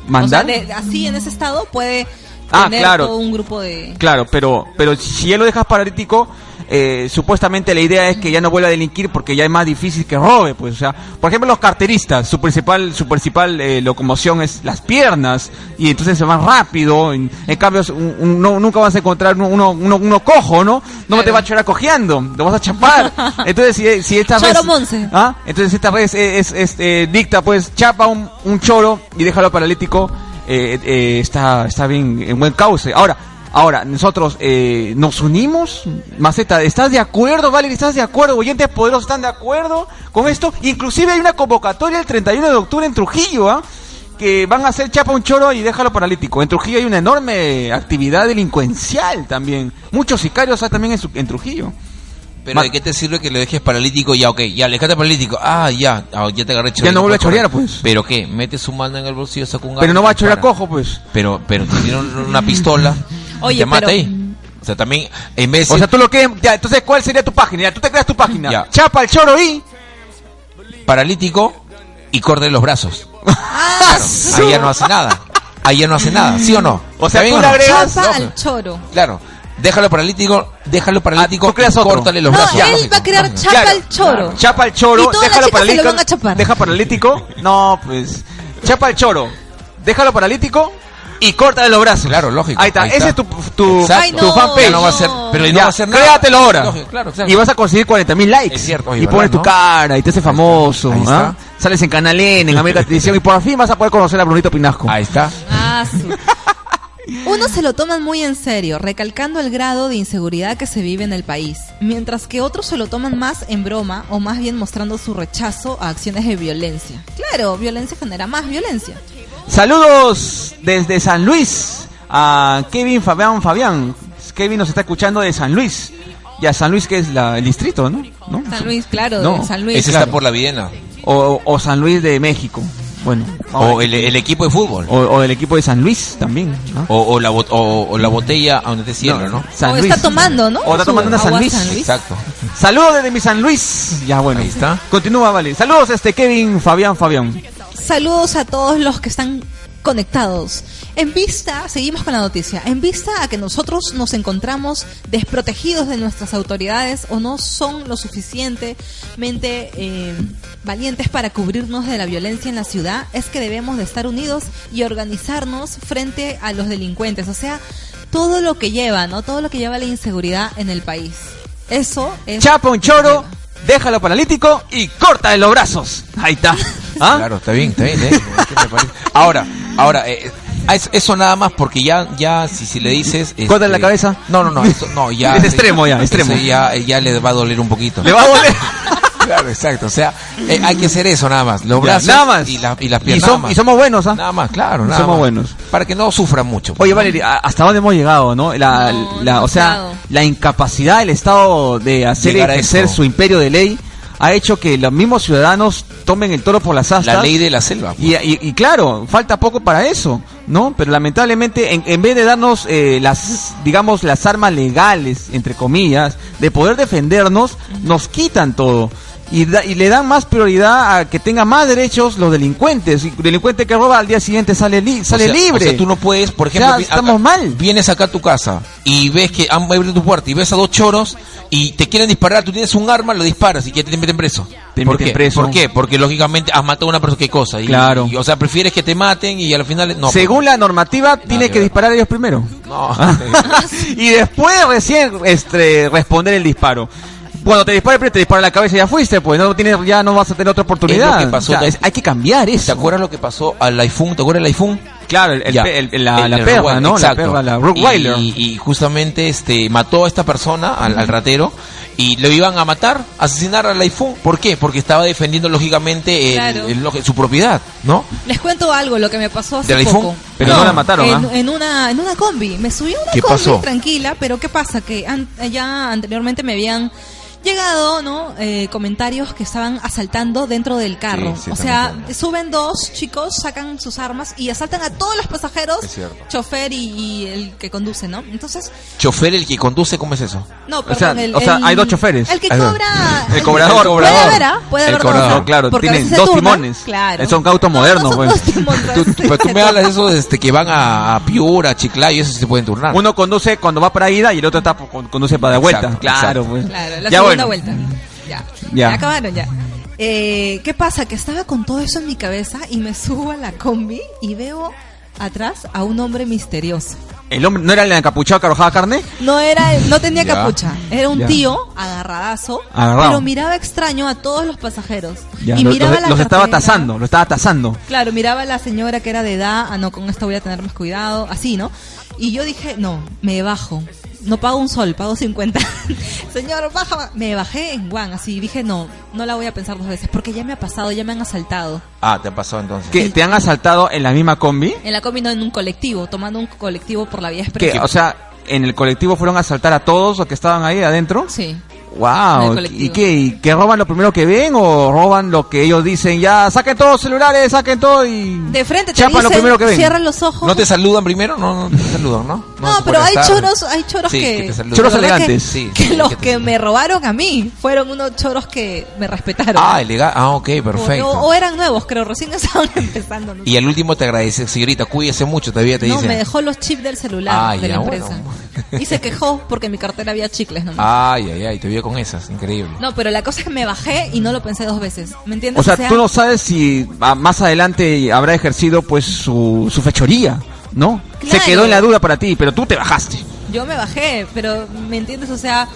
¿Mandar?
O sea, de- así en ese estado puede
Ah,
tener
claro.
todo un grupo de.
Claro, pero, pero si ya lo dejas paralítico, eh, supuestamente la idea es que ya no vuelva a delinquir porque ya es más difícil que robe, pues, o sea, por ejemplo los carteristas, su principal, su principal eh, locomoción es las piernas y entonces se van rápido, en, en cambio es un- un- no- nunca vas a encontrar uno, uno, uno- uno cojo, ¿no? No te va a chorar cojeando, lo vas a chapar. Entonces si, si esta
Choro
vez,
Monse.
¿Ah? Entonces esta vez es, es- es, eh, dicta, pues chapa un, un choro y déjalo paralítico. eh, eh, está, está bien, en buen cauce. Ahora, ahora nosotros eh, nos unimos. Maceta, ¿estás de acuerdo, Valerie? ¿Estás de acuerdo? ¿Oyentes poderosos están de acuerdo con esto? Inclusive hay una convocatoria el 31 de octubre en Trujillo, ¿ah? Que van a hacer chapa un choro y déjalo paralítico. En Trujillo hay una enorme actividad delincuencial también. Muchos sicarios hay también en, su- en Trujillo.
Pero
Ma-
¿de qué te sirve que lo dejes paralítico? Ya, ok, ya, le dejaste paralítico. Ah, ya, ah, ya te agarré choreo,
no vuelve
puedes
a chorear,
correr.
pues.
¿Pero qué? Mete su mano en el bolsillo, saca un
Pero no va a chorar
chorar
cojo, pues.
Pero, pero te dieron
*laughs*
una pistola.
Oye,
te mata
pero-
ahí. O sea, también, en vez de
O sea, tú lo que ya, entonces ¿cuál sería tu página? Ya, tú te creas tu página.
Ya.
Chapa el choro y
paralítico y corte los brazos.
¡Ah!
Ahí ya no hace nada. Ahí ya no hace nada, ¿sí o no?
O sea,
¿Está
tú
bien o
le
no?
agregas-
Chapa
No,
al choro.
Claro. Déjalo paralítico, déjalo paralítico
Ah, tú creas
y
otro.
córtale los
No,
brazos.
él
Lógico,
va a crear
lógico.
chapa
Claro,
al choro.
chapa el choro,
Y todas las
déjalo
chicas se lo
paralítico.
van a chapar.
Deja paralítico. No, pues chapa el choro, déjalo paralítico y córtale los brazos.
Claro, lógico.
Ahí está,
Ahí
ese
está.
es tu tu,
Exacto.
Ay, no,
tu fanpage.
Ya no va a ser,
no.
pero no
Ya,
va a ser nada.
Créatelo ahora.
Lógico, claro, exacto.
y vas a conseguir 40 mil likes.
Es cierto, oye,
y pones
¿verdad,
tu
no?
cara y te haces famoso.
Ahí está.
¿ah? Sales en Canal N, en América Televisión y por fin vas a poder conocer a Brunito Pinasco.
Ahí está.
Ah, su- Unos se lo toman muy en serio, recalcando el grado de inseguridad que se vive en el país, mientras que otros se lo toman más en broma o más bien mostrando su rechazo a acciones de violencia. Claro, violencia genera más violencia.
Saludos desde San Luis a Kevin Fabián Fabián. Kevin nos está escuchando de San Luis. Y a San Luis que es la- el distrito, ¿no? ¿No?
San Luis, claro,
No,
de San Luis.
Ese
claro.
está por la Viena.
O, o San Luis de México. Bueno.
O el, el equipo de fútbol.
o, o el equipo de San Luis también. ¿no?
O, o la, bot- o, o la botella a donde te cierra, ¿no?
San
O
Luis.
está tomando, ¿no?
O está
Su
tomando una San
agua
Luis.
San Luis.
Exacto.
Saludos desde mi San Luis. Ya bueno.
Ahí está.
Continúa, vale. Saludos este Kevin Fabián Fabián.
Saludos a todos los que están conectados. En vista, seguimos con la noticia, en vista a que nosotros nos encontramos desprotegidos de nuestras autoridades o no son lo suficientemente eh, valientes para cubrirnos de la violencia en la ciudad, es que debemos de estar unidos y organizarnos frente a los delincuentes. O sea, todo lo que lleva, ¿no? Todo lo que lleva la inseguridad en el país. Eso es...
Chapa un choro, déjalo paralítico y corta de los brazos. Ahí
*laughs*
está. ¿Ah?
Claro, está bien, está bien. está bien. Es que me parece- ahora, ahora, eh, eh, es- eso nada más porque ya, ya si, si le dices... este-
Corta en la cabeza.
No, no, no, eso,
*laughs*
no, ya...
Es extremo ya,
eso
extremo.
ya, eh, ya le va a doler un poquito.
Le va a doler.
*laughs* Claro, exacto. O sea, eh, hay que hacer eso nada más. Los
Ya,
brazos
nada más.
Y, la- y las
Y
piernas.
som-
nada más.
y somos buenos, ¿ah?
Nada más, claro,
Y
nada
somos
más.
buenos.
Para que no sufran mucho.
Oye, Valerie, ¿a- ¿hasta dónde hemos llegado, no? La,
No,
la- o sea,
demasiado.
la incapacidad del Estado de hacer
Llegar a
ejercer
eso.
su imperio de ley ha hecho que los mismos ciudadanos tomen el toro por las astas.
la ley de la selva.
Y, y- y claro, falta poco para eso, ¿no? Pero lamentablemente, en, en vez de darnos eh, las, digamos, las armas legales, entre comillas, de poder defendernos, nos quitan todo. y, da- y le dan más prioridad a que tenga más derechos los delincuentes. Y delincuente que roba al día siguiente sale, li- sale
O sea,
libre.
O sea, tú no puedes, por ejemplo,
Ya,
vi-
estamos
acá-
mal.
Vienes acá a tu casa y ves que han abierto tu puerta y ves a dos choros y te quieren disparar, tú tienes un arma, lo disparas y ya te meten preso.
Te
¿Por
meten
qué?
preso.
¿Por qué? Porque lógicamente has matado a una persona, ¿qué cosa? Y-
Claro.
y, o sea, prefieres que te maten y al final no.
Según la normativa, tiene
que
que
ver.
disparar ellos primero.
No.
*laughs* y después recién este, responder el disparo. Cuando te dispara, pero te dispara en la cabeza y ya fuiste, pues no tienes, ya no vas a tener otra oportunidad.
Es lo que pasó.
O sea, es- hay que cambiar
¿Te
eso.
acuerdas lo que pasó al iPhone? ¿Te acuerdas del iPhone?
Claro, el, el
Ya.
pe- el- el- la,
El-
la
el
perra,
Rottweiler,
¿no?
exacto.
La perra, la Rottweiler.
Y, y justamente este mató a esta persona, al, al ratero, y lo iban a matar, asesinar al iPhone. ¿Por qué? Porque estaba defendiendo lógicamente el-
Claro.
el log- su propiedad, ¿no?
Les cuento algo, lo que me pasó hace
¿Del iPhone?
poco.
Pero no la mataron,
en,
¿ah?
en una, en una combi. Me subí a una
¿Qué
combi
pasó?
tranquila, pero ¿qué pasa? Que an- ya anteriormente me habían llegado, ¿no? Eh, comentarios que estaban asaltando dentro del carro.
Sí, sí,
o
también
sea,
tengo.
suben dos chicos, sacan sus armas y asaltan a todos los pasajeros,
Es cierto.
chofer y, y el que conduce, ¿no? Entonces,
Chofer, el que conduce, ¿cómo
*laughs*
es eso?
no,
O
perdón,
sea,
el,
o sea,
el-
hay dos choferes.
El que
Hay dos.
cobra.
*laughs* El cobrador,
Puede
cobrador.
haber, ¿ah? Puede
El
haber
cobrador,
dos, ¿ah?
No, claro,
Porque a
tienen
veces se
dos
turnan,
timones.
Claro.
Son autos modernos,
No, no
güey.
son
*laughs*
dos timones, se
Tú-
pues,
*laughs*
pero tú me
turnan.
hablas de eso este, que van a, a Piura, a Chiclayo, eso se pueden turnar.
Uno conduce cuando va para ida y el otro está por- conduce para de vuelta.
Exacto,
claro,
exacto.
pues.
Claro,
Ya,
la segunda
bueno.
vuelta. Ya.
Ya.
Ya acabaron ya. Eh, ¿Qué pasa? Que estaba con todo eso en mi cabeza y me subo a la combi y veo atrás a un hombre misterioso.
El hombre no era el encapuchado que arrojaba carne.
No era, no tenía
Ya.
capucha, era un
Ya.
tío agarradazo,
Agarrado.
pero miraba extraño a todos los pasajeros
Ya,
y
lo-
miraba
los,
la
los estaba
cartera.
tasando, lo estaba tasando.
Claro, miraba a la señora que era de edad, ah, no, con esta voy a tener más cuidado, así, ¿no? Y yo dije, no, me bajo. No pago un sol, pago 50. *laughs* Señor, baja. Me bajé en Juan, así. Dije, no, no la voy a pensar dos veces, porque ya me ha pasado, ya me han asaltado.
Ah, te ha pasado entonces.
Que te han asaltado en la misma combi.
En la combi, no, en un colectivo, tomando un colectivo por la vía
Que,
expresa.
o sea, en el colectivo fueron a asaltar a todos los que estaban ahí adentro.
Sí. En el
Wow,
colectivo.
¿y qué? ¿Y que roban lo primero que ven o roban lo que ellos dicen? Ya, saquen todos los celulares, saquen todo y...
De frente te
chapan lo
dicen,
primero que ven.
cierran los ojos.
¿No te saludan primero? No, no te saludan, ¿no?
No,
se
pero
pueden
hay
estar.
choros, hay choros
Sí,
que...
que te saludan.
Choros
la verdad
elegantes.
que-
Sí,
que
sí,
los
que te-
que me robaron a mí fueron unos choros que me respetaron.
Ah, elegante. Ah, ok,
O-
perfecto.
O, o eran nuevos, creo, recién *laughs* estaban empezando. no sé.
Y al último te agradece, señorita, cuídese mucho, todavía te
no,
dicen.
me dejó los chips del celular
Ah,
de la
ya,
empresa.
bueno.
Y se quejó porque en mi cartera había chicles nomás.
Ay, ay, ay, te vio con esas, increíble.
No, pero la cosa es que me bajé y no lo pensé dos veces. ¿Me entiendes?
Ah. O sea, tú no sabes si ah, más adelante habrá ejercido pues su, su fechoría, ¿no?
Claro.
Se quedó en la duda para ti, pero tú te bajaste.
Yo me bajé, pero ¿me entiendes? O sea,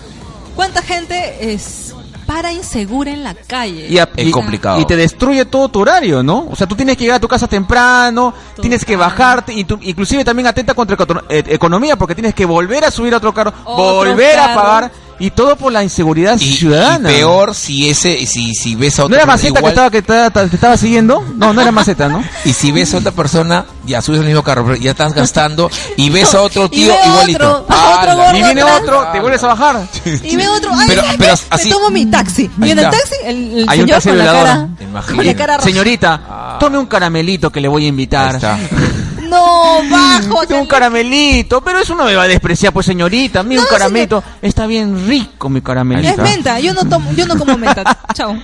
¿cuánta gente es para insegura en la calle?
Y, a-
Es
y-
complicado.
Y te destruye todo tu horario, ¿no? O sea, tú tienes que llegar a tu casa temprano, tienes que bajarte, y tú- inclusive también atenta contra econo- eh, economía, porque tienes que volver a subir a otro carro,
Otro
volver a
carro.
pagar, y todo por la inseguridad
Y,
ciudadana.
y peor si ese, si, si ves a
¿No
otra
era
persona
Maceta que,
igual-
estaba, que ta- ta- te estaba siguiendo? No, no era Maceta, ¿no?
y si ves a otra persona, ya subes al mismo carro, pero ya estás gastando,
*laughs*
y ves a otro
Y
tío
veo
igualito.
otro, a otro *laughs*
la-
gordo
Y viene
atrás.
otro,
Ah,
te vuelves a bajar.
*laughs*
Y veo otro, ay,
Pero-
ay,
pero
me-
así-
me tomo mi taxi.
Ahí
Y en el
está.
taxi, el, el
Mm, Hay un
señor
taxi
con la,
violador.
cara,
Te imaginas.
con la cara roja.
Señorita, tome un caramelito que le voy a
Ah. Ahí
invitar.
está.
No,
*laughs*
bajo.
Tome un caramelito, pero eso no me va a despreciar, pues señorita, a mí un
No,
caramelito. Está bien rico mi caramelito.
Ahí
Es
está.
menta, yo no tomo, yo no como
*laughs*
menta. Chao.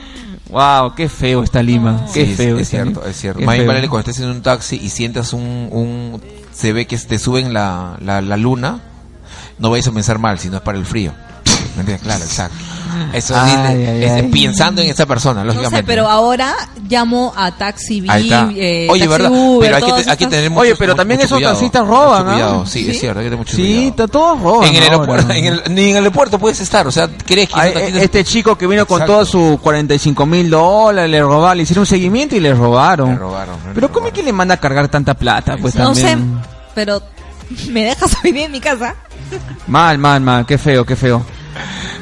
Wow, qué feo está
Ah.
Lima. Qué
Sí, es-
feo.
Es,
está
cierto,
Lima.
es cierto.
Qué
Más bien
feo.
vale cuando estés en un taxi y sientas un, un- se ve que te suben la, la, la luna, no vais a pensar mal, sino es para el frío. ¿Me entiendes? Claro, exacto. Eso sí,
Ay,
le-
ay,
es- este,
ay.
pensando en esa persona,
No
lógicamente.
sé, pero ahora llamo a taxi, Bee,
Ahí está.
eh, taxi
Oye, ¿verdad?
Uber,
pero hay que,
todas
te- hay que
estas-
tener mucho
Oye, pero
mu-
también
mucho
esos
cuidado,
taxistas
mucho
roban, ¿ah?
cuidado. Sí, es
¿Sí?
cierto, hay que tener mucho
Sí,
cuidado.
está todo rojo.
en el aeropuerto, en el- ni en el aeropuerto puedes estar, o sea, crees que
Ah,
no te
eh,
atiendes?
este chico que vino con
Exacto.
todos sus 45 mil dólares, le robaron, le hicieron un seguimiento y le robaron.
Le robaron, le
Pero ¿cómo es
robaron.
que le manda a cargar tanta plata? Pues
No sé,
también.
pero me dejas hoy día en mi casa.
Mal, mal, mal, qué feo, qué feo.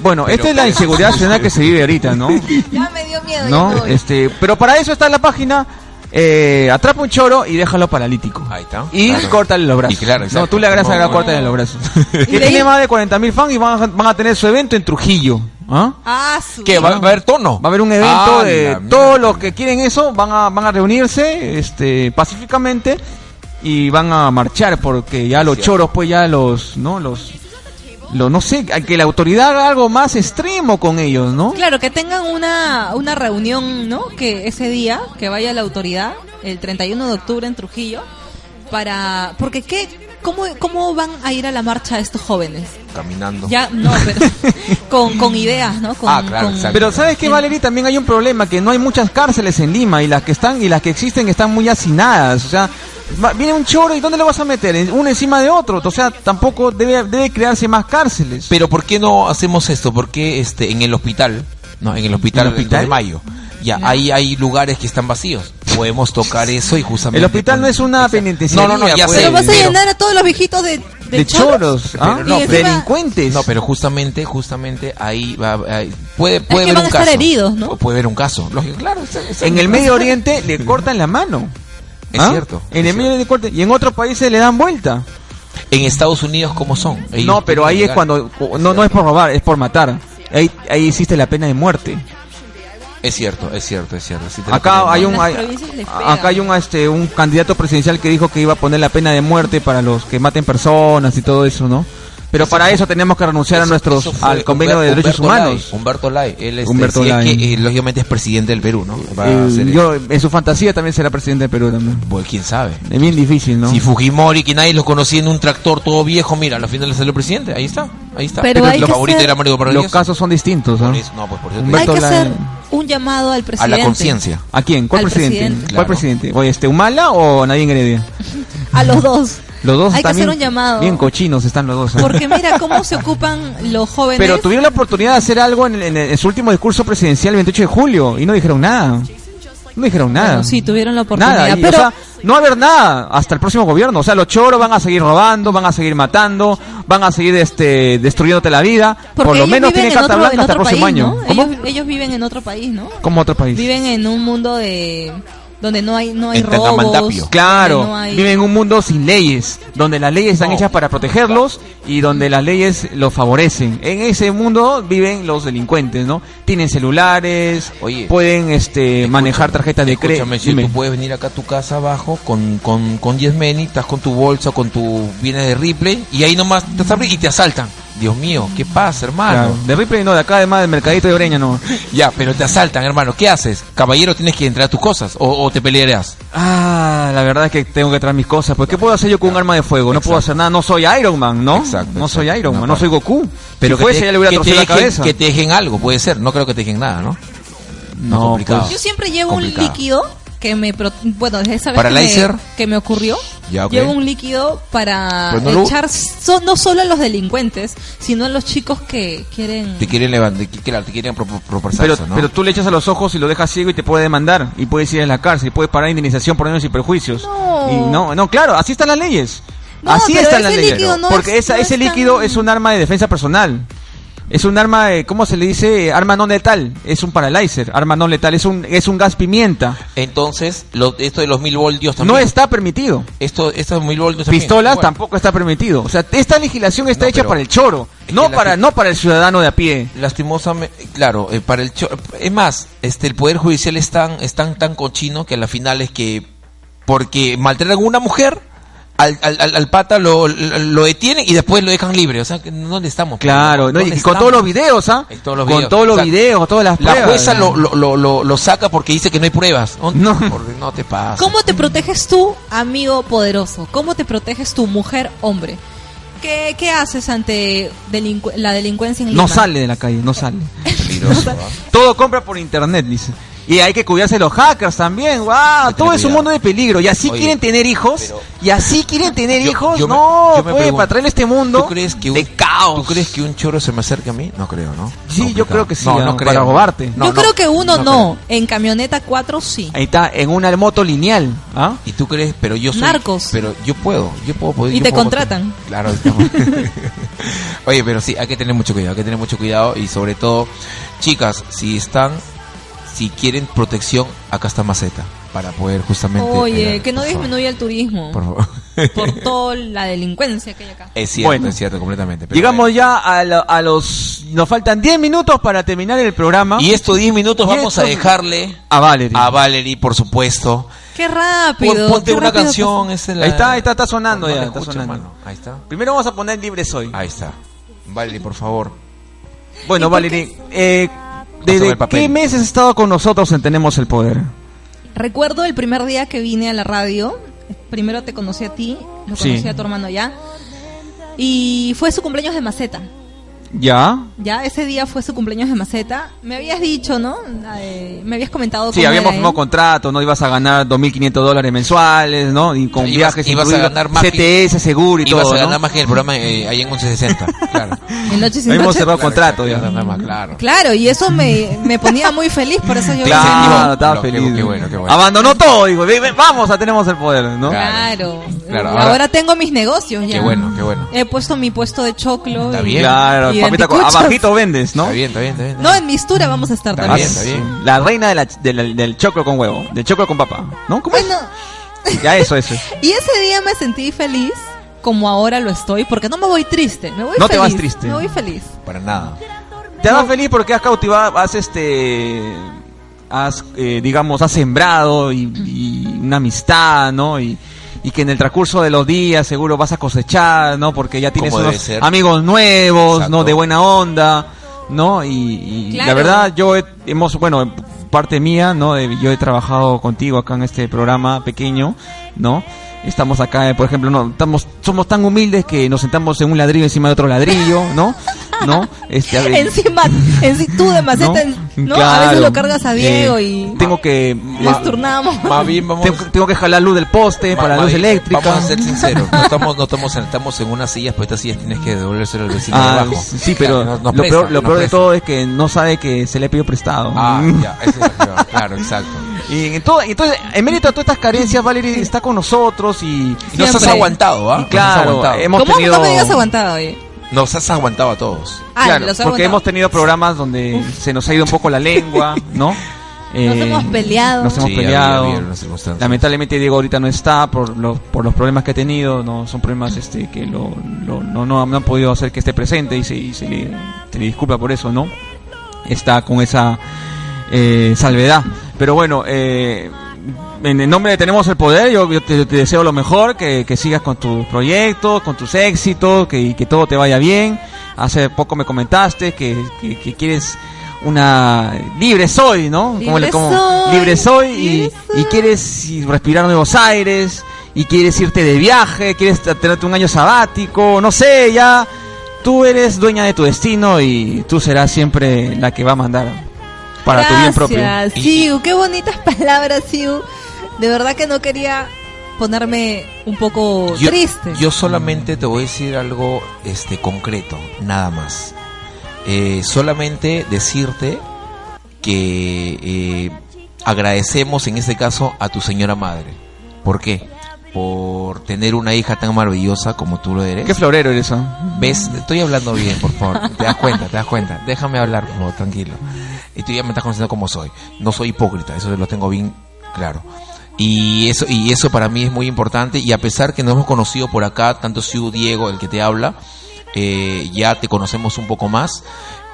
Bueno, esta es la inseguridad nacional que se vive ahorita,
*laughs*
¿no?
Ya me dio miedo. ya me
¿No?
voy.
Este, pero para eso está la página. eh, atrapa un choro y déjalo paralítico.
Ahí está.
Y
Claro.
córtale los brazos.
Y claro,
no,
exacto.
tú le agarras a la
Bueno,
corta de los brazos. *laughs* que
de ahí-
tiene más de 40.000 fans y van a, van a tener su evento en Trujillo. ¿Ah?
Ah, su-
¿Qué? ¿Va, va a haber tono?
Va a haber un evento
Ah,
de
la
todos los que quieren eso, van a, van a reunirse este, pacíficamente y van a marchar porque ya los choros pues ya los no los lo no sé, a que la autoridad haga algo más extremo con ellos, ¿no?
Claro, que tengan una, una reunión, ¿no? Que ese día, que vaya la autoridad, el 31 de octubre en Trujillo, para... Porque ¿qué? ¿Cómo, ¿Cómo van a ir a la marcha estos jóvenes?
Caminando.
Ya, no,
*laughs*
pero con, con ideas, ¿no? Con,
Ah, claro,
con-
exacto.
Pero sabes que Valerie también hay un problema que no hay muchas cárceles en Lima y las que están y las que existen están muy hacinadas, o sea, va- viene un choro y ¿dónde lo vas a meter? En- Uno encima de otro, o sea, tampoco debe debe crearse más cárceles.
Pero ¿por qué no hacemos esto? Porque este en el hospital, no, en el hospital,
¿En el
del 2
hospital?
de mayo. Ya, ahí hay lugares que están vacíos. Podemos tocar eso y justamente
El hospital no es una penitenciaría.
No, no, no, ya
pues.
sé.
Pero vas a
Pero-
llenar a todos los viejitos de,
de,
de,
choros, ¿ah?
Pero
no, Y encima-
delincuentes.
No, pero justamente, justamente ahí va, ahí- puede, puede
que
haber
van
un
a estar
caso.
heridos, ¿no?
Pu- Puede haber un caso, lógico, claro. es- es-
en el Medio Oriente le cortan la mano.
Es
¿ah?
cierto,
En
es
el Medio Oriente cortan- y en otros países le dan vuelta.
En Estados Unidos, ¿cómo son? Ellos
no, pero
tienen
ahí
que
es
llegar.
cuando no no es por robar, es por matar. Ahí ahí existe la pena de muerte.
Es cierto, es cierto, es cierto. sí te lo
Acá
ponemos.
hay un
Las
hay-
provincias les pega.
acá hay un este un candidato presidencial que dijo que iba a poner la pena de muerte para los que maten personas y todo eso, ¿no? Pero para eso tenemos que renunciar a
Eso-
nuestros
eso fue
al convenio de
Humberto-
derechos
Humberto
humanos.
Lai, Humberto Lai, él este,
Humberto
sí, es
Lai.
que, eh, lógicamente es presidente del Perú, ¿no? Va a
Eh,
ser-
yo en su fantasía también será presidente de Perú también.
Pues, quién sabe.
Es bien difícil, ¿no?
Si Fujimori, que nadie los conocía en un tractor todo viejo, mira, al final le salió presidente, ahí está, ahí está. Este
Pero hay
lo
que
favorito
ser-
era Mario Vargas
Los
Llosa.
casos son distintos, ¿no?
Por eso- no, pues por eso te
Hay
Humberto
que
Lai.
hacer un llamado al
digo.
presidente.
a la conciencia.
¿A quién? ¿Cuál
Al
presidente?
presidente.
¿Cuál
Claro.
presidente? Oye, este Humala o Nadine Heredia?
A los dos.
Los dos
Hay que
están
hacer
bien-
un llamado.
Bien cochinos están los dos. ¿eh?
Porque mira cómo se ocupan los
*laughs*
jóvenes.
Pero tuvieron la oportunidad de hacer algo en, en- en su último discurso presidencial el 28 de julio y no dijeron nada. No dijeron nada.
Bueno, sí, tuvieron la oportunidad.
Nada, y,
pero
o sea, no va a haber nada hasta el próximo gobierno. O sea, los choros van a seguir robando, van a seguir matando, van a seguir este, destruyéndote la vida. Por
porque
lo
ellos
menos tienen
viven en
carta
otro-
blanca
en
hasta el
otro
próximo
país,
año.
¿no?
¿Cómo?
Ellos, ellos viven en otro país, ¿no?
¿Cómo otro país?
Viven en un mundo de donde no hay no hay
En
robos.
Tangamandapio.
donde
Claro,
no hay-
viven en un mundo sin leyes, donde las leyes están hechas para protegerlos y donde las leyes los favorecen. En ese mundo viven los delincuentes, ¿no? Tienen celulares,
Oye,
pueden este manejar tarjetas de crédito.
Escúchame, si tú puedes venir acá a tu casa abajo con, con, con 10 meni, estás con tu bolsa, con tu bienes de Ripley, y ahí nomás te abren y te asaltan. Dios mío, ¿qué pasa, hermano?
De Ripley Ah, no, de acá además del mercadito de Breña no.
Ya, pero te asaltan, hermano. ¿Qué haces? Caballero, tienes que entrar a tus cosas o, o te pelearás.
Ah, la verdad es que tengo que traer mis cosas. Pues, ¿qué puedo hacer yo con un arma de fuego? No puedo hacer nada. No soy Iron Man, ¿no?
Exacto,
no soy
exacto.
Iron Man,
Una
no soy Goku. Pero si fuese,
te,
ya le hubiera
que te
torcido la
dejen-
cabeza.
que te dejen algo, puede ser. No creo que te dejen nada, ¿no?
No, pues.
Yo siempre llevo
Complicado.
un líquido que me pro- bueno, desde esa vez que
¿Paralizer?
me, que me ocurrió,
Ya, ok.
llevo un líquido para
Pues no lo-
echar so- no solo a los delincuentes, sino a los chicos que quieren
Te quieren levantar, te- claro, te quieren pro- pro- propasar
Pero,
eso, ¿no?
pero tú le echas a los ojos y lo dejas ciego y te puede demandar y puedes ir a la cárcel y puedes parar indemnización por daños y perjuicios.
No.
Y no, no, claro, así están las leyes.
No,
así
pero
están
ese
las leyes.
líquido no
Porque
es-
esa-
no
ese
es
líquido
tan-
es un arma de defensa personal. Es un arma, de, ¿cómo se le dice? Arma no letal. Es un paralyzer. Arma no letal. Es un, es un gas pimienta.
Entonces, lo- esto de los mil voltios también.
No está permitido.
Esto, estos mil voltios también.
Pistolas
Igual.
tampoco está permitido. O sea, esta legislación está
No,
hecha
pero-
para el choro.
Es
No
que la-
para, no para el ciudadano de a pie.
Lastimosamente, claro, eh, para el cho- es más, este el poder judicial es tan, es tan, tan cochino que a la final es que porque maltratan a una mujer al, al, al- al pata lo, lo, lo detienen y después lo dejan libre, o sea, que ¿dónde estamos?
Claro, ¿no?
¿Dónde
y con
estamos?
todos los videos, ¿ah?
En todos los
con
videos,
todos los
exacto.
videos, todas las
La
pruebas.
jueza lo, lo, lo, lo- lo saca porque dice que no hay pruebas. ¿no?
No.
Porque no te pasa.
¿Cómo te proteges tú, amigo poderoso? ¿Cómo te proteges tu mujer, hombre? ¿Qué, qué haces ante delincu- la delincuencia en Lima?
No sale de la calle, no
*laughs*
sale.
Peligroso, ¿ah?
Todo compra por internet, dice. Y hay que cuidarse de los hackers también, guau,
que
todo
tener
es un
cuidado.
mundo de peligro. Y así
Oye,
quieren tener hijos,
pero-
y así quieren tener
Yo-
hijos,
yo me-
no,
yo me
pues,
pregunto,
para traerle este mundo
¿Tú crees que un,
de caos.
¿Tú crees que un choro se me acerque a mí? No creo, ¿no?
Sí, yo
Complicado.
creo que sí,
No,
ah,
no creo.
para robarte.
No,
Yo
no.
creo que uno no,
No creo.
en camioneta 4 sí.
Ahí está, en una moto lineal, ¿ah?
Y tú crees, pero yo soy.
Narcos.
Pero yo puedo, yo puedo poder.
Y
yo
te
puedo
contratan.
votar. Claro, estamos. *laughs* Oye, pero sí, hay que tener mucho cuidado, hay que tener mucho cuidado y sobre todo, chicas, si están, si quieren protección, acá está Maceta para poder justamente.
Oye,
pegar,
que no
por favor.
disminuya el turismo
Por
por,
favor. *laughs*
toda la delincuencia que hay acá.
es cierto,
Bueno.
es cierto, completamente. pero
Llegamos
bueno.
ya a, la- a los... Nos faltan 10 minutos para terminar el programa. Ah,
Y Ah, estos 10 minutos
Y
vamos a
estos-
dejarle
a Valerie.
a Valerie, por supuesto.
¡Qué
Pon-
rápido!
Ponte
qué
una
rápido
canción. esa es la-
Ahí está, ahí está, está sonando
No la
ya, está
escucho,
sonando.
hermano, Ahí está.
Primero vamos a poner libre soy.
Ahí está.
pasa.
Vale, por favor.
Bueno, Valerie, eh, ¿desde
el papel.
qué mes has estado con nosotros en Tenemos el Poder?
Recuerdo el primer día que vine a la radio. Primero te conocí a ti, lo
Sí.
conocí a tu hermano ya. Y fue su cumpleaños de maceta.
¿Ya?
Ya, ese día fue su cumpleaños de maceta. Me habías dicho, ¿no? Eh, me habías comentado.
Sí,
cómo
habíamos
era ¿eh?
¿eh?
firmado
él.
contrato, ¿no? Ibas a ganar 2.500 dólares mensuales, ¿no? Y con
Ibas-
viajes
ibas a
incluidos,
ganar más que-
CTS, seguro y
Ibas
todo,
a ganar
¿no?
más que en el programa eh, ahí en *laughs* 1160. Claro.
En Noche sin
Habíamos
Noche.
cerrado contrato,
ibas a
ya.
ganar más, claro.
Claro, y eso me, me ponía muy feliz, por eso yo...
Claro,
Incentivo.
estaba
Qué-
feliz.
qué bueno, qué bueno.
Abandonó todo, dijo, "Ve, ve, vamos a Tenemos el Poder, ¿no?
Claro.
Claro,
ahora,
ahora-
tengo mis negocios ya.
Qué bueno, qué bueno.
He puesto mi puesto de choclo.
Está
y-
bien.
Claro,
Y
papita, co-
anticuchos.
abajito vendes, ¿no?
Está bien, está bien, está bien.
No, en mistura vamos a estar
Está
también.
bien,
Ah,
está bien.
La reina de la- de la- del choclo con huevo, del choclo con papa, ¿no? ¿Cómo es?
Bueno,
Ya eso, eso. es.
y ese día me sentí feliz, como ahora lo estoy, porque no me voy triste, me voy
No te
feliz.
vas triste.
Me voy feliz.
Para nada.
Te has dado feliz porque has cautivado, has este, has, eh, digamos, has sembrado y, y una amistad, ¿no? Y, y que en el transcurso de los días seguro vas a cosechar, ¿no? Porque ya tienes
Como debe
unos
ser.
amigos nuevos,
Exacto.
¿no? De buena onda, ¿no? Y, y
Claro.
la verdad yo he- hemos, bueno, parte mía, ¿no? Eh, Yo he trabajado contigo acá en este programa pequeño, ¿no? Estamos acá, eh, por ejemplo, no, estamos, somos tan humildes que nos sentamos en un ladrillo encima de otro ladrillo, ¿no? ¿No? Este, a ver,
*laughs* Encima, en si tú de maceta, en- ¿no? a veces
Claro.
lo cargas a Diego
Eh,
y
Tengo que.
nos turnamos.
Más bien vamos
Tengo, tengo que jalar luz del poste
Ma-
para
ma-
luz eléctrica.
Vamos a ser sinceros, no estamos, no estamos, en- estamos en unas sillas, pero estas sillas tienes que devolverse al vecino de
Ah,
abajo.
sí, pero
Nos- nos
lo
presta,
peor, lo
nos
peor de
presta.
todo es que no sabe que se le pidió prestado. Mm.
Ah, ya, ese es lo peor, claro, exacto.
Y en todo- entonces, en mérito a todas estas carencias, Valerie está con nosotros y.
Y nos has
Siempre.
aguantado, ¿ah?
Y claro,
nos has aguantado.
hemos
¿Cómo
tenido.
no me digas aguantado, oye?
Nos has aguantado a todos.
Ah,
claro,
los
porque
he aguantado.
hemos tenido programas donde se nos ha ido un poco la lengua, ¿no?
*laughs*
Eh,
Nos hemos peleado.
Nos hemos
Sí, había-
peleado.
había unas circunstancias.
Lamentablemente Diego ahorita no está por los, por los problemas que ha tenido, no son problemas este que lo, lo- no, no, no han podido hacer que esté presente y se, y se le, se le disculpa por eso, ¿no? Está con esa eh, salvedad. Pero bueno, eh, en el nombre de Tenemos el Poder, yo, yo te, te deseo lo mejor, que, que sigas con tus proyectos, con tus éxitos, que, y que todo te vaya bien. Hace poco me comentaste que, que- que quieres una libre soy, ¿no?
Libre
le-
soy,
libre soy y,
libre soy.
y quieres y respirar nuevos aires y quieres irte de viaje, quieres t- tenerte un año sabático, no sé, ya tú eres dueña de tu destino y tú serás siempre la que va a mandar para tu bien propio.
Gracias, Siu, qué bonitas *laughs* palabras, Siu. De verdad que no quería ponerme un poco
Yo-
triste.
Yo solamente te voy a decir algo este concreto, nada más. Eh, solamente decirte que eh, agradecemos en este caso a tu señora madre. ¿Por qué? Por tener una hija tan maravillosa como tú lo eres.
Qué florero eres, ¿ah?
¿Ves? Estoy hablando bien, por favor. Te das cuenta, te das cuenta. Déjame hablar, por favor, tranquilo. Y tú ya me estás conociendo como soy. No soy hipócrita, eso lo tengo bien claro. Y eso, y eso para mí es muy importante. Y a pesar que nos hemos conocido por acá, tanto Siu, Diego, el que te habla, eh, ya te conocemos un poco más.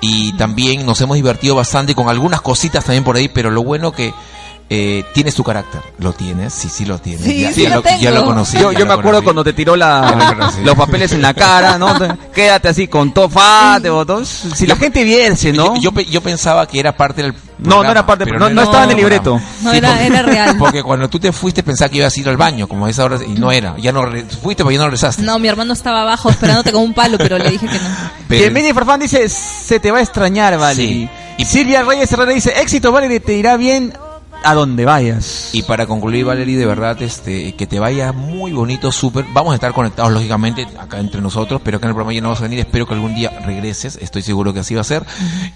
Y también nos hemos divertido bastante con algunas cositas también por ahí, pero lo bueno que eh, tienes tu carácter. Lo tienes, sí, sí lo tienes.
Sí,
ya,
sí
ya
lo
lo, ya
tengo.
lo conocí.
yo,
ya
yo
lo
me acuerdo
conocí.
cuando te tiró
Ya
la,
lo conocí.
los papeles en la cara, ¿no?
*laughs*
Quédate así con tofa, te botó. Si la gente viese, ¿no?
Yo, yo, pe- yo pensaba que era parte del.
No, no era parte-
pero
no- no
era
estaba en el
programa.
libreto.
No, era-
porque,
era
*laughs*
real.
Porque cuando tú te fuiste pensaba que ibas a ir al baño, como a esa hora, y no era. Ya no re- fuiste, pero ya no regresaste.
No, mi hermano estaba abajo esperándote con un palo, pero le dije que no.
Pero-
Y el Mini Farfán dice, se te va a extrañar, Valerie.
Sí.
Y Silvia Reyes Herrera dice, éxito, Valerie, te irá bien a donde vayas.
Y para concluir, Valerie, de verdad, este, que te vaya muy bonito, súper. Vamos a estar conectados, lógicamente, acá entre nosotros, pero acá en el programa ya no vas a venir. Espero que algún día regreses, estoy seguro que así va a ser.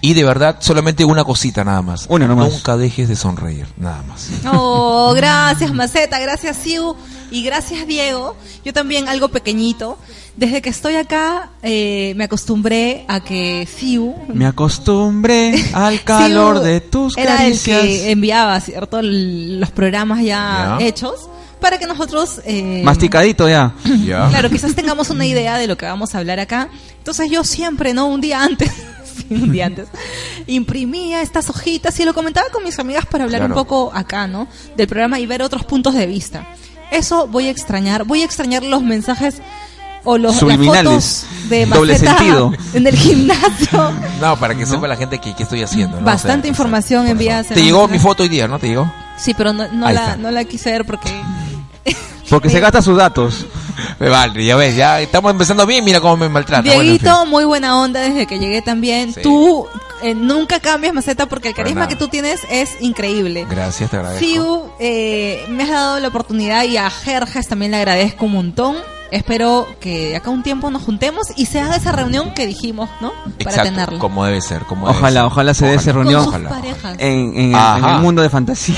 Y de verdad, solamente una cosita nada más.
Una nomás.
Nunca dejes de sonreír, nada más.
Oh, gracias Maceta, gracias Siu y gracias Diego. Yo también algo pequeñito. Desde que estoy acá eh, me acostumbré a que Siu...
Me
*laughs*
acostumbré al
Siu
calor de tus
era
caricias.
el que eh, enviaba, ¿cierto? L- Los programas ya
Ya.
hechos para que nosotros... eh,
Masticadito ya.
Ya.
Claro, quizás tengamos una idea de lo que vamos a hablar acá. Entonces yo siempre, ¿no? Un día antes, *laughs* sí, un día antes, imprimía estas hojitas y lo comentaba con mis amigas para hablar un
Claro.
poco acá, ¿no? Del programa y ver otros puntos de vista. Eso voy a extrañar. Voy a extrañar los mensajes o los las
Subliminales.
fotos de
Doble
maceta
sentido.
*laughs* en el gimnasio.
No, para que sepa la gente que, que estoy haciendo. ¿no?
Bastante información
por
enviada
favor.
hace
Te llegó
rato.
mi foto hoy día, ¿no? Te llegó.
Sí, pero no, no
Ahí
la,
está.
no la quise ver
*laughs*
porque...
Porque se gasta sus datos.
Me Vale, ya ves, ya estamos empezando bien. Mira cómo me maltratan. Ah, Bueno, en fin.
Dieguito, muy buena onda desde que llegué también.
Sí.
Tú eh, nunca cambias maceta porque el
Para
carisma
nada.
que tú tienes es increíble.
Gracias, te agradezco.
Fiu, eh, me has dado la oportunidad y a Jerjas también le agradezco un montón. Espero que de acá a un tiempo nos juntemos y se haga esa reunión que dijimos, ¿no? Para
Exacto,
tenerla.
como debe ser. Como debe
Ojalá,
ser.
ojalá se dé esa
Con
reunión.
sus
ojalá, Eh,
parejas.
en, en el-
Ajá.
en el mundo de fantasía.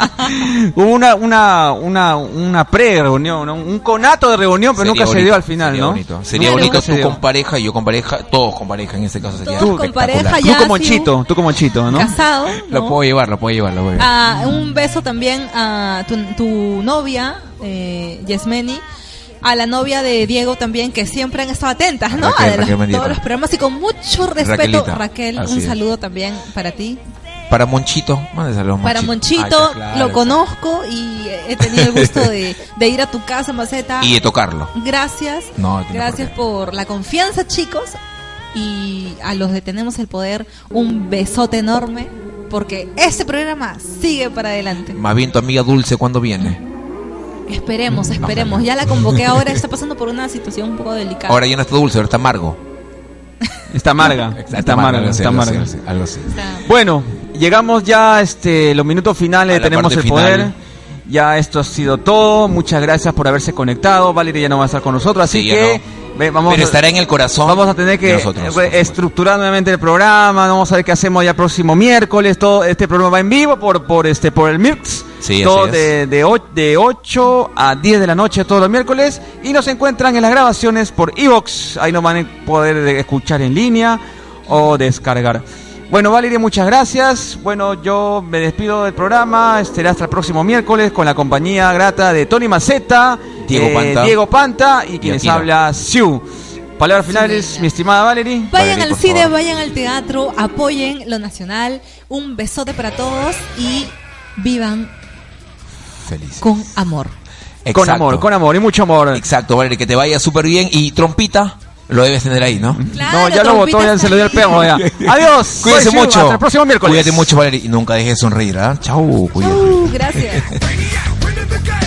*laughs* Hubo una, una, una, una pre-reunión, ¿no? un conato de reunión, pero
Sería
nunca se
bonito,
dio al final,
sería
¿no?
Bonito. Sería
Claro.
bonito
Nunca se
tú
dio.
con pareja y yo con pareja, todos con pareja en este caso sería
Todos con
espectacular.
pareja,
Tú
ya,
como
Fiu,
chito, tú como chito, ¿no?
Casado.
Lo
¿no?
puedo llevar, lo puedo llevar, lo puedo llevar.
Ah, un beso también a tu, tu novia, eh, Yasmeni. A la novia de Diego también, que siempre han estado atentas, ¿no?
Raquel,
a los-
Raquel Mendieta.
todos los programas y con mucho respeto,
Raquelita,
Raquel,
así
un
es.
saludo también para ti.
Para Monchito, mándeselo a
Ah. Para
Ahí
Monchito,
está, claro,
lo
está.
conozco y he tenido el gusto de, de ir a tu casa, Maceta.
Y de tocarlo.
Gracias.
No, no tiene
gracias por, la confianza, chicos. Y a los de Tenemos el Poder, un besote enorme. Porque este programa sigue para adelante.
Más bien tu amiga Dulce, ¿cuándo viene?
Mm,
Esperemos, esperemos. Ya la convoqué
*laughs*
ahora. Está pasando por una situación un poco delicada.
Ahora ya no está Dulce, ahora está Margo.
Está amarga, está amarga,
algo así,
está
algo
amarga.
así, Algo así.
Está-
Bueno, llegamos ya a este, los minutos finales,
A la
tenemos
parte
el poder.
final.
Ya esto ha sido todo, muchas gracias por haberse conectado, Valeria ya no va a estar con nosotros, así
Sí, ya
que ve- vamos
Pero
a-
estará en el corazón.
Vamos a tener
de
que eh,
nosotros, por supuesto.
reestructurar nuevamente el programa. Vamos a ver qué hacemos ya el próximo miércoles. Todo este programa va en vivo por por este por el MIRX.
Sí, así
todo
es.
de, de, o- de 8 a 10 de la noche todos los miércoles. Y nos encuentran en las grabaciones por Evox. Ahí nos van a poder eh, escuchar en línea o descargar. Bueno, Valeria, muchas gracias. Bueno, yo me despido del programa. Será hasta el próximo miércoles con la compañía grata de Tony Maceta, eh,
Diego Panta.
Diego Panta y quienes
Akira.
habla Siu. Palabras finales,
Siu.
mi estimada Valerie.
Vayan
Valeria,
al
por
cine,
favor.
vayan al teatro, apoyen lo nacional. Un besote para todos y vivan
Feliz.
con amor.
Con
Exacto.
amor, con amor y mucho amor.
Exacto, Valeria, que te vaya súper bien. Y trompita, lo debes tener ahí, ¿no?
no, ya lo votó, ya se lo dio el perro. ya. Adiós. soy
Cuídese
Siu,
mucho.
Pues Hasta el próximo miércoles.
Cuídate mucho, Valeria. Y nunca dejes de sonreír, ¿ah? Chau, cuídate.
Uh, *laughs* gracias.
Maniac, bring in the game.